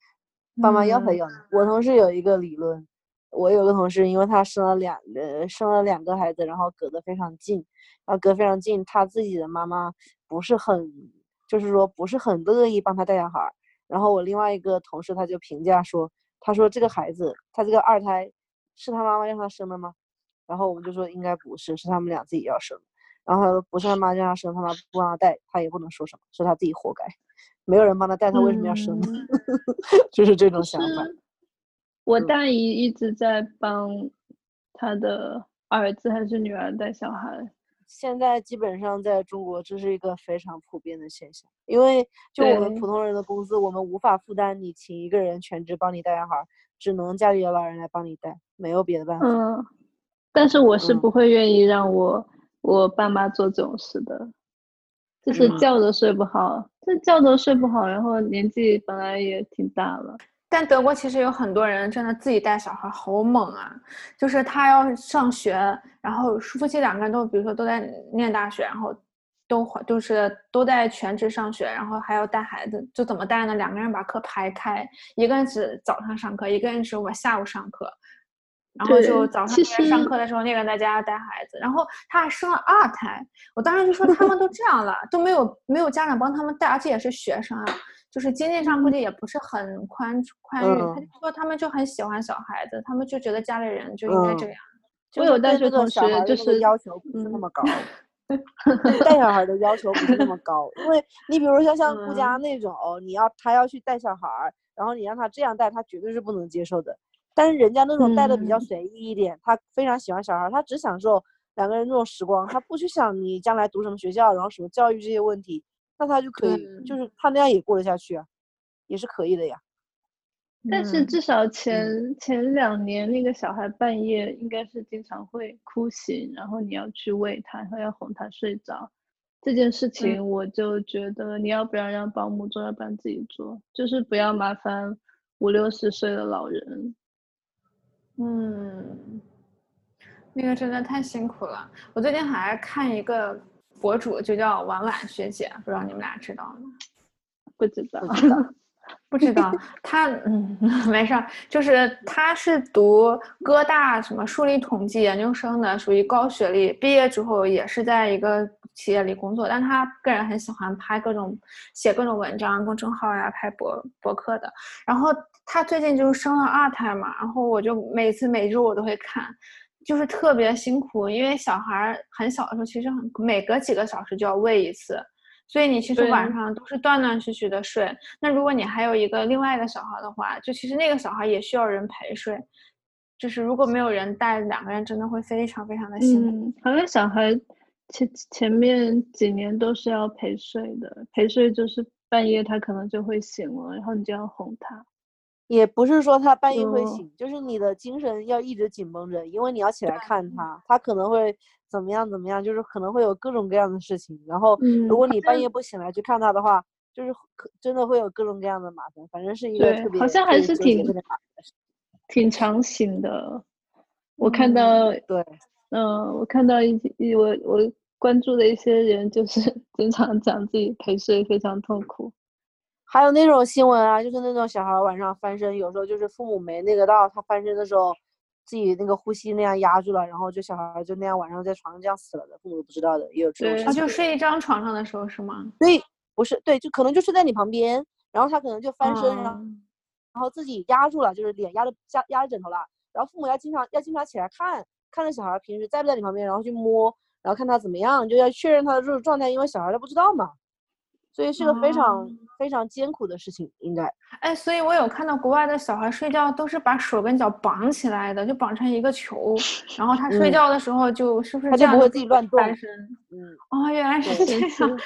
[SPEAKER 1] 爸妈要他
[SPEAKER 3] 嗯
[SPEAKER 1] 要呢。我同事有一个理论，我有个同事，因为他生了两个生了两个孩子，然后隔得非常近，然后隔非常近，他自己的妈妈不是很，就是说不是很乐意帮他带小孩儿。然后我另外一个同事他就评价说，他说这个孩子，他这个二胎是他妈妈让他生的吗？然后我们就说应该不是，是他们俩自己要生的。然后他说不是他妈让他生，他妈不让他带，他也不能说什么，是他自己活该。没有人帮他带，他为什么要生呢？
[SPEAKER 2] 嗯
[SPEAKER 1] 就是这种
[SPEAKER 2] 就
[SPEAKER 1] 想法。
[SPEAKER 2] 是我
[SPEAKER 1] 嗯
[SPEAKER 2] 大姨一直在帮她的儿子还是女儿带小孩。
[SPEAKER 1] 现在基本上在中国，这是一个非常普遍的现象，因为就我们
[SPEAKER 2] 对
[SPEAKER 1] 普通人的工资，我们无法负担你请一个人全职帮你带小孩儿，只能家里的老人来帮你带，没有别的办法。
[SPEAKER 2] 嗯，但是我是
[SPEAKER 1] 嗯
[SPEAKER 2] 不会愿意让我我爸妈做这种事的，就是
[SPEAKER 1] 嗯
[SPEAKER 2] 觉都睡不好，这觉都睡不好，然后年纪本来也挺大了，
[SPEAKER 3] 但德国其实有很多人真的自己带小孩，好猛啊！就是他要上学，然后夫妻两个人都，比如说都在念大学，然后都花就是都在全职上学，然后还要带孩子，就怎么带呢？两个人把课排开，一个人只早上上课，一个人只我下午上课，然后就
[SPEAKER 2] 对
[SPEAKER 3] 早上
[SPEAKER 2] 其
[SPEAKER 3] 那个人上
[SPEAKER 2] 实
[SPEAKER 3] 课的时候，那个人在家带孩子，然后他还生了二胎，我当时就说他们都这样了，都没有没有家长帮他们带，而且也是学生啊，就是经济上估
[SPEAKER 2] 嗯
[SPEAKER 3] 计也不是很宽宽裕，他就说他们就很喜欢小孩子，他们就觉得家里人就应该这
[SPEAKER 1] 嗯
[SPEAKER 3] 样。
[SPEAKER 1] 就
[SPEAKER 2] 我
[SPEAKER 1] 是
[SPEAKER 2] 有大
[SPEAKER 1] 对
[SPEAKER 2] 学
[SPEAKER 1] 这个
[SPEAKER 2] 同
[SPEAKER 1] 小
[SPEAKER 2] 学
[SPEAKER 1] 孩的
[SPEAKER 2] 就
[SPEAKER 1] 那个
[SPEAKER 2] 是
[SPEAKER 1] 要求不是那
[SPEAKER 2] 嗯
[SPEAKER 1] 么高，对 带小孩的要求不是那么高，因为你比如说像顾佳那种，你要他要去带小孩儿，然后你让他这样带，他绝对是不能接受的。但是人家那种带的比较
[SPEAKER 3] 嗯
[SPEAKER 1] 随意一点，他非常喜欢小孩儿，他只享受两个人这种时光，他不去想你将来读什么学校，然后什么教育这些问题，那他就可以，就是他那样也过得下去啊，也是可以的呀。
[SPEAKER 2] 但是
[SPEAKER 3] 嗯
[SPEAKER 2] 至少前、前两年那个小孩半夜应该是经常会哭醒，然后你要去喂他，然后要哄他睡着。这件
[SPEAKER 3] 嗯
[SPEAKER 2] 事情我就觉得你要不要让保姆做，要不然自己做，就是不要麻烦五六十岁的老人。
[SPEAKER 3] 嗯，那个真的太辛苦了。我最近还看一个博主，就叫婉婉学姐，不知道你们俩知道吗？
[SPEAKER 2] 不知 道，
[SPEAKER 3] 不知道，她嗯， 没事儿，就是她是读哥大什么数理统计研究生的，属于高学历，毕业之后也是在一个企业里工作，但她个人很喜欢拍各种写各种文章、公众号呀、拍博博客的。然后她最近就是生了二胎嘛，然后我就每次每周我都会看，就是特别辛苦，因为小孩儿很小的时候其实很每隔几个小时就要喂一次，所以你其实
[SPEAKER 2] 对
[SPEAKER 3] 晚上都是断断续续的睡。那如果你还有一个另外一个小孩的话，就其实那个小孩也需要人陪睡，就是如果没有人带，两个人真的会非常非常的辛苦。
[SPEAKER 2] 嗯，好像小孩前前面几年都是要陪睡的，陪睡就是半夜他可能就会醒了，然后你就要哄他。
[SPEAKER 1] 也不是说他半夜会
[SPEAKER 2] 就
[SPEAKER 1] 醒，就是你的精神要一直紧绷着，因为你要起来看他，他可能会怎么样怎么样，就是可能会有各种各样的事情。然后，
[SPEAKER 2] 嗯
[SPEAKER 1] 如果你半
[SPEAKER 2] 像
[SPEAKER 1] 夜不醒来去看他的话，就是可真的会有各种各样的麻烦。反正是一个
[SPEAKER 2] 对
[SPEAKER 1] 特别
[SPEAKER 2] 好像还
[SPEAKER 1] 对
[SPEAKER 2] 是
[SPEAKER 1] 纠结
[SPEAKER 2] 挺
[SPEAKER 1] 特别麻
[SPEAKER 2] 挺常醒的。我看
[SPEAKER 3] 嗯
[SPEAKER 2] 到，嗯、
[SPEAKER 1] 对，
[SPEAKER 2] 我看到一一我我关注的一些人，就是 经常讲自己陪睡非常痛 苦。
[SPEAKER 1] 还有那种新闻啊，就是那种小孩儿晚上翻身，有时候就是父母没那个到，他翻身的时候自己那个呼吸那样压住了，然后就小孩儿就那样晚上在床上这样死了的，父母都不知道的，也有这种
[SPEAKER 2] 对
[SPEAKER 1] 事
[SPEAKER 3] 啊，
[SPEAKER 1] 情。
[SPEAKER 3] 就睡一张床上的时候是吗？
[SPEAKER 1] 所以不是对，就可能就睡在你旁边，然后他可能就翻身，然后
[SPEAKER 3] 嗯
[SPEAKER 1] 然后自己压住了，就是脸压着压压着枕头了，然后父母要经常要经常起来看看着小孩平时在不在你旁边，然后去摸，然后看他怎么样，就要确认他的这种状态，因为小孩他不知道嘛，所以是个非常、
[SPEAKER 3] 哦
[SPEAKER 1] 非常艰苦的事情，应该。
[SPEAKER 3] 哎，所以我有看到国外的小孩睡觉都是把手跟脚绑起来的，就绑成一个球，然后他睡
[SPEAKER 1] 嗯
[SPEAKER 3] 觉的时候就是不是
[SPEAKER 1] 他
[SPEAKER 3] 这
[SPEAKER 1] 就
[SPEAKER 3] 样
[SPEAKER 1] 不会
[SPEAKER 3] 就
[SPEAKER 1] 自己乱动。
[SPEAKER 3] 翻身？
[SPEAKER 1] 嗯，
[SPEAKER 3] 哦，原来是
[SPEAKER 1] 对
[SPEAKER 3] 这
[SPEAKER 2] 神奇
[SPEAKER 3] 样。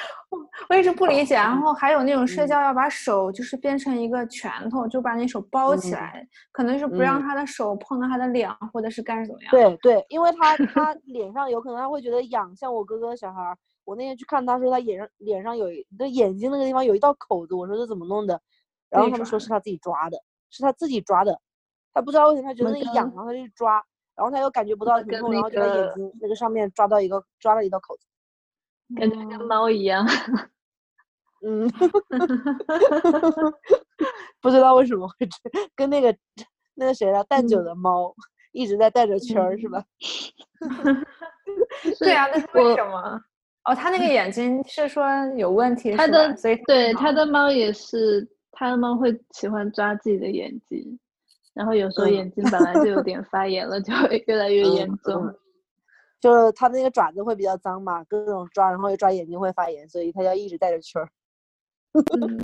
[SPEAKER 3] 我一直不理解，然
[SPEAKER 1] 嗯
[SPEAKER 3] 后还有那种睡
[SPEAKER 1] 嗯
[SPEAKER 3] 觉要把手就是变成一个拳头，就把你手包
[SPEAKER 1] 嗯
[SPEAKER 3] 起来，可能是不让
[SPEAKER 1] 嗯
[SPEAKER 3] 他的手碰到他的脸，或者是干怎么 样。，
[SPEAKER 1] 对对，因为他他脸上有可能他会觉得痒，像我哥哥的小孩儿，我那天去看他说他眼上脸上有一个眼睛那个地方有一道口子，我说这怎么弄的？然
[SPEAKER 3] 自
[SPEAKER 1] 后
[SPEAKER 3] 己
[SPEAKER 1] 他们
[SPEAKER 3] 抓
[SPEAKER 1] 说是他自己抓的，是他自己抓的，他不知道为什么他觉得
[SPEAKER 2] 我
[SPEAKER 1] 那个
[SPEAKER 2] 刚
[SPEAKER 1] 痒，然啊后他就去抓，然后他又感觉不到
[SPEAKER 2] 我
[SPEAKER 1] 疼
[SPEAKER 2] 跟
[SPEAKER 1] 痛，然
[SPEAKER 2] 那
[SPEAKER 1] 后就在眼
[SPEAKER 2] 个
[SPEAKER 1] 睛那个上面抓到一个抓了一道口子。
[SPEAKER 2] 感觉跟猫一样。
[SPEAKER 1] 嗯， 不知道为什么会这，跟那个 那个谁了，蛋酒
[SPEAKER 2] 嗯
[SPEAKER 1] 的猫 一直在带着圈儿、是吧？
[SPEAKER 3] 对
[SPEAKER 2] 是
[SPEAKER 3] 啊，那是为
[SPEAKER 2] 我
[SPEAKER 3] 什么？哦，他那 个眼睛是说有问题，
[SPEAKER 2] 他
[SPEAKER 3] 是
[SPEAKER 2] 的
[SPEAKER 3] 吧所以才
[SPEAKER 2] 对，
[SPEAKER 3] 闹
[SPEAKER 2] 他的猫也是，他的猫会喜欢抓自己的眼睛，然后有时候
[SPEAKER 1] 嗯
[SPEAKER 2] 眼睛本来就有点发炎了，就会越来越
[SPEAKER 1] 嗯
[SPEAKER 2] 严重。
[SPEAKER 1] 嗯就是它那个爪子会比较脏嘛，各种抓，然后又抓眼睛会发炎，所以它要一直带着圈儿，
[SPEAKER 2] 嗯，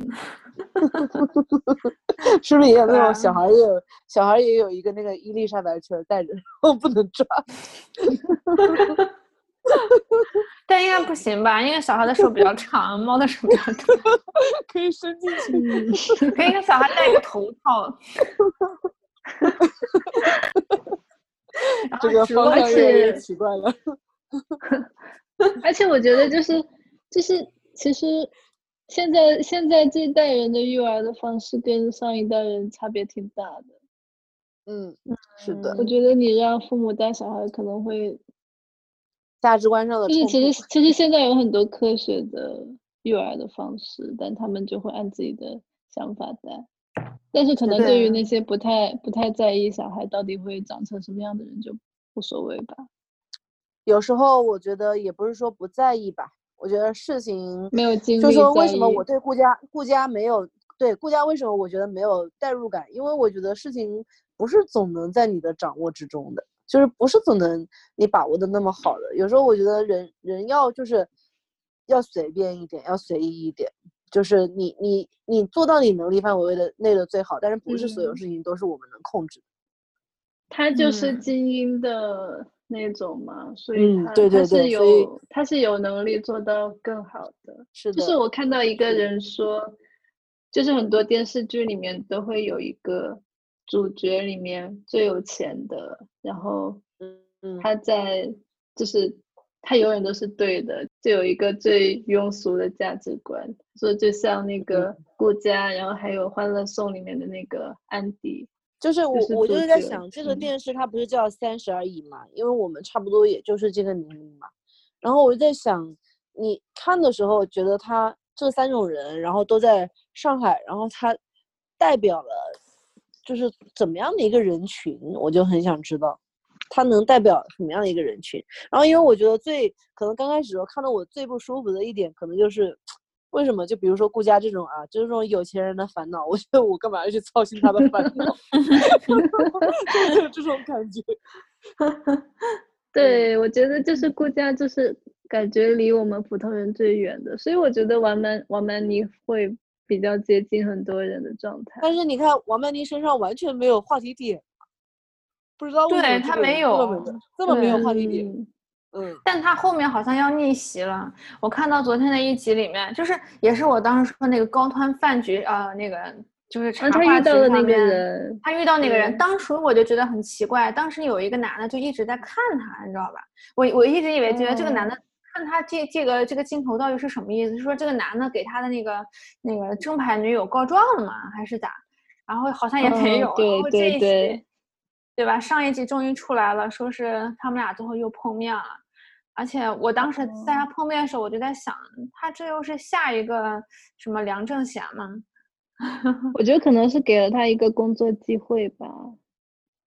[SPEAKER 1] 是不是也有那
[SPEAKER 3] 对啊
[SPEAKER 1] 种小孩儿也有小孩儿也有一个那个伊丽莎白圈儿带着，然 后不能抓。
[SPEAKER 3] 但应该不行吧？因为小孩的手比较长，猫的手比较短，
[SPEAKER 1] 可以伸进去。
[SPEAKER 3] 可以给小孩戴一个头套。 然
[SPEAKER 1] 这
[SPEAKER 3] 后
[SPEAKER 1] 个
[SPEAKER 3] 直
[SPEAKER 1] 方
[SPEAKER 3] 播
[SPEAKER 1] 向越来越
[SPEAKER 3] 是
[SPEAKER 1] 奇怪了。
[SPEAKER 2] 而且我觉得就是就是其实现在现在这一代人的育儿的方式跟上一代人差别挺大的。
[SPEAKER 1] 嗯，是的
[SPEAKER 2] 我，觉得你让父母带小孩可能会
[SPEAKER 1] 价值观上的
[SPEAKER 2] 就是
[SPEAKER 1] 冲
[SPEAKER 2] 其
[SPEAKER 1] 突
[SPEAKER 2] 实其实现在有很多科学的育儿的方式，但他们就会按自己的想法带。但是可能对于
[SPEAKER 3] 对
[SPEAKER 2] 那些不太不太在意小孩到底会长成什么样的人，就无所谓吧。
[SPEAKER 1] 有时候我觉得也不是说不在意吧，我觉得事情
[SPEAKER 2] 没有经历在
[SPEAKER 1] 就
[SPEAKER 2] 意，
[SPEAKER 1] 说为什么我对顾家顾家没有对顾家为什么我觉得没有代入感？因为我觉得事情不是总能在你的掌握之中的，就是不是总能你把握的那么好的。有时候我觉得人人要就是要随便一点，要随意一点，就是你你你做到你能力范围的内的最好，但是不是所有
[SPEAKER 2] 嗯
[SPEAKER 1] 事情都是我们能控制的。
[SPEAKER 2] 他就是
[SPEAKER 3] 嗯
[SPEAKER 2] 精英的那种嘛，所以
[SPEAKER 1] 嗯
[SPEAKER 2] 他
[SPEAKER 1] 对对对
[SPEAKER 2] 他是
[SPEAKER 1] 所以
[SPEAKER 2] 有他是有能力做到更好的。
[SPEAKER 1] 是的，
[SPEAKER 2] 就是我看到一个人说，就是很多电视剧里面都会有一个主角里面最有钱的，然后
[SPEAKER 1] 嗯嗯，
[SPEAKER 2] 他在就是他永远都是对的，就有一个最庸俗的价值观，所以就像
[SPEAKER 1] 嗯
[SPEAKER 2] 那个顾佳，然后还有《欢乐颂》里面的那个安迪，
[SPEAKER 1] 就是我，
[SPEAKER 2] 是
[SPEAKER 1] 我
[SPEAKER 2] 主
[SPEAKER 1] 就是在
[SPEAKER 2] 角
[SPEAKER 1] 想，这个
[SPEAKER 2] 嗯
[SPEAKER 1] 电视它不是叫《三十而已》嘛？因为我们差不多也就是这个年龄嘛。然后我就在想，你看的时候觉得他这三种人，然后都在上海，然后他代表了就是怎么样的一个人群，我就很想知道他能代表什么样的一个人群。然后，因为我觉得最可能刚开始我看到我最不舒服的一点，可能就是为什么？就比如说顾家这种啊，就是这种有钱人的烦恼，我觉得我干嘛要去操心他的烦恼？ 就是有这种感觉。嗯
[SPEAKER 2] 对，我觉得就是顾佳，就是感觉离我们普通人最远的，所以我觉得王曼王曼妮会比较接近很多人的状态。
[SPEAKER 1] 但是你看王曼妮身上完全没有话题点，不知道为什
[SPEAKER 3] 对
[SPEAKER 1] 么这
[SPEAKER 3] 她
[SPEAKER 1] 个人
[SPEAKER 3] 没
[SPEAKER 1] 这么
[SPEAKER 3] 有
[SPEAKER 1] 没这么没有话题点。
[SPEAKER 2] 嗯，
[SPEAKER 1] 嗯，
[SPEAKER 3] 但他后面好像要逆袭了。我看到昨天的一集里面，就是也是我当时说那个高端饭局，呃，那个就是茶
[SPEAKER 2] 然后哦啊他
[SPEAKER 3] 话
[SPEAKER 2] 遇
[SPEAKER 3] 局
[SPEAKER 2] 到了那
[SPEAKER 3] 上
[SPEAKER 2] 个
[SPEAKER 3] 面
[SPEAKER 2] 人，
[SPEAKER 3] 他遇到那个人，
[SPEAKER 2] 嗯
[SPEAKER 3] 当时我就觉得很奇怪。当时有一个男的就一直在看他，你知道吧？我我一直以为觉得这个
[SPEAKER 2] 嗯
[SPEAKER 3] 男的看他这这个这个镜头到底是什么意思？是说这个男的给他的那个那个正牌女友告状了吗？还是咋？然后好像也没
[SPEAKER 2] 嗯
[SPEAKER 3] 有。
[SPEAKER 2] 对
[SPEAKER 3] 然后
[SPEAKER 2] 对
[SPEAKER 3] 这一
[SPEAKER 2] 对
[SPEAKER 3] 集，对吧？上一集终于出来了，说是他们俩最后又碰面了。而且我当时
[SPEAKER 2] 嗯
[SPEAKER 3] 在他碰面的时候，我就在想，他这又是下一个什么梁正贤吗？
[SPEAKER 2] 我觉得可能是给了他一个工作机会吧。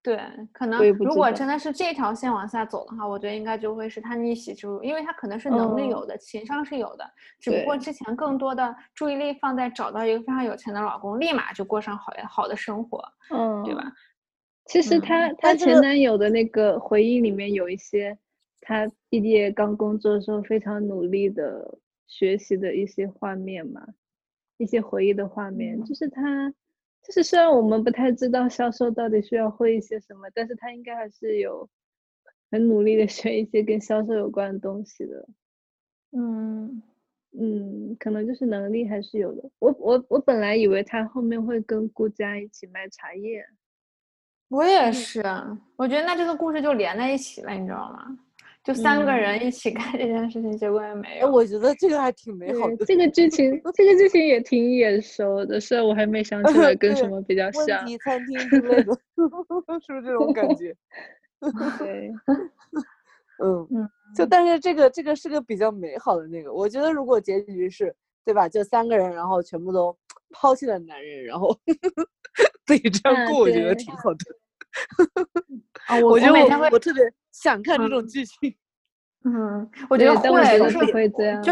[SPEAKER 3] 对，可能
[SPEAKER 2] 也不
[SPEAKER 3] 如
[SPEAKER 2] 知
[SPEAKER 3] 果
[SPEAKER 2] 道
[SPEAKER 3] 真的是这条线往下走的话，我觉得应该就会是他逆袭之路，因为他可能是能力
[SPEAKER 2] 嗯
[SPEAKER 3] 有的，情商是有的，只不过
[SPEAKER 2] 对
[SPEAKER 3] 之前更多的注意力放在找到一个非常有钱的老公，立马就过上好好的生活，
[SPEAKER 2] 嗯，
[SPEAKER 3] 对吧？？
[SPEAKER 2] 其实
[SPEAKER 3] 嗯
[SPEAKER 2] 她她
[SPEAKER 1] 但这
[SPEAKER 2] 前
[SPEAKER 1] 个
[SPEAKER 2] 男友的那个回忆里面有一些，她毕业刚工作的时候非常努力的学习的一些画面嘛，一些回忆的画面，就是她，就是虽然我们不太知道销售到底需要会一些什么，但是她应该还是有很努力的学一些跟销售有关的东西的。
[SPEAKER 3] 嗯，
[SPEAKER 2] 嗯，可能就是能力还是有的。我我我本来以为她后面会跟顾佳一起卖茶叶，
[SPEAKER 3] 我
[SPEAKER 2] 嗯
[SPEAKER 3] 也是，我觉得那这个故事就连在一起了，你知道吗？就三
[SPEAKER 2] 嗯
[SPEAKER 3] 个人一起干这件事情，结果也没
[SPEAKER 1] 哎，
[SPEAKER 3] 有。
[SPEAKER 1] 我觉得这个还挺美好
[SPEAKER 2] 对，
[SPEAKER 1] 的。
[SPEAKER 2] 这个 剧情，这个剧情也挺眼熟的，虽然我还没想起来跟什
[SPEAKER 1] 对
[SPEAKER 2] 么比较
[SPEAKER 1] 问
[SPEAKER 3] 啊
[SPEAKER 2] 像。
[SPEAKER 1] 题餐厅之类的， 是不是这种 感觉？
[SPEAKER 2] 对，
[SPEAKER 1] 嗯，
[SPEAKER 3] 嗯
[SPEAKER 1] 就但是这个这个是个比较美好的那个，我觉得如果结局是对吧，就三个人然后全部都抛弃了男人，然后 自己这样
[SPEAKER 2] 啊
[SPEAKER 1] 过，我觉得
[SPEAKER 2] 对
[SPEAKER 1] 挺好的。
[SPEAKER 3] 啊嗯
[SPEAKER 2] 哦
[SPEAKER 3] 我
[SPEAKER 1] 觉得
[SPEAKER 3] 每天会
[SPEAKER 1] 我，我特别想看这种
[SPEAKER 3] 嗯
[SPEAKER 1] 剧情。
[SPEAKER 3] 嗯，我觉得
[SPEAKER 2] 对但我
[SPEAKER 3] 会，
[SPEAKER 2] 觉
[SPEAKER 3] 就
[SPEAKER 2] 得
[SPEAKER 3] 是
[SPEAKER 2] 不会这样。
[SPEAKER 3] 就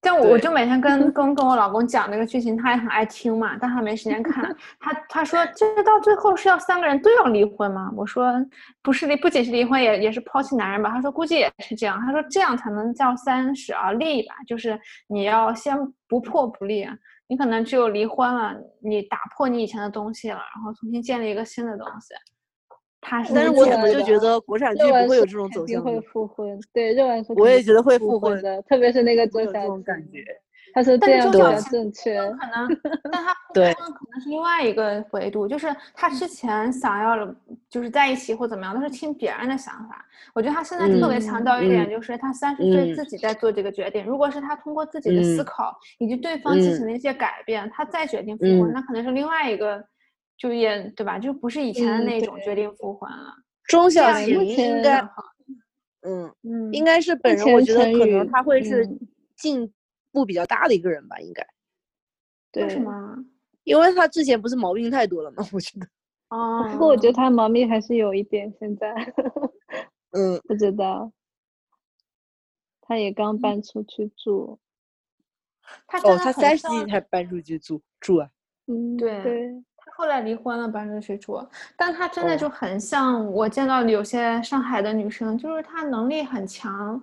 [SPEAKER 3] 但我我
[SPEAKER 1] 啊对
[SPEAKER 3] 就每 天跟跟跟我老公讲这个剧情，他也很爱听嘛，但他没时间看。他他说这到最后是要三个人都要离婚吗？我说不是离，不仅是离婚，也也是抛弃男人吧。他说估计也是这样。他说这样才能叫三十而立吧，就是你要先不破不立。啊你可能只有离婚了，你打破你以前的东西了，然后重新建立一个新的东西。他是
[SPEAKER 1] 但是
[SPEAKER 3] 这
[SPEAKER 1] 我
[SPEAKER 3] 么
[SPEAKER 1] 怎么
[SPEAKER 2] 对
[SPEAKER 1] 就
[SPEAKER 2] 的
[SPEAKER 1] 觉得国产剧
[SPEAKER 2] 肉丸
[SPEAKER 1] 不会有
[SPEAKER 2] 说
[SPEAKER 1] 这种
[SPEAKER 2] 肯
[SPEAKER 1] 走
[SPEAKER 2] 定
[SPEAKER 1] 向
[SPEAKER 2] 会
[SPEAKER 1] 呢？
[SPEAKER 2] 复婚，对，肉丸说
[SPEAKER 1] 我
[SPEAKER 2] 肯
[SPEAKER 1] 也
[SPEAKER 2] 定
[SPEAKER 1] 觉得
[SPEAKER 2] 是
[SPEAKER 1] 会
[SPEAKER 2] 复
[SPEAKER 1] 复
[SPEAKER 2] 婚
[SPEAKER 1] 婚
[SPEAKER 2] 的，特别是那个
[SPEAKER 1] 会
[SPEAKER 2] 周
[SPEAKER 1] 有这
[SPEAKER 2] 小
[SPEAKER 1] 种感
[SPEAKER 2] 静
[SPEAKER 1] 觉。
[SPEAKER 2] 他说
[SPEAKER 3] 但
[SPEAKER 2] 这
[SPEAKER 3] 是
[SPEAKER 2] 样
[SPEAKER 3] 周
[SPEAKER 2] 比
[SPEAKER 3] 小
[SPEAKER 2] 较
[SPEAKER 3] 静
[SPEAKER 2] 正确。
[SPEAKER 3] 有可能， 但他不
[SPEAKER 1] 对嗯
[SPEAKER 3] 婚可能是另外一个维度，就是他之前想要了就是在一起或怎么样，都是听别人的想法。我觉得他现在特别强
[SPEAKER 2] 嗯
[SPEAKER 3] 调
[SPEAKER 1] 嗯
[SPEAKER 3] 一点，就是他三十岁
[SPEAKER 1] 嗯
[SPEAKER 3] 自己在做这个决定。如果是他通过自己的思
[SPEAKER 1] 嗯
[SPEAKER 3] 考以及对方进行
[SPEAKER 1] 嗯
[SPEAKER 3] 的一些改变，他再决定复婚，
[SPEAKER 1] 嗯
[SPEAKER 3] 那可能是另外一个，就也对吧？就不是以前的
[SPEAKER 2] 嗯
[SPEAKER 3] 那
[SPEAKER 2] 对
[SPEAKER 3] 种决定复婚了。
[SPEAKER 1] 钟
[SPEAKER 3] 这
[SPEAKER 1] 小
[SPEAKER 3] 样也
[SPEAKER 1] 琴
[SPEAKER 2] 目
[SPEAKER 1] 应
[SPEAKER 2] 前
[SPEAKER 1] 该，嗯，
[SPEAKER 2] 嗯，
[SPEAKER 1] 应该是本人，
[SPEAKER 2] 前
[SPEAKER 1] 我觉得
[SPEAKER 2] 陈
[SPEAKER 1] 可能
[SPEAKER 2] 宇
[SPEAKER 1] 他会是
[SPEAKER 2] 嗯
[SPEAKER 1] 进步比较大的一个人吧，应该，
[SPEAKER 2] 对
[SPEAKER 3] 为。什么啊？
[SPEAKER 1] 因为他之前不是毛病太多了嘛， 我觉得，
[SPEAKER 3] 哦，
[SPEAKER 2] 不
[SPEAKER 1] 啊
[SPEAKER 2] 过我觉得他毛病还是有一点，现在
[SPEAKER 1] 嗯，
[SPEAKER 2] 不知道。他也刚搬出去住，
[SPEAKER 3] 他真
[SPEAKER 1] 哦，
[SPEAKER 3] 的
[SPEAKER 1] 他
[SPEAKER 3] 很
[SPEAKER 1] 三十
[SPEAKER 3] 像
[SPEAKER 1] 几才搬出去住住啊，
[SPEAKER 2] 嗯，
[SPEAKER 3] 对
[SPEAKER 2] 对，
[SPEAKER 3] 他后来离婚了，搬出去住。但她真的
[SPEAKER 1] 哦
[SPEAKER 3] 就很像我见到的有些上海的女生，就是她能力很强。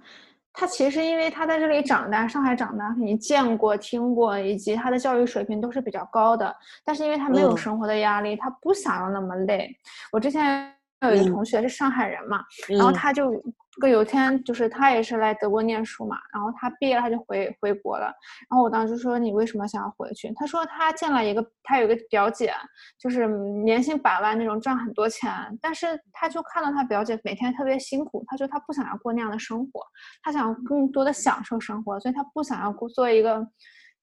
[SPEAKER 3] 她其实因为她在这里长大，上海长大，肯定见过、听过，以及她的教育水平都是比较高的。但是因为她没有
[SPEAKER 1] 嗯
[SPEAKER 3] 生活的压力，她不想要那么累。我之前有一个
[SPEAKER 1] 嗯
[SPEAKER 3] 同学是上海人嘛，然后
[SPEAKER 1] 嗯
[SPEAKER 3] 他就这个有一天就是他也是来德国念书嘛，然后他毕业了他就回回国了。然后我当时说你为什么想要回去？他说他见了一个他有一个表姐，就是年薪百万那种赚很多钱，但是他就看到他表姐每天特别辛苦，他说他不想要过那样的生活，他想要更多的享受生活，所以他不想要过做一个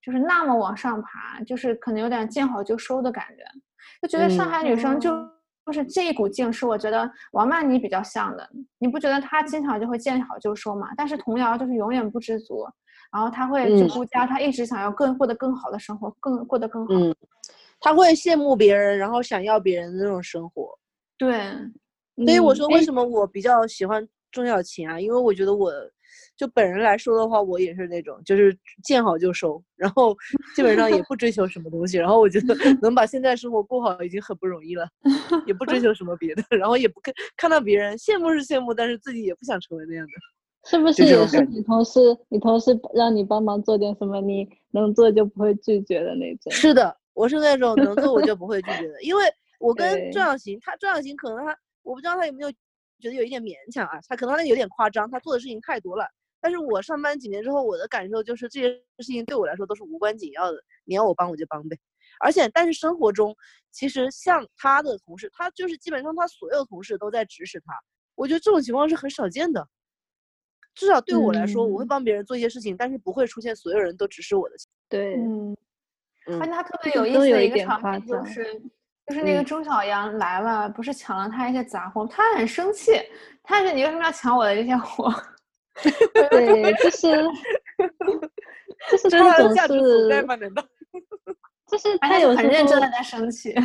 [SPEAKER 3] 就是那么往上爬，就是可能有点见好就收的感觉，就觉得上
[SPEAKER 1] 嗯
[SPEAKER 3] 海女生就。
[SPEAKER 2] 哦
[SPEAKER 3] 就是这一股劲是我觉得王曼妮比较像的，你不觉
[SPEAKER 2] 嗯
[SPEAKER 3] 得她经常就会见好就收嘛？但是童瑶就是永远不知足，然后她会去
[SPEAKER 1] 嗯
[SPEAKER 3] 顾家，她一直想要更过得更好的生活，更过得更好。
[SPEAKER 1] 嗯，他会羡慕别人，然后想要别人的那种生活，
[SPEAKER 3] 对，
[SPEAKER 1] 所以我
[SPEAKER 2] 嗯
[SPEAKER 1] 说为
[SPEAKER 2] 诶
[SPEAKER 1] 什么我比较喜欢钟小琴啊，因为我觉得我就本人来说的话，我也是那种就是见好就收，然后基本上也不追求什么东西，然后我觉 得能把现在生活过好已经很不容易了，也不追求什么别的， 然后也不看看到别人羡慕是羡慕，但是自己也不想成为那样的。
[SPEAKER 2] 是不
[SPEAKER 1] 就是这
[SPEAKER 2] 也
[SPEAKER 1] 种
[SPEAKER 2] 是
[SPEAKER 1] 感
[SPEAKER 2] 你同事，你同事让你帮忙做点什么，你能做就不会拒绝的那种？
[SPEAKER 1] 是的，我是那种能做我就不会拒绝的，因为我跟
[SPEAKER 2] 对
[SPEAKER 1] 郑小行，他郑小行可能他我不知道他有没有觉得有一点勉强啊，他可能他有点夸张，他做的事情太多了。但是我上班几年之后，我的感受就是这些事情对我来说都是无关紧要的，你要我帮我就帮呗。而且，但是生活中，其实像他的同事，他就是基本上他所有同事都在指使他，我觉得这种情况是很少见的。至少对我来说，我会
[SPEAKER 2] 嗯
[SPEAKER 1] 帮别人做一些事情，但是不会出现所有人都指使我的情
[SPEAKER 2] 对，
[SPEAKER 3] 嗯，
[SPEAKER 1] 况。
[SPEAKER 3] 而且
[SPEAKER 1] 嗯
[SPEAKER 3] 她特
[SPEAKER 2] 这
[SPEAKER 3] 别
[SPEAKER 2] 个
[SPEAKER 3] 有意
[SPEAKER 2] 都
[SPEAKER 3] 思
[SPEAKER 2] 有
[SPEAKER 3] 的
[SPEAKER 2] 一
[SPEAKER 3] 一个
[SPEAKER 2] 点
[SPEAKER 3] 场
[SPEAKER 2] 夸
[SPEAKER 3] 景就
[SPEAKER 2] 张
[SPEAKER 3] 是，就是那个
[SPEAKER 1] 嗯
[SPEAKER 3] 钟小阳来了，不是抢了他一些杂货，他很生气，他说你为什么要抢我的这些货？
[SPEAKER 2] 对，就是 就是
[SPEAKER 1] 这是
[SPEAKER 2] 他
[SPEAKER 1] 他
[SPEAKER 2] 总
[SPEAKER 1] 的价值所在
[SPEAKER 2] 是
[SPEAKER 1] 吗？难道？
[SPEAKER 2] 就是
[SPEAKER 3] 而
[SPEAKER 2] 他
[SPEAKER 3] 且
[SPEAKER 2] 有
[SPEAKER 3] 很
[SPEAKER 2] 时
[SPEAKER 3] 认真
[SPEAKER 2] 候
[SPEAKER 3] 啊的在生气。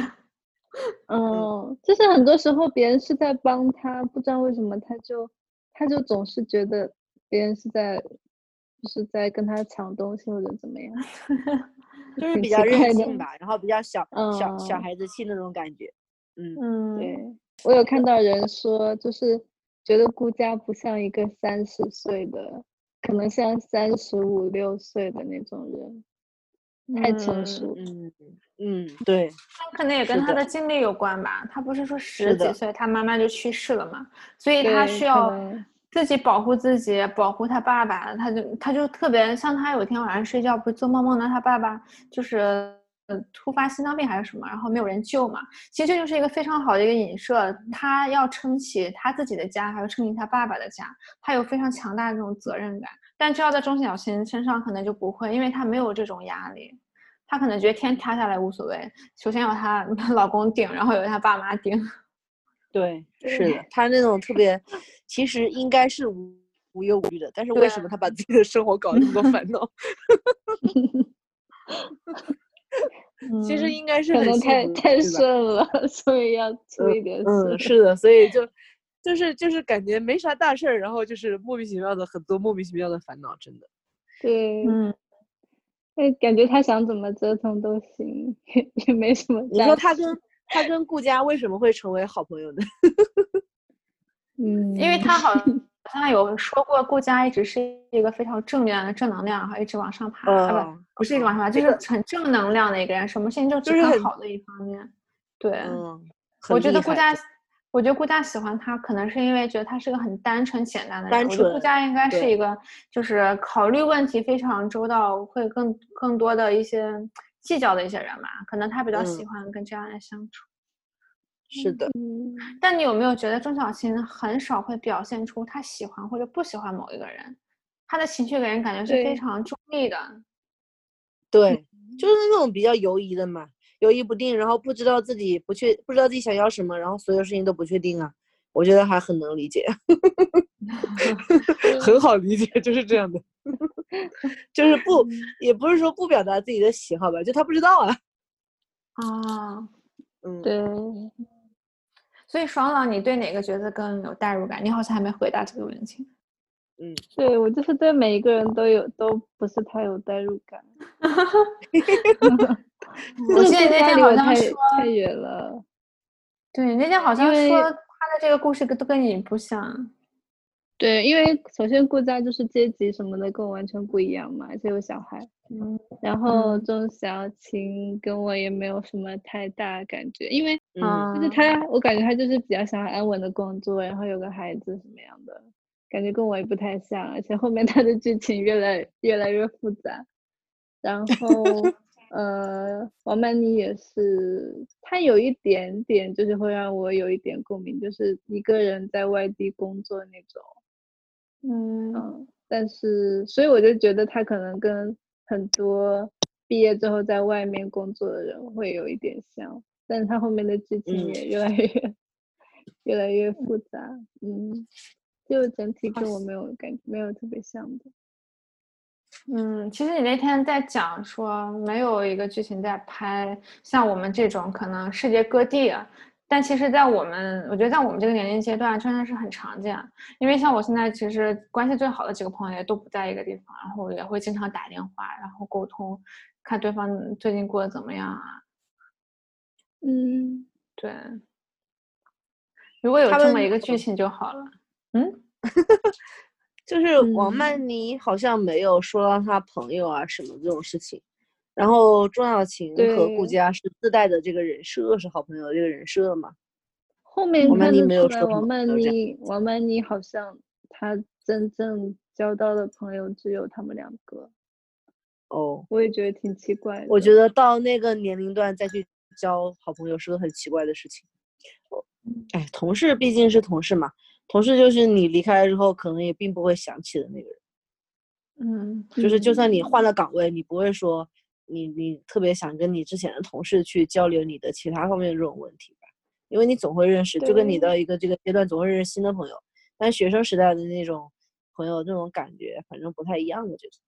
[SPEAKER 2] 嗯，就是很多时候别人是在帮他，不知道为什么他就他就总是觉得别人是在就是在跟他抢东西或者怎么样，
[SPEAKER 1] 就是
[SPEAKER 2] 挺
[SPEAKER 1] 比
[SPEAKER 2] 奇
[SPEAKER 1] 较任
[SPEAKER 2] 怪的
[SPEAKER 1] 性吧，然后比较小小小
[SPEAKER 2] 嗯
[SPEAKER 1] 孩子气那种感觉。嗯，
[SPEAKER 3] 嗯，
[SPEAKER 2] 对，我有看到人说，就是觉得顾佳不像一个三十岁的，可能像三十五六岁的那种人，太成
[SPEAKER 3] 嗯
[SPEAKER 2] 熟。
[SPEAKER 1] 嗯嗯，对，
[SPEAKER 3] 可能也跟
[SPEAKER 1] 是
[SPEAKER 3] 他
[SPEAKER 1] 的
[SPEAKER 3] 的经历有关吧。他不是说十
[SPEAKER 1] 是
[SPEAKER 3] 几
[SPEAKER 1] 的
[SPEAKER 3] 岁他妈妈就去世了嘛，所以他
[SPEAKER 2] 对
[SPEAKER 3] 需
[SPEAKER 2] 可
[SPEAKER 3] 要
[SPEAKER 2] 能
[SPEAKER 3] 自己保护自己，保护他爸爸。他就他就特别像他有一天晚上睡觉，不是做梦梦到他爸爸就是呃突发心脏病还是什么，然后没有人救嘛。其实这就是一个非常好的一个影射，他要撑起他自己的家，还要撑起他爸爸的家，他有非常强大的这种责任感。但这要在钟小琴身上可能就不会，因为她没有这种压力。她可能觉得天塌下来无所谓，首先有她 老公顶，然后有她爸妈顶。
[SPEAKER 1] 对，是
[SPEAKER 3] 对
[SPEAKER 1] 的，他那种特别，其实应该是无无忧无虑的，但是为
[SPEAKER 3] 对
[SPEAKER 1] 什么他把自己的生活搞得那么多烦恼？其实
[SPEAKER 3] 嗯
[SPEAKER 1] 应该是
[SPEAKER 2] 可
[SPEAKER 1] 很
[SPEAKER 2] 能
[SPEAKER 1] 幸
[SPEAKER 2] 太
[SPEAKER 1] 福的
[SPEAKER 2] 太
[SPEAKER 1] 是吧
[SPEAKER 2] 顺了， 所以要出一点
[SPEAKER 1] 嗯，
[SPEAKER 2] 事。
[SPEAKER 1] 是的，所以就就是就是感觉没啥大事儿，然后就是莫名其妙的很多莫名其妙的烦恼，真的。
[SPEAKER 2] 对，
[SPEAKER 3] 嗯，
[SPEAKER 2] 那感觉他想怎么折腾都行， 也也没什么
[SPEAKER 1] 你
[SPEAKER 2] 大
[SPEAKER 1] 说他
[SPEAKER 2] 事
[SPEAKER 1] 跟他跟顾佳为什么会成为好朋友呢？
[SPEAKER 2] 嗯，
[SPEAKER 3] 因为 她好像有说过，顾佳一直是一个非常正面的正能量，然后一直往上爬，啊 不、
[SPEAKER 1] 嗯
[SPEAKER 3] 不是一直往上爬，就
[SPEAKER 1] 这
[SPEAKER 3] 是
[SPEAKER 1] 个
[SPEAKER 3] 很正能量的一个人，什么事情就
[SPEAKER 1] 就
[SPEAKER 3] 只
[SPEAKER 1] 是
[SPEAKER 3] 看
[SPEAKER 1] 很
[SPEAKER 3] 好的一方面。对，
[SPEAKER 1] 嗯，
[SPEAKER 3] 我
[SPEAKER 1] 很
[SPEAKER 3] 觉得
[SPEAKER 1] 厉
[SPEAKER 3] 顾
[SPEAKER 1] 害
[SPEAKER 3] 佳，我觉得顾佳喜欢他，可能是因为觉得他是个很单纯简单的人。
[SPEAKER 1] 单
[SPEAKER 3] 我觉得顾
[SPEAKER 1] 纯
[SPEAKER 3] 佳应该是
[SPEAKER 1] 对
[SPEAKER 3] 一个，就是考虑问题非常周到，会更更多的一些计较的一些人吧。可能他比较喜
[SPEAKER 1] 嗯
[SPEAKER 3] 欢跟这样的人相处。
[SPEAKER 1] 是的，
[SPEAKER 2] 嗯
[SPEAKER 3] 但你有没有觉得钟小琴很少会表现出她喜欢或者不喜欢某一个人？她的情绪给人感觉是非
[SPEAKER 2] 对
[SPEAKER 3] 常中立的。
[SPEAKER 1] 对，
[SPEAKER 2] 嗯
[SPEAKER 1] 就是那种比较犹疑的嘛，犹疑不定，然后不知道自己不确，不知道自己想要什么，然后所有事情都不确定啊，我觉得还很能 理解，很好理解，就是这 样的，就是不
[SPEAKER 2] 嗯
[SPEAKER 1] 也不是说不表达自己的喜好吧，就他不知道啊，
[SPEAKER 3] 啊，
[SPEAKER 1] 嗯，
[SPEAKER 2] 对，
[SPEAKER 3] 所以爽朗，你对哪个角色更有代入感？你好像还没回答这个问题。
[SPEAKER 2] 对我就是对每一个人都有都不是太有代入 感。
[SPEAKER 3] 我记得你那天好像
[SPEAKER 2] 太
[SPEAKER 3] 说，
[SPEAKER 2] 太远了，
[SPEAKER 3] 对，那天好像
[SPEAKER 2] 因为
[SPEAKER 3] 说他的这个故事跟都跟你不像。
[SPEAKER 2] 对，因为首先顾家就是阶级什么的跟我完全不一样嘛，而且有小孩，
[SPEAKER 3] 嗯
[SPEAKER 2] 然后
[SPEAKER 3] 嗯
[SPEAKER 2] 钟小琴跟我也没有什么太大感觉，因为
[SPEAKER 1] 嗯
[SPEAKER 3] 啊
[SPEAKER 2] 就是她，我感觉她就是比较想要安稳的工作，然后有个孩子什么样的，感觉跟我也不太像，而且后面她的剧情越来越来越复杂，然后呃，王曼妮也是，她有一点点就是会让我有一点共鸣，就是一个人在外地工作那种。
[SPEAKER 3] 嗯
[SPEAKER 2] 嗯，但是，所以我就觉得他可能跟很多毕业之后在外面工作的人会有一点像，但是他后面的剧情
[SPEAKER 1] 嗯
[SPEAKER 2] 也越来越、越来越复杂，嗯，就整体跟我没有感没有特别像的，
[SPEAKER 3] 嗯，其实你那天在讲说，没有一个剧情在拍像我们这种可能世界各地啊，但其实，在我们我觉得在我们这个年龄阶段，真的是很常见。因为像我现在其实关系最好的几个朋友也都不在一个地方，然后也会经常打电话，然后沟通，看对方最近过得怎么样啊。
[SPEAKER 2] 嗯，
[SPEAKER 3] 对，如果有
[SPEAKER 1] 他
[SPEAKER 3] 这么
[SPEAKER 1] 们
[SPEAKER 3] 一个剧情就好了。嗯，
[SPEAKER 1] 就是王
[SPEAKER 2] 嗯
[SPEAKER 1] 曼妮好像没有说到她朋友啊什么这种事情，然后钟小琴和顾
[SPEAKER 2] 对
[SPEAKER 1] 佳是自带的这个人设是好朋友这个人设嘛，
[SPEAKER 2] 后面
[SPEAKER 1] 王曼
[SPEAKER 2] 看
[SPEAKER 1] 妮
[SPEAKER 2] 得
[SPEAKER 1] 没有
[SPEAKER 2] 出来
[SPEAKER 1] 说什
[SPEAKER 2] 王
[SPEAKER 1] 么
[SPEAKER 2] 曼
[SPEAKER 1] 都这样
[SPEAKER 2] 妮，王曼妮好像她真正交到的朋友只有他们两个，
[SPEAKER 1] 哦，
[SPEAKER 2] 我也觉得挺奇怪的，
[SPEAKER 1] 我觉得到那个年龄段再去交好朋友是个很奇怪的事情。
[SPEAKER 2] 嗯
[SPEAKER 1] 哎，同事毕竟是同事嘛，同事就是你离开了之后，可能也并不会想起的那个人。
[SPEAKER 3] 嗯
[SPEAKER 1] 就是就算你
[SPEAKER 2] 嗯
[SPEAKER 1] 换了岗位，你不会说你你特别想跟你之前的同事去交流你的其他方面的这种问题吧，因为你总会认识，就跟你
[SPEAKER 2] 对
[SPEAKER 1] 到一个这个阶段总会认识新的朋友，但学生时代的那种朋友那种感觉，反正不太一样的这种。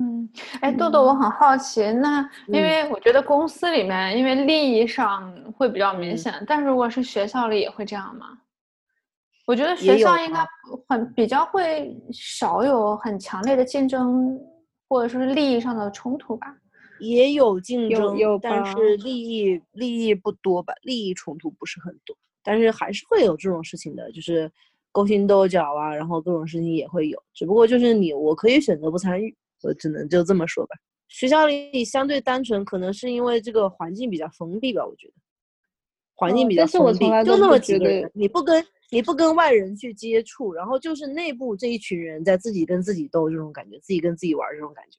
[SPEAKER 3] 嗯，哎，豆豆，我很好奇，那因
[SPEAKER 1] 嗯
[SPEAKER 3] 为我觉得公司里面，因为利益上会比较明
[SPEAKER 1] 嗯
[SPEAKER 3] 显，但如果是学校里也会这样吗？我觉得
[SPEAKER 1] 也
[SPEAKER 3] 学校
[SPEAKER 1] 有
[SPEAKER 3] 应
[SPEAKER 1] 吧
[SPEAKER 3] 该不很比较会少有很强烈的竞争，或者说是利益上的冲突吧。
[SPEAKER 1] 也有竞
[SPEAKER 2] 有
[SPEAKER 1] 争，
[SPEAKER 2] 有
[SPEAKER 1] 但
[SPEAKER 2] 吧
[SPEAKER 1] 是利益利益不多吧，利益冲突不是很多，但是还是会有这种事情的，就是勾心斗角啊，然后各种事情也会有，只不过就是你我可以选择不参与，我只能就这么说吧。学校里相对单纯，可能是因为这个环境比较封闭吧，我觉得环境
[SPEAKER 2] 哦
[SPEAKER 1] 比较
[SPEAKER 2] 但是我
[SPEAKER 1] 封闭
[SPEAKER 2] 从来，
[SPEAKER 1] 就
[SPEAKER 2] 都
[SPEAKER 1] 那
[SPEAKER 2] 不
[SPEAKER 1] 么几
[SPEAKER 2] 觉
[SPEAKER 1] 个人
[SPEAKER 2] 得，
[SPEAKER 1] 你不跟你不跟外人去接触，然后就是内部这一群人在自己跟自己斗这种感觉，自己跟自己玩儿这种感觉。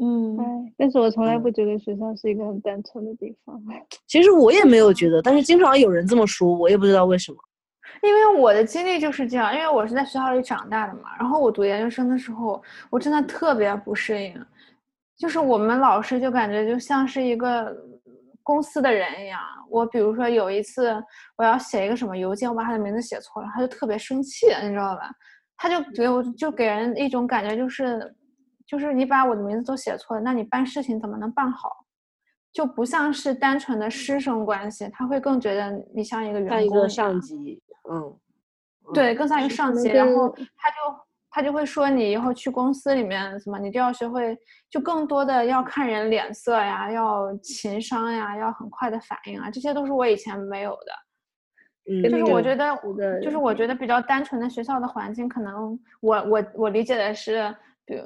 [SPEAKER 3] 嗯，
[SPEAKER 2] 哎，但是我从来
[SPEAKER 1] 嗯
[SPEAKER 2] 不觉得学校是一个很单纯的地方。
[SPEAKER 1] 其实我也没有觉得，但是经常有人这么说，我也不知道为什么。
[SPEAKER 3] 因为我的经历就是这样，因为我是在学校里长大的嘛。然后我读研究生的时候，我真的特别不适应，就是我们老师就感觉就像是一个公司的人一样。我比如说有一次我要写一个什么邮件，我把他的名字写错了，他就特别生气，你知道吧？他就给我就给人一种感觉，就是就是你把我的名字都写错了，那你办事情怎么能办好？就不像是单纯的师生关系，他会更觉得你像一个员
[SPEAKER 1] 像
[SPEAKER 3] 工
[SPEAKER 1] 一个
[SPEAKER 3] 样
[SPEAKER 1] 上级，嗯，
[SPEAKER 3] 对，更像一个
[SPEAKER 2] 是
[SPEAKER 3] 上
[SPEAKER 2] 可能
[SPEAKER 3] 级，然后
[SPEAKER 2] 跟
[SPEAKER 3] 他就他就会说你以后去公司里面什么，你就要学会，就更多的要看人脸色呀，要情商呀，要很快的反应啊，这些都是我以前没有的。
[SPEAKER 1] 嗯，
[SPEAKER 2] 跟
[SPEAKER 3] 就
[SPEAKER 2] 那
[SPEAKER 3] 是
[SPEAKER 2] 个
[SPEAKER 3] 我觉得
[SPEAKER 2] 是的，
[SPEAKER 3] 就是我觉得比较单纯的学校的环境，可能我我我理解的是，比如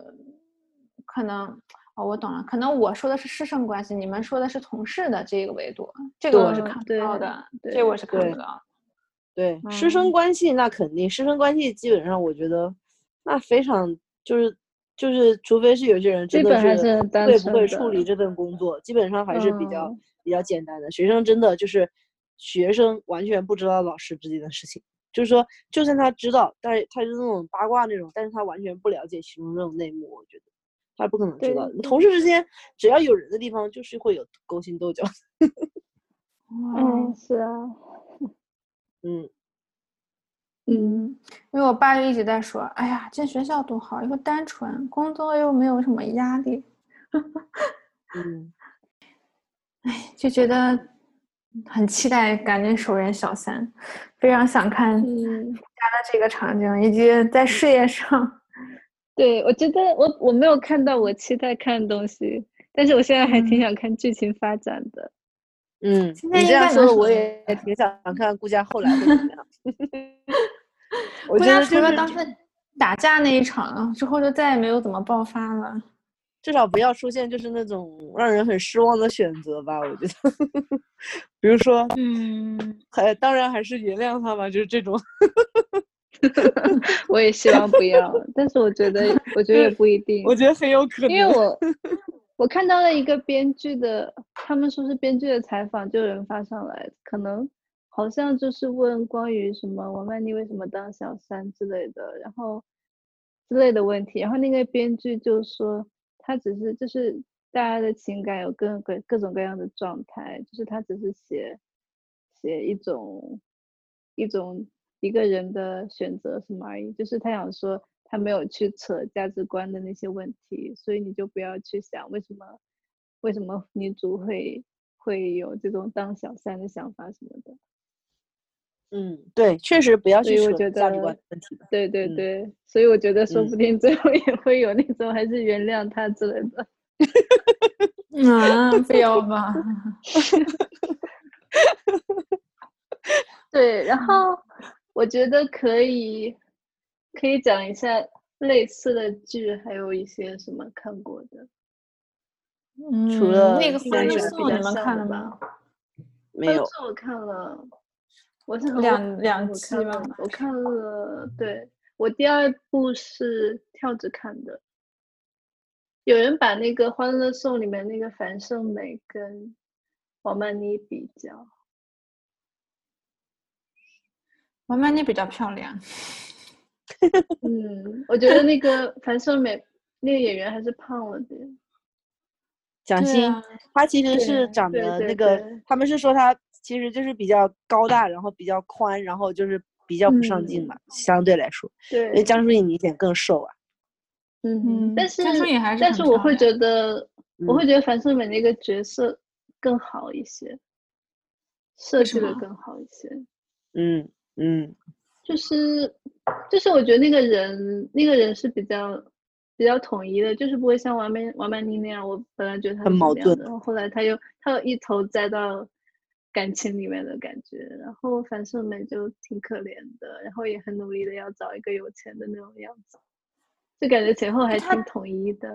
[SPEAKER 3] 可能哦，我懂了，可能我说的是师生关系，你们说的是同事的这个维度，这个我是
[SPEAKER 2] 对
[SPEAKER 3] 看不
[SPEAKER 2] 对
[SPEAKER 3] 到的，这个我是看
[SPEAKER 1] 对
[SPEAKER 3] 不到的。
[SPEAKER 1] 对师生
[SPEAKER 3] 嗯
[SPEAKER 1] 关系那肯定，师生关系基本上我觉得那非常就是就是，除非是有些人真
[SPEAKER 2] 基
[SPEAKER 1] 的
[SPEAKER 2] 本还
[SPEAKER 1] 是
[SPEAKER 2] 是很单
[SPEAKER 1] 会不
[SPEAKER 2] 纯
[SPEAKER 1] 会处
[SPEAKER 2] 的
[SPEAKER 1] 理这份工作，基本上还是比较、
[SPEAKER 2] 嗯
[SPEAKER 1] 比较简单的。学生真的就是学生完全不知道老师之间的事情。就是说，就算他知道，但是他是那种八卦那种，但是他完全不了解其中这种内幕，我觉得他不可能知
[SPEAKER 2] 对
[SPEAKER 1] 道的。
[SPEAKER 2] 对
[SPEAKER 1] 同事之间只要有人的地方，就是会有勾心斗角。
[SPEAKER 2] 嗯嗯，是啊，
[SPEAKER 1] 嗯，
[SPEAKER 2] 嗯，
[SPEAKER 3] 因为我爸就一直在说，哎呀，进学校多好，又单纯，工作又没有什么压力，
[SPEAKER 1] 嗯，
[SPEAKER 3] 哎，就觉得很期待赶紧手刃小三，非常想看家
[SPEAKER 2] 嗯，
[SPEAKER 3] 的这个场景，以及在事业上，
[SPEAKER 2] 对，我觉得我我没有看到我期待看的东西，但是我现在还挺
[SPEAKER 3] 嗯
[SPEAKER 2] 想看剧情发展的。
[SPEAKER 1] 嗯，
[SPEAKER 3] 现在
[SPEAKER 1] 你
[SPEAKER 3] 应
[SPEAKER 1] 这样
[SPEAKER 3] 该
[SPEAKER 1] 说
[SPEAKER 3] 能
[SPEAKER 1] 的，我
[SPEAKER 3] 说
[SPEAKER 1] 也挺想看顾佳后来会怎么 样。我
[SPEAKER 3] 不
[SPEAKER 1] 觉
[SPEAKER 3] 然
[SPEAKER 1] 得
[SPEAKER 3] 除
[SPEAKER 1] 就
[SPEAKER 3] 了
[SPEAKER 1] 是
[SPEAKER 3] 当时打架那一场之后，就再也没有怎么爆发了。
[SPEAKER 1] 至少不要出现就是那种让人很失望的选择吧，我觉得。 比如说，
[SPEAKER 3] 嗯，
[SPEAKER 1] 还当然还是原谅他吧，就是这种。
[SPEAKER 2] 我也希望不要，但是我觉得， 我觉得也不一定，
[SPEAKER 1] 我觉得很有可能。
[SPEAKER 2] 因为 我我看到了一个编剧的，他们说是编剧的采访，就有人发上来，可能好像就是问关于什么王曼妮为什么当小三之类的，然后之类的问题，然后那个编剧就说他只是就是大家的情感有各各各种各样的状态，就是他只是写写一种一种一个人的选择什么而已，就是他想说他没有去扯价值观的那些问题，所以你就不要去想为什么为什么女主会会有这种当小三的想法什么的。
[SPEAKER 1] 嗯，对，确实不要
[SPEAKER 2] 所
[SPEAKER 1] 去
[SPEAKER 2] 以我
[SPEAKER 1] 扯
[SPEAKER 2] 觉
[SPEAKER 1] 价值
[SPEAKER 2] 得
[SPEAKER 1] 观的问题吧。
[SPEAKER 2] 对对
[SPEAKER 1] 嗯
[SPEAKER 2] 对，所以我觉得说
[SPEAKER 1] 嗯
[SPEAKER 2] 不定最后也会有那种还是原谅他之类的。
[SPEAKER 3] 啊，不要吧。
[SPEAKER 1] 嗯
[SPEAKER 2] 对，然后我觉得可以可以讲一下类似的剧，还有一些什么看过的。
[SPEAKER 3] 嗯，
[SPEAKER 1] 了
[SPEAKER 3] 那个
[SPEAKER 1] 现
[SPEAKER 3] 欢
[SPEAKER 1] 在
[SPEAKER 3] 乐
[SPEAKER 1] 觉得比
[SPEAKER 3] 颂，
[SPEAKER 2] 较
[SPEAKER 3] 你们
[SPEAKER 2] 像
[SPEAKER 3] 看
[SPEAKER 2] 的
[SPEAKER 3] 了
[SPEAKER 2] 吧
[SPEAKER 3] 吗？
[SPEAKER 1] 没
[SPEAKER 2] 但
[SPEAKER 1] 有，
[SPEAKER 2] 是哦我看了，我是很
[SPEAKER 3] 两
[SPEAKER 2] 晚
[SPEAKER 3] 两
[SPEAKER 2] 我
[SPEAKER 3] 季
[SPEAKER 2] 看
[SPEAKER 3] 吧
[SPEAKER 2] 了，我看了，对，我第二部是跳着看的。有人把那个《欢乐颂》里面那个樊胜美跟王曼妮比 较，
[SPEAKER 3] 王曼妮比较漂亮。
[SPEAKER 2] 嗯，我觉得那个樊胜美那个演员还是胖了点，
[SPEAKER 1] 蒋
[SPEAKER 3] 对
[SPEAKER 1] 欣
[SPEAKER 3] 啊，
[SPEAKER 1] 她其实是
[SPEAKER 3] 对
[SPEAKER 1] 长
[SPEAKER 2] 对
[SPEAKER 1] 得
[SPEAKER 2] 对
[SPEAKER 1] 那个
[SPEAKER 2] 对，
[SPEAKER 1] 他们是说她其实就是比较高大，然后比较宽，然后就是比较不上镜
[SPEAKER 2] 嗯
[SPEAKER 1] 嘛，相对来说，因为
[SPEAKER 2] 对，
[SPEAKER 1] 江疏影明显更瘦啊。
[SPEAKER 2] 嗯，但是
[SPEAKER 3] 江疏影还是
[SPEAKER 2] 但
[SPEAKER 3] 很
[SPEAKER 2] 是我
[SPEAKER 3] 漂
[SPEAKER 2] 会
[SPEAKER 3] 亮
[SPEAKER 2] 觉得，我
[SPEAKER 1] 嗯
[SPEAKER 2] 会觉得樊胜美那个角色更好一些，设
[SPEAKER 3] 为
[SPEAKER 2] 计
[SPEAKER 3] 什
[SPEAKER 2] 的
[SPEAKER 3] 么
[SPEAKER 2] 更好一些。
[SPEAKER 1] 嗯嗯
[SPEAKER 2] 就是就是我觉得那个人那个人是比较比较统一的，就是不会像王曼王曼妮那样，我本来觉得他
[SPEAKER 1] 很
[SPEAKER 2] 是
[SPEAKER 1] 矛
[SPEAKER 2] 那样
[SPEAKER 1] 盾
[SPEAKER 2] 的，然后后来他又他又一头栽到感情里面的感觉，然后樊胜美就挺可怜的，然后也很努力的要找一个有钱的那种样子，就感觉前后还
[SPEAKER 3] 他
[SPEAKER 2] 挺统一的。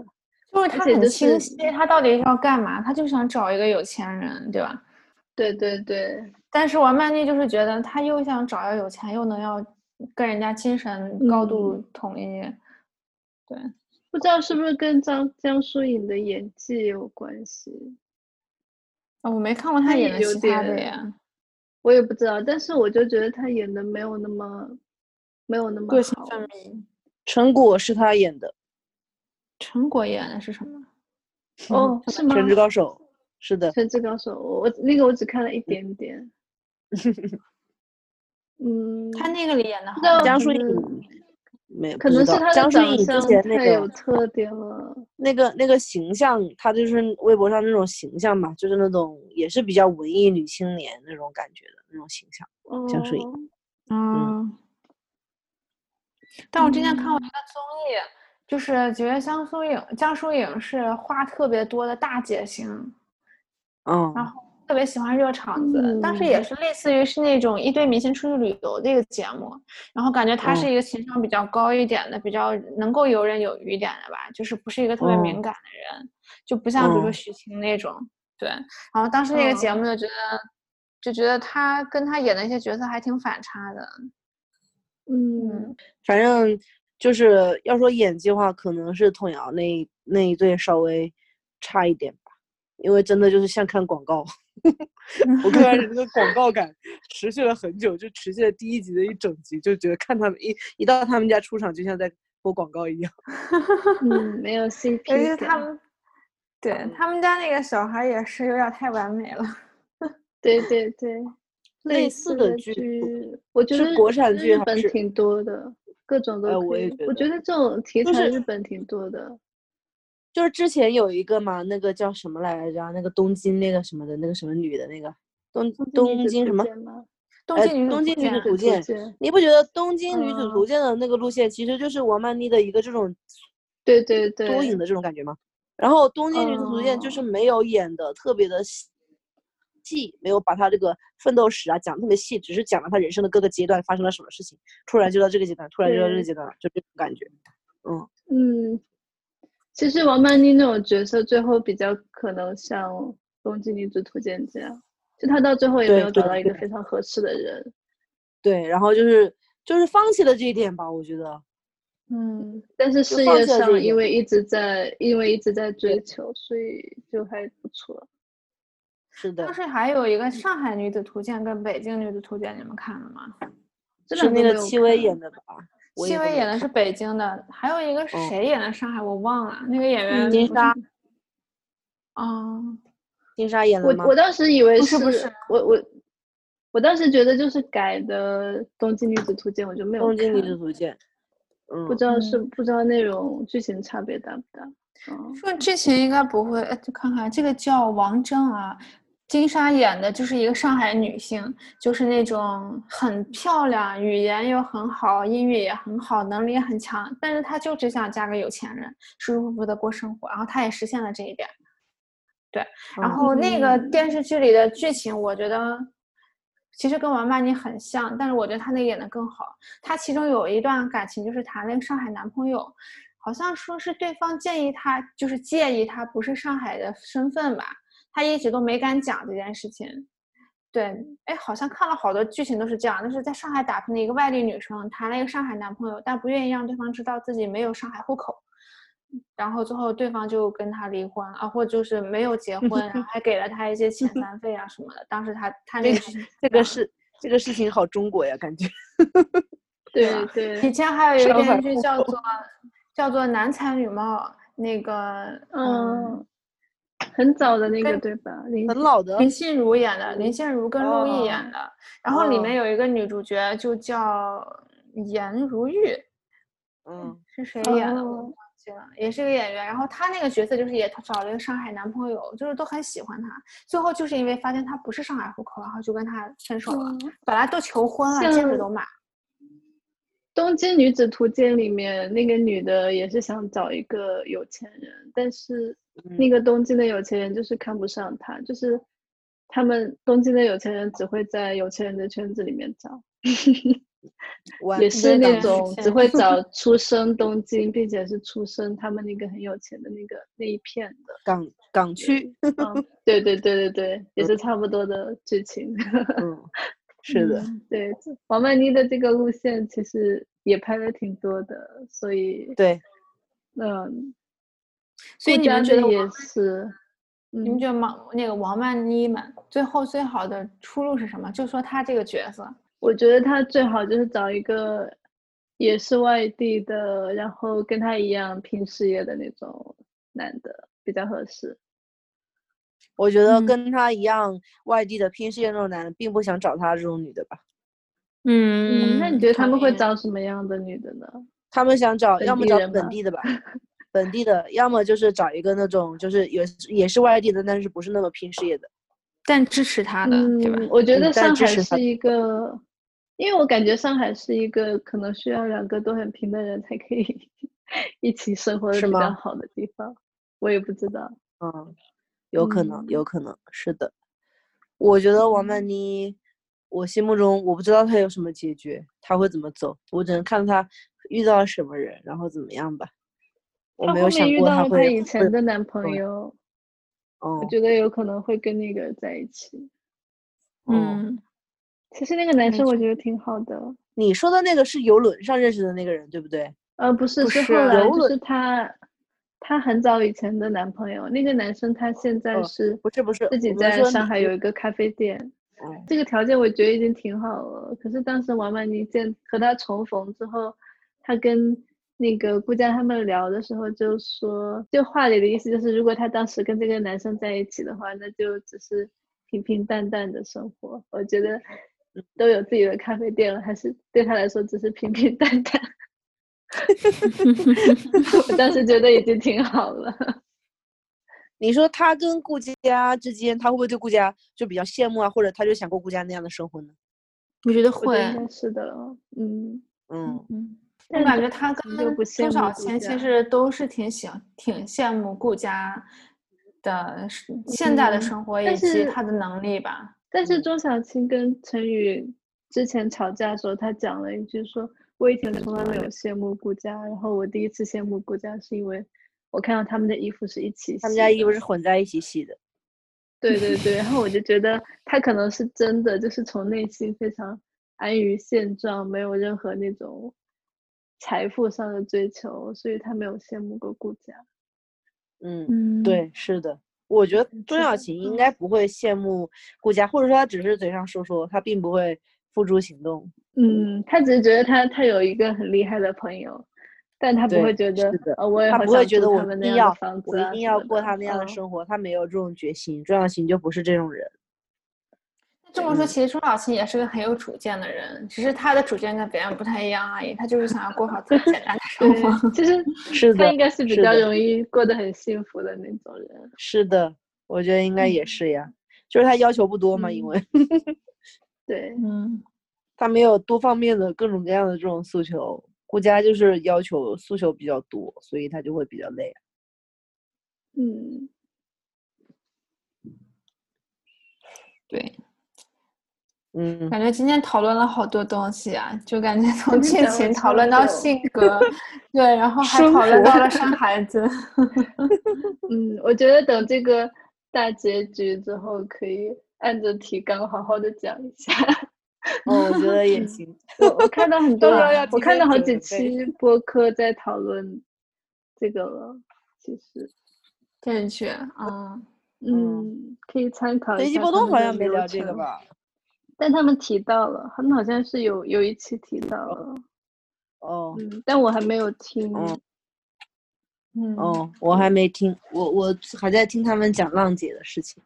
[SPEAKER 3] 就是
[SPEAKER 2] 而
[SPEAKER 3] 他
[SPEAKER 2] 且
[SPEAKER 3] 很
[SPEAKER 2] 就
[SPEAKER 3] 清
[SPEAKER 2] 是
[SPEAKER 3] 晰，他到底要干嘛？他就想找一个有钱人，对吧？
[SPEAKER 2] 对对对，
[SPEAKER 3] 但是王曼妮就是觉得，她又想找要有钱，又能要跟人家精神高度统一。对，
[SPEAKER 2] 不知道是不是跟张江疏影的演技有关系。
[SPEAKER 3] 啊我没看过
[SPEAKER 2] 她
[SPEAKER 3] 她
[SPEAKER 2] 也
[SPEAKER 3] 演的
[SPEAKER 2] 有
[SPEAKER 3] 其他的
[SPEAKER 2] 点
[SPEAKER 3] 呀，
[SPEAKER 2] 我也不知道，但是我就觉得他演的没有那么没有那么
[SPEAKER 3] 个性
[SPEAKER 2] 好。
[SPEAKER 3] 分明。
[SPEAKER 1] 陈果是她演的
[SPEAKER 3] 陈果演的是什么？
[SPEAKER 2] 哦，
[SPEAKER 1] 《
[SPEAKER 2] 是吗？
[SPEAKER 1] 全职高手》，是的，
[SPEAKER 2] 全职高手，我我那个我只看了一点点。 嗯，
[SPEAKER 3] 她那个里演的好
[SPEAKER 2] 不知道
[SPEAKER 3] 吗，
[SPEAKER 1] 江
[SPEAKER 2] 可
[SPEAKER 1] 疏影
[SPEAKER 2] 能
[SPEAKER 1] 没有，
[SPEAKER 2] 哦嗯可
[SPEAKER 1] 不知
[SPEAKER 2] 能是
[SPEAKER 1] 道
[SPEAKER 2] 他的
[SPEAKER 1] 江疏
[SPEAKER 2] 长
[SPEAKER 1] 影之
[SPEAKER 2] 相
[SPEAKER 1] 前那
[SPEAKER 2] 太有
[SPEAKER 1] 个
[SPEAKER 2] 特点了。
[SPEAKER 1] 那个那个形象，她就是微博上那种形象嘛，就是那种也是比较文艺女青年那种感觉的那种形象。
[SPEAKER 2] 哦，
[SPEAKER 1] 江疏影
[SPEAKER 3] 嗯。但我之前看过一
[SPEAKER 2] 嗯
[SPEAKER 3] 个综艺，就是觉得江疏影，江疏影是话特别多的大姐型，
[SPEAKER 1] 嗯，
[SPEAKER 3] 然后特别喜欢热场子，当时也
[SPEAKER 2] 嗯
[SPEAKER 3] 是类似于是那种一堆明星出去旅游的一个节目，然后感觉他
[SPEAKER 1] 嗯
[SPEAKER 3] 是一个情商比较高一点的，比较能够游刃有余一点的吧，就是不是一个特别敏
[SPEAKER 1] 嗯
[SPEAKER 3] 感的人，就不像比如说
[SPEAKER 1] 嗯
[SPEAKER 3] 许晴那种，对。然后当时那个节
[SPEAKER 2] 嗯
[SPEAKER 3] 目就觉得，就觉得他跟他演的一些角色还挺反差的，
[SPEAKER 2] 嗯，
[SPEAKER 1] 反正就是要说演技的话，可能是童瑶那一那一对稍微差一点吧，因为真的就是像看广告。 我看完那个广告感持续了很久，就持续了第一集的一整集，就觉得看他们一一到他们家出场，就像在播广告一样。
[SPEAKER 2] 嗯，没
[SPEAKER 1] 哎
[SPEAKER 2] 有
[SPEAKER 3] 尤其
[SPEAKER 2] CP
[SPEAKER 3] 是他
[SPEAKER 2] 感。
[SPEAKER 3] 们，嗯对他们家那个小孩也是有点太完美了。
[SPEAKER 2] 对对对，
[SPEAKER 1] 类似
[SPEAKER 2] 似
[SPEAKER 1] 的剧
[SPEAKER 2] 剧，我觉
[SPEAKER 1] 是
[SPEAKER 2] 得
[SPEAKER 1] 国产剧
[SPEAKER 2] 日
[SPEAKER 1] 还
[SPEAKER 2] 本
[SPEAKER 1] 是
[SPEAKER 2] 挺多的，各种都
[SPEAKER 1] 哎
[SPEAKER 2] 可以。
[SPEAKER 1] 我也觉
[SPEAKER 2] 我觉
[SPEAKER 1] 得
[SPEAKER 2] 得这种题
[SPEAKER 1] 就
[SPEAKER 2] 材
[SPEAKER 1] 是
[SPEAKER 2] 日本挺多的。
[SPEAKER 1] 就是之前有一个嘛，那个叫什么来着？那个东京那个什么的，那个什么女的那个东东京什么？
[SPEAKER 2] 么？
[SPEAKER 3] 东
[SPEAKER 1] 哎
[SPEAKER 3] 京女子
[SPEAKER 1] 东
[SPEAKER 3] 图
[SPEAKER 1] 京女子
[SPEAKER 3] 鉴
[SPEAKER 1] 图鉴你不觉得《东京女子图
[SPEAKER 2] 啊
[SPEAKER 1] 鉴》的那个路线其实就是王曼妮的一个这种
[SPEAKER 2] 对对
[SPEAKER 1] 缩影
[SPEAKER 2] 对，
[SPEAKER 1] 的这种感觉吗？然后《东京女子图鉴》就是没有演的特别的细，没有把她这个奋斗史啊讲得特别细，只是讲了她人生的各个阶段发生了什么事情，突然就到这个阶段，突然就到这个
[SPEAKER 2] 对
[SPEAKER 1] 阶段了，就这种感觉。嗯，
[SPEAKER 2] 嗯，其实王曼妮那种角色最后比较可能像《东京女子图鉴》这样，就她到最后也没
[SPEAKER 1] 对
[SPEAKER 2] 有
[SPEAKER 1] 对
[SPEAKER 2] 找到一个
[SPEAKER 1] 对
[SPEAKER 2] 非常合适的人。
[SPEAKER 1] 对，然后就是就是放弃了这一点吧，我觉得。
[SPEAKER 2] 嗯，但是
[SPEAKER 1] 就
[SPEAKER 2] 事
[SPEAKER 1] 放
[SPEAKER 2] 业
[SPEAKER 1] 弃了这
[SPEAKER 2] 上
[SPEAKER 1] 一
[SPEAKER 2] 因
[SPEAKER 1] 点
[SPEAKER 2] 为一直在因为一直在追求，所以就还不错。
[SPEAKER 1] 是的
[SPEAKER 3] 当，时还有一个《上海女子图鉴》跟《北京女子图鉴》，你们看了吗？
[SPEAKER 2] 这
[SPEAKER 1] 是
[SPEAKER 2] 两
[SPEAKER 1] 那
[SPEAKER 2] 没
[SPEAKER 1] 个
[SPEAKER 2] 有
[SPEAKER 1] 戚薇
[SPEAKER 2] 看啊
[SPEAKER 1] 演的吧？我
[SPEAKER 3] 戚
[SPEAKER 1] 也
[SPEAKER 3] 薇
[SPEAKER 1] 没
[SPEAKER 3] 演
[SPEAKER 1] 有
[SPEAKER 3] 的是北京的，还有一个是
[SPEAKER 1] 哦
[SPEAKER 3] 谁演的上海，我忘了。那个演
[SPEAKER 1] 看
[SPEAKER 3] 员
[SPEAKER 1] 嗯金
[SPEAKER 3] 不
[SPEAKER 1] 莎
[SPEAKER 3] 是，嗯，
[SPEAKER 1] 金莎演了
[SPEAKER 2] 我
[SPEAKER 1] 吗？
[SPEAKER 2] 我当时以为
[SPEAKER 3] 不是不是
[SPEAKER 2] 我我我当时觉得就是改的《东京女子图鉴》，我就没有
[SPEAKER 1] 东京女子
[SPEAKER 2] 看
[SPEAKER 1] 图鉴，嗯
[SPEAKER 2] 不，知道是
[SPEAKER 3] 嗯
[SPEAKER 2] 不知道内容剧情差别大不大。嗯，
[SPEAKER 3] 说之前应该不会，哎，就看看这个叫王正啊，金莎演的就是一个上海女性，就是那种很漂亮，语言又很好，英语也很好，能力也很强，但是她就只想嫁给有钱人，舒舒服服的过生活，然后她也实现了这一点。
[SPEAKER 1] 嗯
[SPEAKER 3] 然后那个
[SPEAKER 2] 嗯
[SPEAKER 3] 电视剧里的剧情，我觉得其实跟王曼妮很像，但是我觉得她那个演的更好。她其中有一段感情就是谈了一个上海男朋友，好像说是对方建议她，就是介意她不是上海的身份吧，她一直都没敢讲这件事情。对，哎，好像看了好多剧情都是这样，就是在上海打拼的一个外地女生，谈了一个上海男朋友，但不愿意让对方知道自己没有上海户口，然后最后对方就跟她离婚啊，或就是没有结婚，然后还给了她一些遣散费啊什么的。当时她她那
[SPEAKER 1] 这个
[SPEAKER 3] 个剧情
[SPEAKER 1] 这
[SPEAKER 3] 讲
[SPEAKER 1] 个
[SPEAKER 3] 了
[SPEAKER 1] 事这个事情好中国呀，感觉。
[SPEAKER 2] 对
[SPEAKER 1] 啊
[SPEAKER 3] 吧 以
[SPEAKER 2] 对，
[SPEAKER 3] 前还有一个
[SPEAKER 1] 上海
[SPEAKER 3] 电视剧
[SPEAKER 1] 户
[SPEAKER 3] 叫
[SPEAKER 1] 口
[SPEAKER 3] 做叫做《男才女貌》，那个嗯，
[SPEAKER 2] 嗯，很早的那个
[SPEAKER 3] 跟
[SPEAKER 2] 对吧？林
[SPEAKER 1] 很老的
[SPEAKER 3] 林心如演的，林心如跟陆毅
[SPEAKER 1] 哦
[SPEAKER 3] 演的，然后里面有一个女主角就叫颜如玉，
[SPEAKER 1] 嗯，
[SPEAKER 3] 是谁演的？我
[SPEAKER 2] 哦
[SPEAKER 3] 忘记了，也是个演员。然后她那个角色就是也找了一个上海男朋友，就是都很喜欢她，最后就是因为发现他不是上海户口，然后就跟他分手了。
[SPEAKER 2] 嗯
[SPEAKER 3] 本来都求婚了，戒指
[SPEAKER 2] 像
[SPEAKER 3] 都买了。
[SPEAKER 2] 东京女子图鉴》里面那个女的也是想找一个有钱人，但是那
[SPEAKER 1] 嗯
[SPEAKER 2] 个东京的有钱人就是看不上她，就是他们东京的有钱人只会在有钱人的圈子里面找。
[SPEAKER 1] 完
[SPEAKER 2] 也
[SPEAKER 1] 全
[SPEAKER 2] 是
[SPEAKER 3] 的
[SPEAKER 2] 那
[SPEAKER 3] 是
[SPEAKER 2] 种
[SPEAKER 3] 这
[SPEAKER 2] 只
[SPEAKER 3] 样
[SPEAKER 2] 会 找出生东京，并且是出生他们那个很有钱的那个那一片的。
[SPEAKER 1] 港港区，
[SPEAKER 2] 嗯，对对对对对，
[SPEAKER 3] 嗯
[SPEAKER 2] 也是差不多的剧情。
[SPEAKER 1] 嗯，是的，
[SPEAKER 3] 嗯
[SPEAKER 2] 对，王曼妮的这个路线其实也拍的挺多的，所以
[SPEAKER 1] 对，
[SPEAKER 2] 嗯，
[SPEAKER 3] 所以
[SPEAKER 2] 顾
[SPEAKER 3] 你们
[SPEAKER 2] 佳
[SPEAKER 3] 觉
[SPEAKER 2] 的
[SPEAKER 3] 得
[SPEAKER 2] 也
[SPEAKER 3] 王
[SPEAKER 2] 是，
[SPEAKER 3] 你们
[SPEAKER 2] 嗯，
[SPEAKER 3] 觉得王那个王曼妮们最后最好的出路是什么？就说她这个角色，
[SPEAKER 2] 我觉得她最好就是找一个也是外地的，然后跟她一样拼事业的那种男的比较合适。
[SPEAKER 1] 我觉得
[SPEAKER 3] 嗯
[SPEAKER 1] 跟她一样外地的拼事业那种男的，并不想找她这种女的吧。
[SPEAKER 3] 嗯
[SPEAKER 2] 嗯，那你觉得他
[SPEAKER 3] 同
[SPEAKER 2] 们会
[SPEAKER 3] 意
[SPEAKER 2] 找什么样的女的呢？
[SPEAKER 1] 他们想找，
[SPEAKER 2] 本
[SPEAKER 1] 要么
[SPEAKER 2] 地
[SPEAKER 1] 找
[SPEAKER 2] 人
[SPEAKER 1] 本
[SPEAKER 2] 吧
[SPEAKER 1] 地的 吧，本地的，要么就是找一个那种就是也是也是外地的，但是不是那么拼事业的。
[SPEAKER 3] 但支持她的，对吧？
[SPEAKER 2] 嗯，我觉
[SPEAKER 1] 嗯
[SPEAKER 2] 得
[SPEAKER 1] 但
[SPEAKER 2] 上
[SPEAKER 1] 支
[SPEAKER 2] 海
[SPEAKER 1] 持他
[SPEAKER 2] 是一个，因为我感觉上海是一个可能需要两个都很平的人才可以 一起生活的
[SPEAKER 1] 是
[SPEAKER 2] 比较
[SPEAKER 1] 吗
[SPEAKER 2] 好的地方。我也不知道，
[SPEAKER 1] 嗯，有可能，
[SPEAKER 2] 嗯
[SPEAKER 1] 有可能是的。我觉得王曼妮，我心目中我不知道她有什么结局，她会怎么走，我只能看她遇到了什么人，然后怎么样吧。我
[SPEAKER 2] 她
[SPEAKER 1] 没
[SPEAKER 2] 后
[SPEAKER 1] 有
[SPEAKER 2] 面
[SPEAKER 1] 想
[SPEAKER 2] 遇
[SPEAKER 1] 过
[SPEAKER 2] 到
[SPEAKER 1] 她
[SPEAKER 2] 了
[SPEAKER 1] 会
[SPEAKER 2] 她以前
[SPEAKER 1] 会
[SPEAKER 2] 的男朋
[SPEAKER 1] 嗯
[SPEAKER 2] 友，我
[SPEAKER 1] 哦
[SPEAKER 2] 觉得有可能会跟那个在一起。
[SPEAKER 1] 哦，
[SPEAKER 3] 嗯，
[SPEAKER 2] 其实那个男
[SPEAKER 3] 没
[SPEAKER 2] 生我
[SPEAKER 3] 错
[SPEAKER 2] 觉得挺好的，
[SPEAKER 1] 你说的那个是游轮上认识的那个人，对不对？
[SPEAKER 2] 呃，不是，
[SPEAKER 3] 不
[SPEAKER 2] 是
[SPEAKER 3] 是
[SPEAKER 2] 后来
[SPEAKER 1] 柔
[SPEAKER 2] 就
[SPEAKER 1] 软
[SPEAKER 2] 是她，她很早以前的男朋友，那个男生他现在
[SPEAKER 1] 哦
[SPEAKER 2] 是
[SPEAKER 1] 不是不是
[SPEAKER 2] 自己
[SPEAKER 1] 我们
[SPEAKER 2] 在
[SPEAKER 1] 说
[SPEAKER 2] 上
[SPEAKER 1] 你
[SPEAKER 2] 海有一个咖啡店。
[SPEAKER 1] 哦，
[SPEAKER 2] 这个条件我觉得已经挺好了。可是当时王曼妮见和他重逢之后，他跟那个顾佳他们聊的时候就说，就话里的意思就是，如果他当时跟
[SPEAKER 1] 嗯
[SPEAKER 2] 这个男生在一起的话，那就只是平平淡淡的生活。我觉得都有自己的咖啡店了，还是对他来说只是平平淡淡。 我当时觉得已经挺好了。
[SPEAKER 1] 你说他跟顾佳之间，他会不会对顾佳就比较羡慕啊？或者他就想过顾佳那样的生活呢？
[SPEAKER 3] 我觉得
[SPEAKER 2] 我觉
[SPEAKER 3] 会
[SPEAKER 2] 得，应该是的了，嗯，
[SPEAKER 1] 嗯，
[SPEAKER 3] 嗯，我
[SPEAKER 2] 但
[SPEAKER 3] 感觉他
[SPEAKER 2] 你
[SPEAKER 3] 跟
[SPEAKER 2] 就不羡
[SPEAKER 3] 钟
[SPEAKER 2] 慕
[SPEAKER 3] 小
[SPEAKER 2] 顾
[SPEAKER 3] 琴
[SPEAKER 2] 家
[SPEAKER 3] 其实都是挺喜挺羡慕顾佳的是现在的
[SPEAKER 2] 嗯
[SPEAKER 3] 生活
[SPEAKER 2] 但
[SPEAKER 3] 以及
[SPEAKER 2] 是
[SPEAKER 3] 她的能力吧。
[SPEAKER 2] 但是
[SPEAKER 1] 嗯
[SPEAKER 2] 钟小青跟陈宇之前吵架的时候，他讲了一句说：“我以前从来没有羡慕顾佳，然后我第一次羡慕顾佳是因为我看到他们的衣服是一起洗的。”
[SPEAKER 1] 他们家衣服是混在一起洗的。
[SPEAKER 2] 对对对，然后我就觉得他可能是真的，就是从内心非常安于现状，没有任何那种财富上的追求，所以他没有羡慕过顾佳。
[SPEAKER 1] 嗯，
[SPEAKER 3] 嗯，
[SPEAKER 1] 对，是的。我觉得钟
[SPEAKER 2] 是
[SPEAKER 1] 小
[SPEAKER 2] 的
[SPEAKER 1] 琴
[SPEAKER 2] 嗯
[SPEAKER 1] 应该不会羡慕顾佳，或者说她只是嘴上说说，她并不会付诸行动。
[SPEAKER 2] 嗯，他只是觉得他他有一个很厉害的朋友，但他不
[SPEAKER 1] 对
[SPEAKER 2] 会觉得
[SPEAKER 1] 是的，
[SPEAKER 2] 呃，我也
[SPEAKER 1] 她
[SPEAKER 2] 好
[SPEAKER 1] 不会
[SPEAKER 2] 想
[SPEAKER 1] 觉
[SPEAKER 2] 住
[SPEAKER 1] 得
[SPEAKER 2] 他
[SPEAKER 1] 我
[SPEAKER 2] 们
[SPEAKER 1] 一
[SPEAKER 2] 那
[SPEAKER 1] 定
[SPEAKER 2] 样
[SPEAKER 1] 要
[SPEAKER 2] 的房子
[SPEAKER 1] 我一
[SPEAKER 2] 啊
[SPEAKER 1] 定
[SPEAKER 2] 什
[SPEAKER 1] 要
[SPEAKER 2] 么
[SPEAKER 1] 过
[SPEAKER 2] 的
[SPEAKER 1] 她那样的
[SPEAKER 2] 嗯
[SPEAKER 1] 生活，她没有这种决心。钟小琴就不是这种人。
[SPEAKER 3] 这么说，
[SPEAKER 1] 嗯
[SPEAKER 3] 其实钟小琴也是个很有主见的人，只是她的主见跟别人不太一样而已。她就是想要过好自己简单的生活。
[SPEAKER 2] 对，就是
[SPEAKER 1] 是
[SPEAKER 2] 他
[SPEAKER 1] 的
[SPEAKER 2] 应该是比
[SPEAKER 1] 是
[SPEAKER 2] 较
[SPEAKER 1] 的
[SPEAKER 2] 容易过得很幸福的那种人。
[SPEAKER 1] 是的，我觉得应该也
[SPEAKER 2] 嗯
[SPEAKER 1] 是呀，就是她要求不多嘛，因
[SPEAKER 2] 嗯
[SPEAKER 1] 为
[SPEAKER 2] 对，
[SPEAKER 3] 嗯，
[SPEAKER 1] 她没有多方面的各种各样的这种诉求。顾佳就是要求诉求比较多，所以她就会比较累。啊
[SPEAKER 2] 嗯，
[SPEAKER 3] 对，
[SPEAKER 1] 嗯，
[SPEAKER 3] 感觉今天讨论了好多东西啊，就感觉从
[SPEAKER 2] 今
[SPEAKER 3] 亲
[SPEAKER 2] 天
[SPEAKER 3] 情
[SPEAKER 2] 讲
[SPEAKER 3] 讨
[SPEAKER 2] 了
[SPEAKER 3] 论到
[SPEAKER 2] 超久
[SPEAKER 3] 性 格，对，然后还
[SPEAKER 1] 生
[SPEAKER 3] 讨论
[SPEAKER 1] 活
[SPEAKER 3] 到了生孩子。
[SPEAKER 2] 嗯，我觉得等这个大结局之后，可以按着提纲好好的讲一下。
[SPEAKER 1] 哦，我觉得
[SPEAKER 2] 嗯
[SPEAKER 1] 也行。
[SPEAKER 2] 我我看到很
[SPEAKER 1] 到
[SPEAKER 2] 多
[SPEAKER 1] 时候要，提
[SPEAKER 2] 我看
[SPEAKER 1] 前
[SPEAKER 2] 到好几
[SPEAKER 1] 准备
[SPEAKER 2] 期播客在讨论这个了。其实，
[SPEAKER 3] 正确，嗯，
[SPEAKER 2] 嗯，可以参考
[SPEAKER 1] 随
[SPEAKER 2] 一
[SPEAKER 1] 机
[SPEAKER 2] 下
[SPEAKER 1] 波
[SPEAKER 2] 他
[SPEAKER 1] 动
[SPEAKER 2] 们
[SPEAKER 1] 好
[SPEAKER 2] 的
[SPEAKER 1] 像没
[SPEAKER 2] 流
[SPEAKER 1] 聊这个
[SPEAKER 2] 程？
[SPEAKER 1] 吧？
[SPEAKER 2] 但他们提到了，他们好像是有有一期提到了，
[SPEAKER 1] 哦，
[SPEAKER 2] 嗯，但我还没有听。
[SPEAKER 1] 嗯
[SPEAKER 3] 嗯
[SPEAKER 1] 哦，我还没听，我我还在听他们讲浪姐的事情。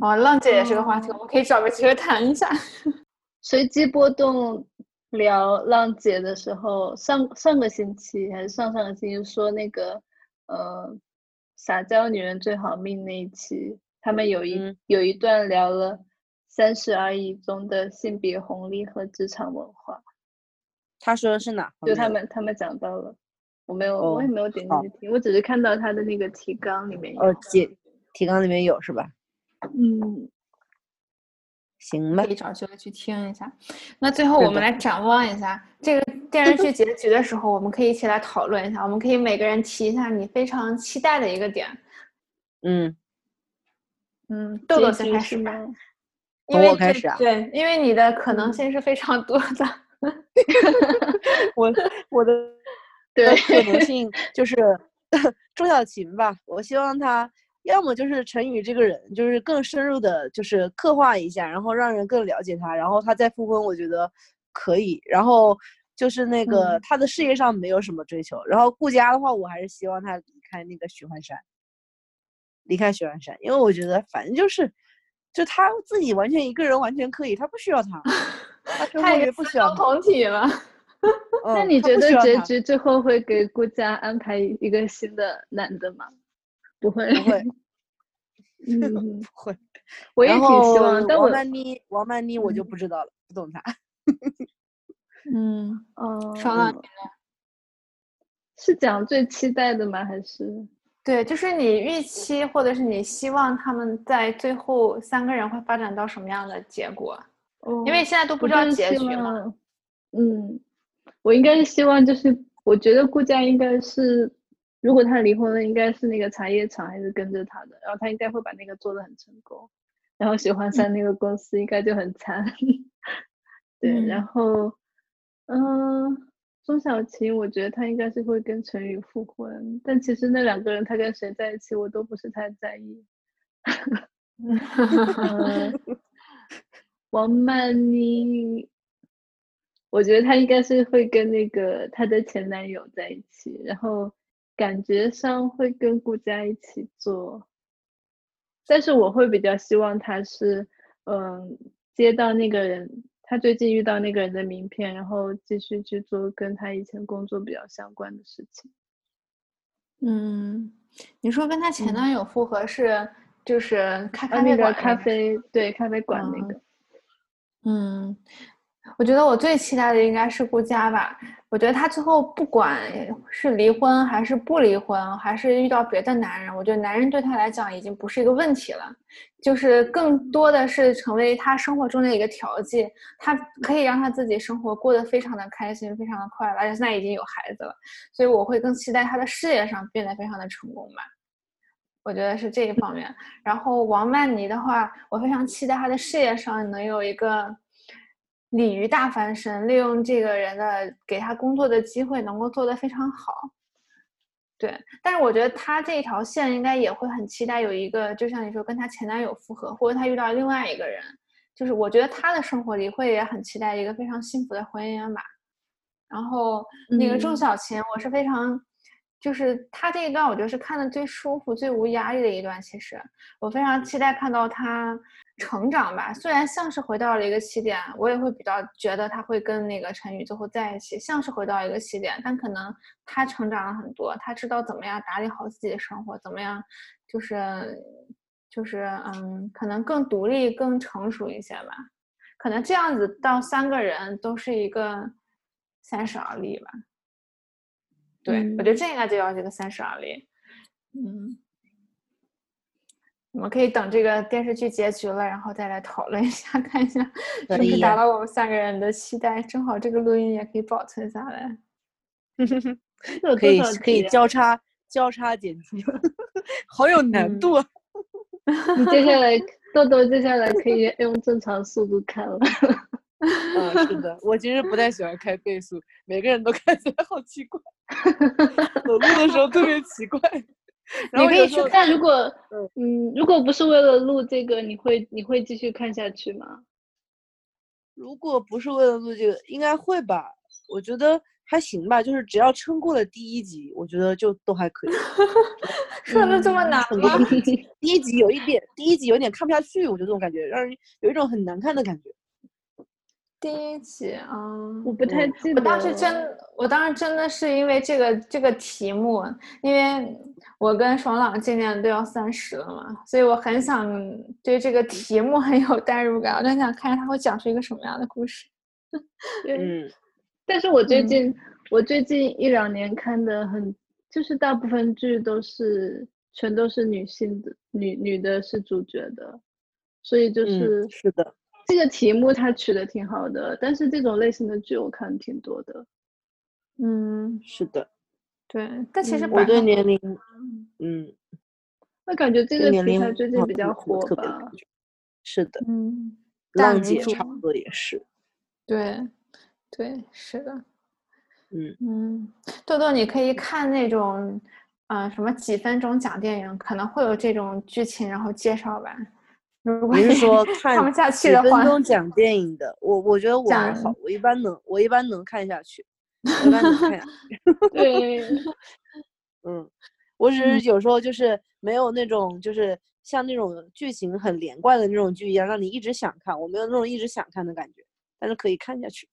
[SPEAKER 3] 哦，浪姐也是个话题，我们可以找个机会谈一下。
[SPEAKER 2] 随机波动聊浪姐的时候，上上个星期还是上上个星期说那个，呃，撒娇女人最好命那一期，他们有一、
[SPEAKER 1] 嗯
[SPEAKER 2] 有一段聊了《三十而已》中的性别红利和职场文化，
[SPEAKER 1] 他说的是哪方
[SPEAKER 2] 就
[SPEAKER 1] 面的？
[SPEAKER 2] 他们他们讲到了，我没有、我也
[SPEAKER 1] 哦
[SPEAKER 2] 没有点
[SPEAKER 1] 好
[SPEAKER 2] 进去听，我只是看到他的那个提纲里面有，
[SPEAKER 1] 哦，解提纲里面有是吧？
[SPEAKER 2] 嗯，
[SPEAKER 1] 行吧
[SPEAKER 3] 可以，找机会去听一下。那最后我
[SPEAKER 1] 的
[SPEAKER 3] 们来展望一下这个电视剧结局的时候，我们可以一起来讨论一下。我们可以每个人提一下你非常期待的一个点。
[SPEAKER 1] 嗯，
[SPEAKER 3] 嗯，豆豆
[SPEAKER 2] 结
[SPEAKER 3] 先
[SPEAKER 2] 局
[SPEAKER 3] 开
[SPEAKER 2] 是
[SPEAKER 3] 始吧，
[SPEAKER 2] 吗？
[SPEAKER 3] 因
[SPEAKER 1] 从
[SPEAKER 3] 为
[SPEAKER 1] 我开
[SPEAKER 3] 这
[SPEAKER 1] 始啊
[SPEAKER 3] 对，因为你的可能
[SPEAKER 2] 嗯
[SPEAKER 3] 性是非常多的。
[SPEAKER 1] 我我的
[SPEAKER 2] 对，
[SPEAKER 1] 可能性就是 钟小琴吧，我希望她要么就是陈宇这个人，就是更深入的，就是刻画一下，然后让人更了解他，然后他再复婚，我觉得可以。然后就是那个、
[SPEAKER 2] 嗯
[SPEAKER 1] 他的事业上没有什么追求，然后顾佳的话，我还是希望他离开那个许幻山，离开许幻山，因为我觉得反正就是。就他自己完全一个人完全可以，他不需要 他，他生
[SPEAKER 3] 他
[SPEAKER 1] 活
[SPEAKER 3] 已
[SPEAKER 1] 也
[SPEAKER 3] 经
[SPEAKER 1] 不
[SPEAKER 3] 四
[SPEAKER 1] 需要
[SPEAKER 3] 周
[SPEAKER 1] 他。
[SPEAKER 3] 同体了，
[SPEAKER 1] 嗯
[SPEAKER 2] 哦那你
[SPEAKER 1] 他
[SPEAKER 2] 觉
[SPEAKER 1] 不需
[SPEAKER 2] 得
[SPEAKER 1] 要
[SPEAKER 2] 结
[SPEAKER 1] 他
[SPEAKER 2] 局最后会给顾佳安排一个新的男的吗？不会，
[SPEAKER 1] 不 会
[SPEAKER 2] 嗯，
[SPEAKER 1] 会？
[SPEAKER 2] 我也
[SPEAKER 1] 然
[SPEAKER 2] 挺
[SPEAKER 1] 后
[SPEAKER 2] 希望，但我
[SPEAKER 1] 王曼妮，王曼妮我就
[SPEAKER 2] 嗯
[SPEAKER 1] 不知道了，不懂她。
[SPEAKER 3] 嗯，
[SPEAKER 2] 嗯，
[SPEAKER 3] 爽朗
[SPEAKER 2] 是讲最期待的吗？还是
[SPEAKER 3] 对，就是你预期或者是你希望他们在最后三个人会发展到什么样的结果？因为
[SPEAKER 2] 哦
[SPEAKER 3] 现在都不
[SPEAKER 2] 我
[SPEAKER 3] 知道
[SPEAKER 2] 就是
[SPEAKER 3] 结
[SPEAKER 2] 希
[SPEAKER 3] 局嘛。
[SPEAKER 2] 望嗯，我应该是希望，就是我觉得顾佳应该是，如果他离婚了，应该是那个茶叶厂还是跟着他的，然后他应该会把那个做得很成功，然后喜欢
[SPEAKER 3] 嗯
[SPEAKER 2] 上那个公司应该就很惨。 对，然
[SPEAKER 3] 嗯
[SPEAKER 2] 后，嗯，钟小琴，我觉得她应该是会跟陈宇复婚，但其实那两个人他跟谁在一起，我都不是太在 意。 嗯，王曼妮，我觉得她应该是会跟那个她的前男友在一起，然后感觉上会跟顾佳一起做，但是我会比较希望她是，嗯，接到那个人，他最近遇到那个人的名片，然后继续去做跟他以前工作比较相关的事情。
[SPEAKER 3] 嗯，你说跟她前男友复合是就是开
[SPEAKER 2] 啊，
[SPEAKER 3] 咖
[SPEAKER 2] 嗯那
[SPEAKER 3] 啡
[SPEAKER 2] 个
[SPEAKER 3] 馆
[SPEAKER 2] 咖
[SPEAKER 3] 那个
[SPEAKER 2] 啡，对，咖啡馆那
[SPEAKER 3] 嗯
[SPEAKER 2] 个，
[SPEAKER 3] 嗯，我觉得我最期待的应该是顾佳吧。我觉得她最后不管是离婚还是不离婚，还是遇到别的男人，我觉得男人对她来讲已经不是一个问题了，就是更多的是成为她生活中的一个调剂。她可以让她自己生活过得非常的开心，非常的快乐，而且现在已经有孩子了，所以我会更期待她的事业上变得非常的成功吧。我觉得是这一方面。然后王曼妮的话，我非常期待她的事业上能有一个鲤鱼大翻身，利用这个人的给她工作的机会，能够做得非常好。对，但是我觉得她这一条线应该也会很期待有一个，就像你说跟她前男友复合，或者她遇到另外一个人，就是我觉得她的生活里会也很期待一个非常幸福的婚姻吧。然后那个郑
[SPEAKER 2] 嗯
[SPEAKER 3] 小琴，我是非常，就是她这一段，我觉得是看的最舒服、最无压力的一段。其实我非常期待看到她成长吧，虽然像是回到了一个起点，我也会比较觉得她会跟那个陈宇最后在一起，像是回到一个起点，但可能她成长了很多，她知道怎么样打理好自己的生活，怎么样就是就是嗯，可能更独立、更成熟一些吧。可能这样子到三个人都是一个三十而立吧。对，
[SPEAKER 2] 嗯
[SPEAKER 3] 我觉得这
[SPEAKER 1] 嗯
[SPEAKER 3] 应该就要这个三十而立。嗯，我们可以等这个电视剧结局了，然后再来讨论一下， 看一下
[SPEAKER 1] 可
[SPEAKER 3] 是不是达
[SPEAKER 1] 以啊
[SPEAKER 3] 到我们三个人的期待。正好这个录音也可以保存下来。
[SPEAKER 2] 这有
[SPEAKER 1] 可
[SPEAKER 2] 多
[SPEAKER 1] 以
[SPEAKER 2] 少
[SPEAKER 1] 可以
[SPEAKER 2] 集啊
[SPEAKER 1] 交叉交叉剪辑，好有难
[SPEAKER 3] 嗯
[SPEAKER 1] 度啊！
[SPEAKER 2] 你接下 来豆豆接下来可以用正常速度看了。
[SPEAKER 1] 嗯，是的，我其实不太喜欢开倍速，每个人都看起来好奇怪，走路的时候特别奇怪。然
[SPEAKER 3] 你
[SPEAKER 1] 后
[SPEAKER 3] 可
[SPEAKER 1] 有
[SPEAKER 3] 以
[SPEAKER 1] 时
[SPEAKER 3] 去
[SPEAKER 1] 候
[SPEAKER 3] 看
[SPEAKER 2] 但如果
[SPEAKER 1] 嗯
[SPEAKER 2] 嗯，如果不是为了录这个，你会你会继续看下去 吗？
[SPEAKER 1] 如果不是为了录这个，应该会吧？我觉得还行吧，就是只要撑过了第一集，我觉得就都还可以。嗯
[SPEAKER 3] 说的这么难
[SPEAKER 1] 很
[SPEAKER 3] 吗？
[SPEAKER 1] 第一集有一点，第一集有点看不下去，我就这种感觉，让人有一种很难看的感觉。
[SPEAKER 3] 第一集啊，嗯
[SPEAKER 2] 我不太
[SPEAKER 1] 嗯
[SPEAKER 2] 记得了。
[SPEAKER 3] 我当时真，我当时真的是因为这个这个题目，因为我跟爽朗今年都要三十了嘛，所以我很想对这个题目很有代入感，我就很想看看他会讲出一个什么样的故事。
[SPEAKER 2] 对
[SPEAKER 1] 嗯，
[SPEAKER 2] 但是我最
[SPEAKER 3] 嗯
[SPEAKER 2] 近、我最近一两年看的很，就是大部分剧都是全都是女性的，女女的是主角的，所以就
[SPEAKER 1] 嗯
[SPEAKER 2] 是、
[SPEAKER 1] 是的，
[SPEAKER 2] 这个题目它取的挺好的，但是这种类型的剧我看挺多的。
[SPEAKER 3] 嗯，
[SPEAKER 1] 是的，
[SPEAKER 3] 对，但其实
[SPEAKER 2] 嗯
[SPEAKER 1] 我
[SPEAKER 3] 百
[SPEAKER 1] 对
[SPEAKER 3] 合
[SPEAKER 1] 年龄，嗯，
[SPEAKER 2] 那感觉这
[SPEAKER 1] 对
[SPEAKER 2] 个
[SPEAKER 1] 年
[SPEAKER 2] 题
[SPEAKER 1] 龄
[SPEAKER 2] 材最近
[SPEAKER 1] 好
[SPEAKER 2] 比
[SPEAKER 1] 像没
[SPEAKER 2] 较
[SPEAKER 1] 什么
[SPEAKER 2] 火
[SPEAKER 1] 特别的
[SPEAKER 2] 吧
[SPEAKER 1] 感？觉是的，
[SPEAKER 3] 嗯，大
[SPEAKER 1] 浪
[SPEAKER 3] 女
[SPEAKER 1] 姐
[SPEAKER 3] 主
[SPEAKER 1] 差不多也是，
[SPEAKER 3] 对对是的。
[SPEAKER 1] 嗯，
[SPEAKER 3] 嗯，豆豆，你可以看那种，呃，什么几分钟讲电影，可能会有这种剧情，然后介绍吧。如果
[SPEAKER 1] 你是 说
[SPEAKER 3] 看不
[SPEAKER 1] 看
[SPEAKER 3] 下去
[SPEAKER 1] 几
[SPEAKER 3] 的
[SPEAKER 1] 分
[SPEAKER 3] 话，
[SPEAKER 1] 钟讲电影的？我我觉得我还
[SPEAKER 3] 讲
[SPEAKER 1] 好，我一般能，我一般能看下 去，我一般能看下去。
[SPEAKER 2] 对，
[SPEAKER 1] 嗯，我只
[SPEAKER 3] 嗯
[SPEAKER 1] 是有时候就是没有那种就是像那种剧情很连贯的那种剧一样，让你一直想看。我没有那种一直想看的感觉，但是可以看下去。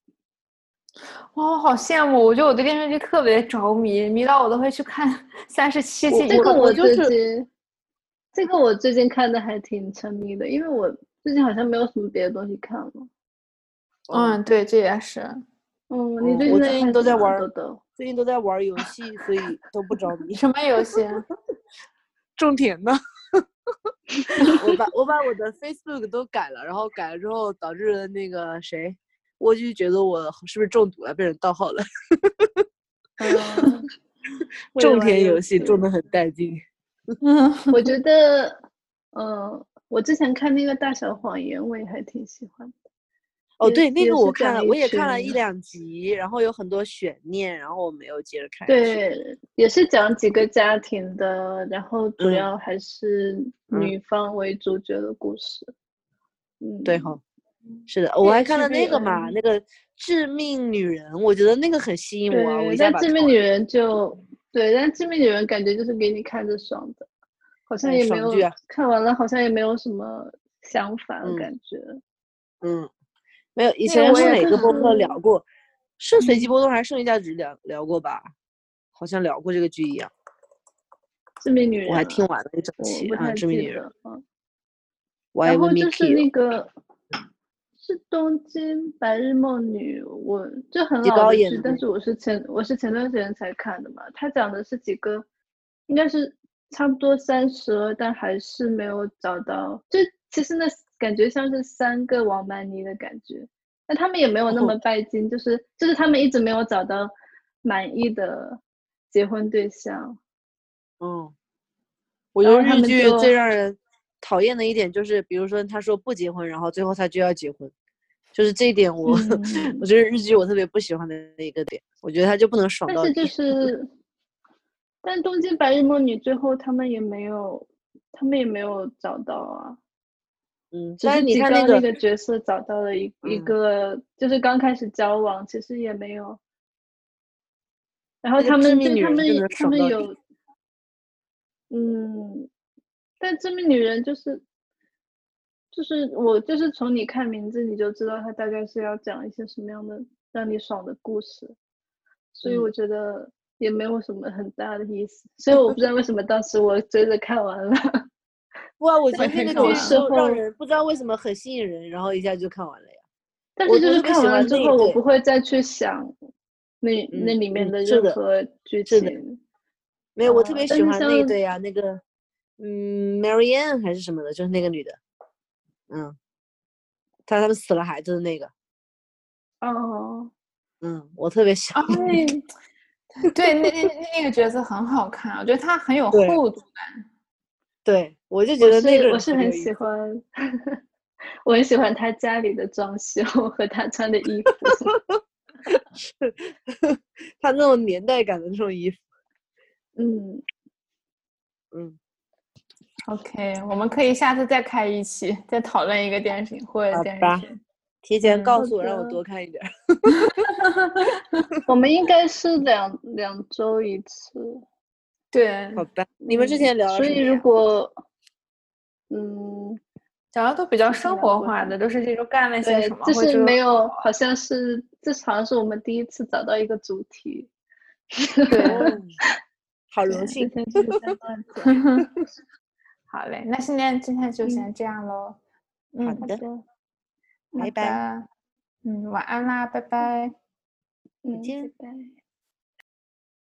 [SPEAKER 3] 哇，我好羡慕！我觉得我对电视剧特别着迷，迷到我都会去看 三十七
[SPEAKER 1] 我
[SPEAKER 3] 集以
[SPEAKER 2] 这个
[SPEAKER 3] 后。
[SPEAKER 2] 我
[SPEAKER 1] 就
[SPEAKER 2] 最
[SPEAKER 1] 是
[SPEAKER 2] 近，这个我最近看的还挺沉迷的，因为我最近好像没有什么别的东西看了。
[SPEAKER 3] 嗯，对，这也是。
[SPEAKER 2] 嗯，啊你
[SPEAKER 1] 嗯
[SPEAKER 2] 最
[SPEAKER 1] 我
[SPEAKER 2] 近在
[SPEAKER 1] 最近
[SPEAKER 2] 看
[SPEAKER 1] 都
[SPEAKER 2] 什
[SPEAKER 1] 在
[SPEAKER 2] 么啊
[SPEAKER 1] 玩儿
[SPEAKER 2] 豆 豆？
[SPEAKER 1] 最近都在玩儿游戏，所以都不着 迷。
[SPEAKER 3] 什么游戏？啊
[SPEAKER 1] 种田呢？我把我把我的 Facebook 都改了，然后改了之后导致那个谁，蜗居觉得我是不是中毒了，被人盗号了。
[SPEAKER 2] 嗯为了
[SPEAKER 1] 种
[SPEAKER 2] 玩
[SPEAKER 1] 田游戏
[SPEAKER 2] 戏
[SPEAKER 1] 种的很带劲。
[SPEAKER 3] 嗯，
[SPEAKER 2] 我觉得，嗯，我之前看那个《大小谎言》，我也还挺喜欢的。
[SPEAKER 1] 哦，
[SPEAKER 2] 也
[SPEAKER 1] 对，那
[SPEAKER 2] 也
[SPEAKER 1] 个
[SPEAKER 2] 是
[SPEAKER 1] 我
[SPEAKER 2] 讲
[SPEAKER 1] 看了，
[SPEAKER 2] 一
[SPEAKER 1] 我也看了一
[SPEAKER 2] 群
[SPEAKER 1] 两集，然后有很多悬念，然后我没有接着看下去。
[SPEAKER 2] 对，也是讲几个家庭的，然后主
[SPEAKER 1] 嗯
[SPEAKER 2] 要还是
[SPEAKER 1] 嗯
[SPEAKER 2] 女方为主角的故事。嗯，
[SPEAKER 1] 对哈、是的，哦我还看了那个
[SPEAKER 2] HBO
[SPEAKER 1] 嘛，那个《致命女人》，我觉得那个很吸引我啊，我
[SPEAKER 2] 对，
[SPEAKER 1] 一下
[SPEAKER 2] 但
[SPEAKER 1] 把
[SPEAKER 2] 致
[SPEAKER 1] 它
[SPEAKER 2] 命
[SPEAKER 1] 看
[SPEAKER 2] 女
[SPEAKER 1] 完
[SPEAKER 2] 人就对，但致命女人感觉就是给你看着爽的，好像
[SPEAKER 1] 哎
[SPEAKER 2] 也没
[SPEAKER 1] 爽
[SPEAKER 2] 有
[SPEAKER 1] 剧啊
[SPEAKER 2] 看完了，好像也没有什么想法的
[SPEAKER 1] 嗯
[SPEAKER 2] 感觉。
[SPEAKER 1] 嗯，没有，以
[SPEAKER 3] 那个
[SPEAKER 1] 前
[SPEAKER 3] 我
[SPEAKER 1] 是
[SPEAKER 3] 也
[SPEAKER 1] 哪个
[SPEAKER 3] 看
[SPEAKER 1] 播客
[SPEAKER 3] 了
[SPEAKER 1] 聊过？是
[SPEAKER 2] 嗯
[SPEAKER 1] 随机波动还是剩余价值聊聊过吧？好像聊过这个剧一样，
[SPEAKER 2] 致命女人
[SPEAKER 1] 我
[SPEAKER 2] 啊，
[SPEAKER 1] 还听完了一整
[SPEAKER 2] 我
[SPEAKER 1] 期
[SPEAKER 2] 不
[SPEAKER 1] 啊，
[SPEAKER 2] 太
[SPEAKER 1] 致命
[SPEAKER 2] 记
[SPEAKER 1] 女人，
[SPEAKER 2] 得。嗯，
[SPEAKER 1] 我爱
[SPEAKER 2] 然后
[SPEAKER 1] 问 m
[SPEAKER 2] 就是那
[SPEAKER 1] i
[SPEAKER 2] 个是东京白日梦女，我这很
[SPEAKER 1] 李
[SPEAKER 2] 老
[SPEAKER 1] 高
[SPEAKER 2] 的
[SPEAKER 1] 演
[SPEAKER 2] 剧，
[SPEAKER 1] 的
[SPEAKER 2] 但
[SPEAKER 1] 那
[SPEAKER 2] 是我是前我是前段时间才看的嘛。它讲的是几个，应该是差不多三十了，但还是没有找到。就其实那感觉像是三个王曼妮的感觉，但他们也没有那
[SPEAKER 1] 哦
[SPEAKER 2] 么拜金，就是就是他们一直没有找到满意的结婚对象。
[SPEAKER 1] 嗯，我觉得
[SPEAKER 2] 然后他
[SPEAKER 1] 日
[SPEAKER 2] 们
[SPEAKER 1] 剧最
[SPEAKER 2] 就
[SPEAKER 1] 让人讨厌的一点就是，比如说他说不结婚，然后最后他就要结婚，就是这一点我、
[SPEAKER 2] 嗯
[SPEAKER 1] 我觉得日剧我特别不喜欢的一个点，我觉得他就不能爽
[SPEAKER 2] 但
[SPEAKER 1] 到
[SPEAKER 2] 是
[SPEAKER 1] 底。
[SPEAKER 2] 就是，但东京白日梦女最后他们也没有，他们也没有找到啊。
[SPEAKER 1] 嗯，
[SPEAKER 2] 只
[SPEAKER 1] 但
[SPEAKER 2] 是
[SPEAKER 1] 是你
[SPEAKER 2] 吉
[SPEAKER 1] 看
[SPEAKER 2] 高
[SPEAKER 1] 那
[SPEAKER 2] 那
[SPEAKER 1] 个
[SPEAKER 2] 个角色找到了一一
[SPEAKER 1] 嗯
[SPEAKER 2] 个，就是刚开始交往，其实也没有。然后
[SPEAKER 1] 那个
[SPEAKER 2] 他
[SPEAKER 1] 致
[SPEAKER 2] 们
[SPEAKER 1] 命
[SPEAKER 2] 对
[SPEAKER 1] 女
[SPEAKER 2] 他
[SPEAKER 1] 人
[SPEAKER 2] 们
[SPEAKER 1] 就
[SPEAKER 2] 也
[SPEAKER 1] 能
[SPEAKER 2] 他
[SPEAKER 1] 爽
[SPEAKER 2] 们
[SPEAKER 1] 到底
[SPEAKER 2] 有，嗯，但致命女人就是，就是我就是从你看名字你就知道她大概是要讲一些什么样的让你爽的故事，所
[SPEAKER 1] 嗯
[SPEAKER 2] 以我觉得也没有什么很大的意思，所以我不知道为什么当时我追着看完了。
[SPEAKER 1] 哇，我觉得
[SPEAKER 2] 但
[SPEAKER 1] 那
[SPEAKER 2] 是
[SPEAKER 1] 个
[SPEAKER 2] 我
[SPEAKER 1] 剧
[SPEAKER 2] 事
[SPEAKER 1] 就让
[SPEAKER 2] 后
[SPEAKER 1] 人不知道为什么很吸引人，然后一下就看完了呀。
[SPEAKER 2] 但
[SPEAKER 1] 我
[SPEAKER 2] 是就
[SPEAKER 1] 就是特别
[SPEAKER 2] 看
[SPEAKER 1] 喜
[SPEAKER 2] 完了
[SPEAKER 1] 欢
[SPEAKER 2] 之
[SPEAKER 1] 那一
[SPEAKER 2] 后，我
[SPEAKER 1] 对
[SPEAKER 2] 不会再去想那那
[SPEAKER 1] 嗯
[SPEAKER 2] 里面
[SPEAKER 1] 嗯
[SPEAKER 2] 的
[SPEAKER 1] 是
[SPEAKER 2] 任
[SPEAKER 1] 的
[SPEAKER 2] 何剧
[SPEAKER 1] 是的
[SPEAKER 2] 情。
[SPEAKER 1] 没有，我特
[SPEAKER 2] 啊
[SPEAKER 1] 别
[SPEAKER 2] 但
[SPEAKER 1] 喜
[SPEAKER 2] 是
[SPEAKER 1] 欢那一
[SPEAKER 2] 像
[SPEAKER 1] 对呀、那个嗯，Marianne 还是什么的，就是那个女的，嗯，她他们死了孩子的那个，
[SPEAKER 2] 哦，
[SPEAKER 1] 嗯，我特别喜
[SPEAKER 3] 啊
[SPEAKER 1] 欢，
[SPEAKER 3] 那对，那那那个角色很好看，我觉得他很有
[SPEAKER 1] 对
[SPEAKER 3] 厚度。
[SPEAKER 1] 对，我就觉
[SPEAKER 2] 我
[SPEAKER 1] 得那个
[SPEAKER 2] 是我
[SPEAKER 1] 人特别有意
[SPEAKER 2] 是很喜
[SPEAKER 1] 思
[SPEAKER 2] 欢，我很喜欢他家里的装修和他穿的衣服。
[SPEAKER 1] 他那种年代感的那种衣服，
[SPEAKER 2] 嗯，
[SPEAKER 1] 嗯，
[SPEAKER 3] OK，我们可以下次再开一期，再讨论一个电视或者
[SPEAKER 1] 好
[SPEAKER 3] 电
[SPEAKER 1] 吧
[SPEAKER 3] 视剧。
[SPEAKER 1] 提前
[SPEAKER 3] 嗯
[SPEAKER 1] 告
[SPEAKER 2] 好
[SPEAKER 1] 诉我，让我
[SPEAKER 2] 的
[SPEAKER 1] 多看一点儿。
[SPEAKER 2] 我们应该是两两周一次。
[SPEAKER 3] 对，
[SPEAKER 1] 好吧，你们之
[SPEAKER 2] 嗯
[SPEAKER 1] 前聊了
[SPEAKER 2] 所
[SPEAKER 1] 什
[SPEAKER 2] 以
[SPEAKER 1] 么
[SPEAKER 2] 如
[SPEAKER 1] 呀
[SPEAKER 2] 果，嗯，
[SPEAKER 3] 讲的都比较
[SPEAKER 2] 之前
[SPEAKER 3] 生
[SPEAKER 2] 聊
[SPEAKER 3] 活
[SPEAKER 2] 过
[SPEAKER 3] 化的，都是这种干了些
[SPEAKER 2] 对
[SPEAKER 3] 什么，，
[SPEAKER 2] 就
[SPEAKER 3] 或者
[SPEAKER 2] 是没有，好像是这好像是我们第一次找到一个主题。
[SPEAKER 3] 对。
[SPEAKER 1] 哦好荣幸，
[SPEAKER 2] 对对对对 对
[SPEAKER 3] 好嘞，那今天今天就
[SPEAKER 2] 嗯
[SPEAKER 3] 先这样喽。
[SPEAKER 1] 好
[SPEAKER 3] 嗯，
[SPEAKER 2] 好
[SPEAKER 1] 的
[SPEAKER 2] 的，
[SPEAKER 1] 拜
[SPEAKER 3] 好
[SPEAKER 1] 拜
[SPEAKER 3] 的。嗯，晚安啦，拜拜。
[SPEAKER 1] 见
[SPEAKER 2] 嗯，拜拜。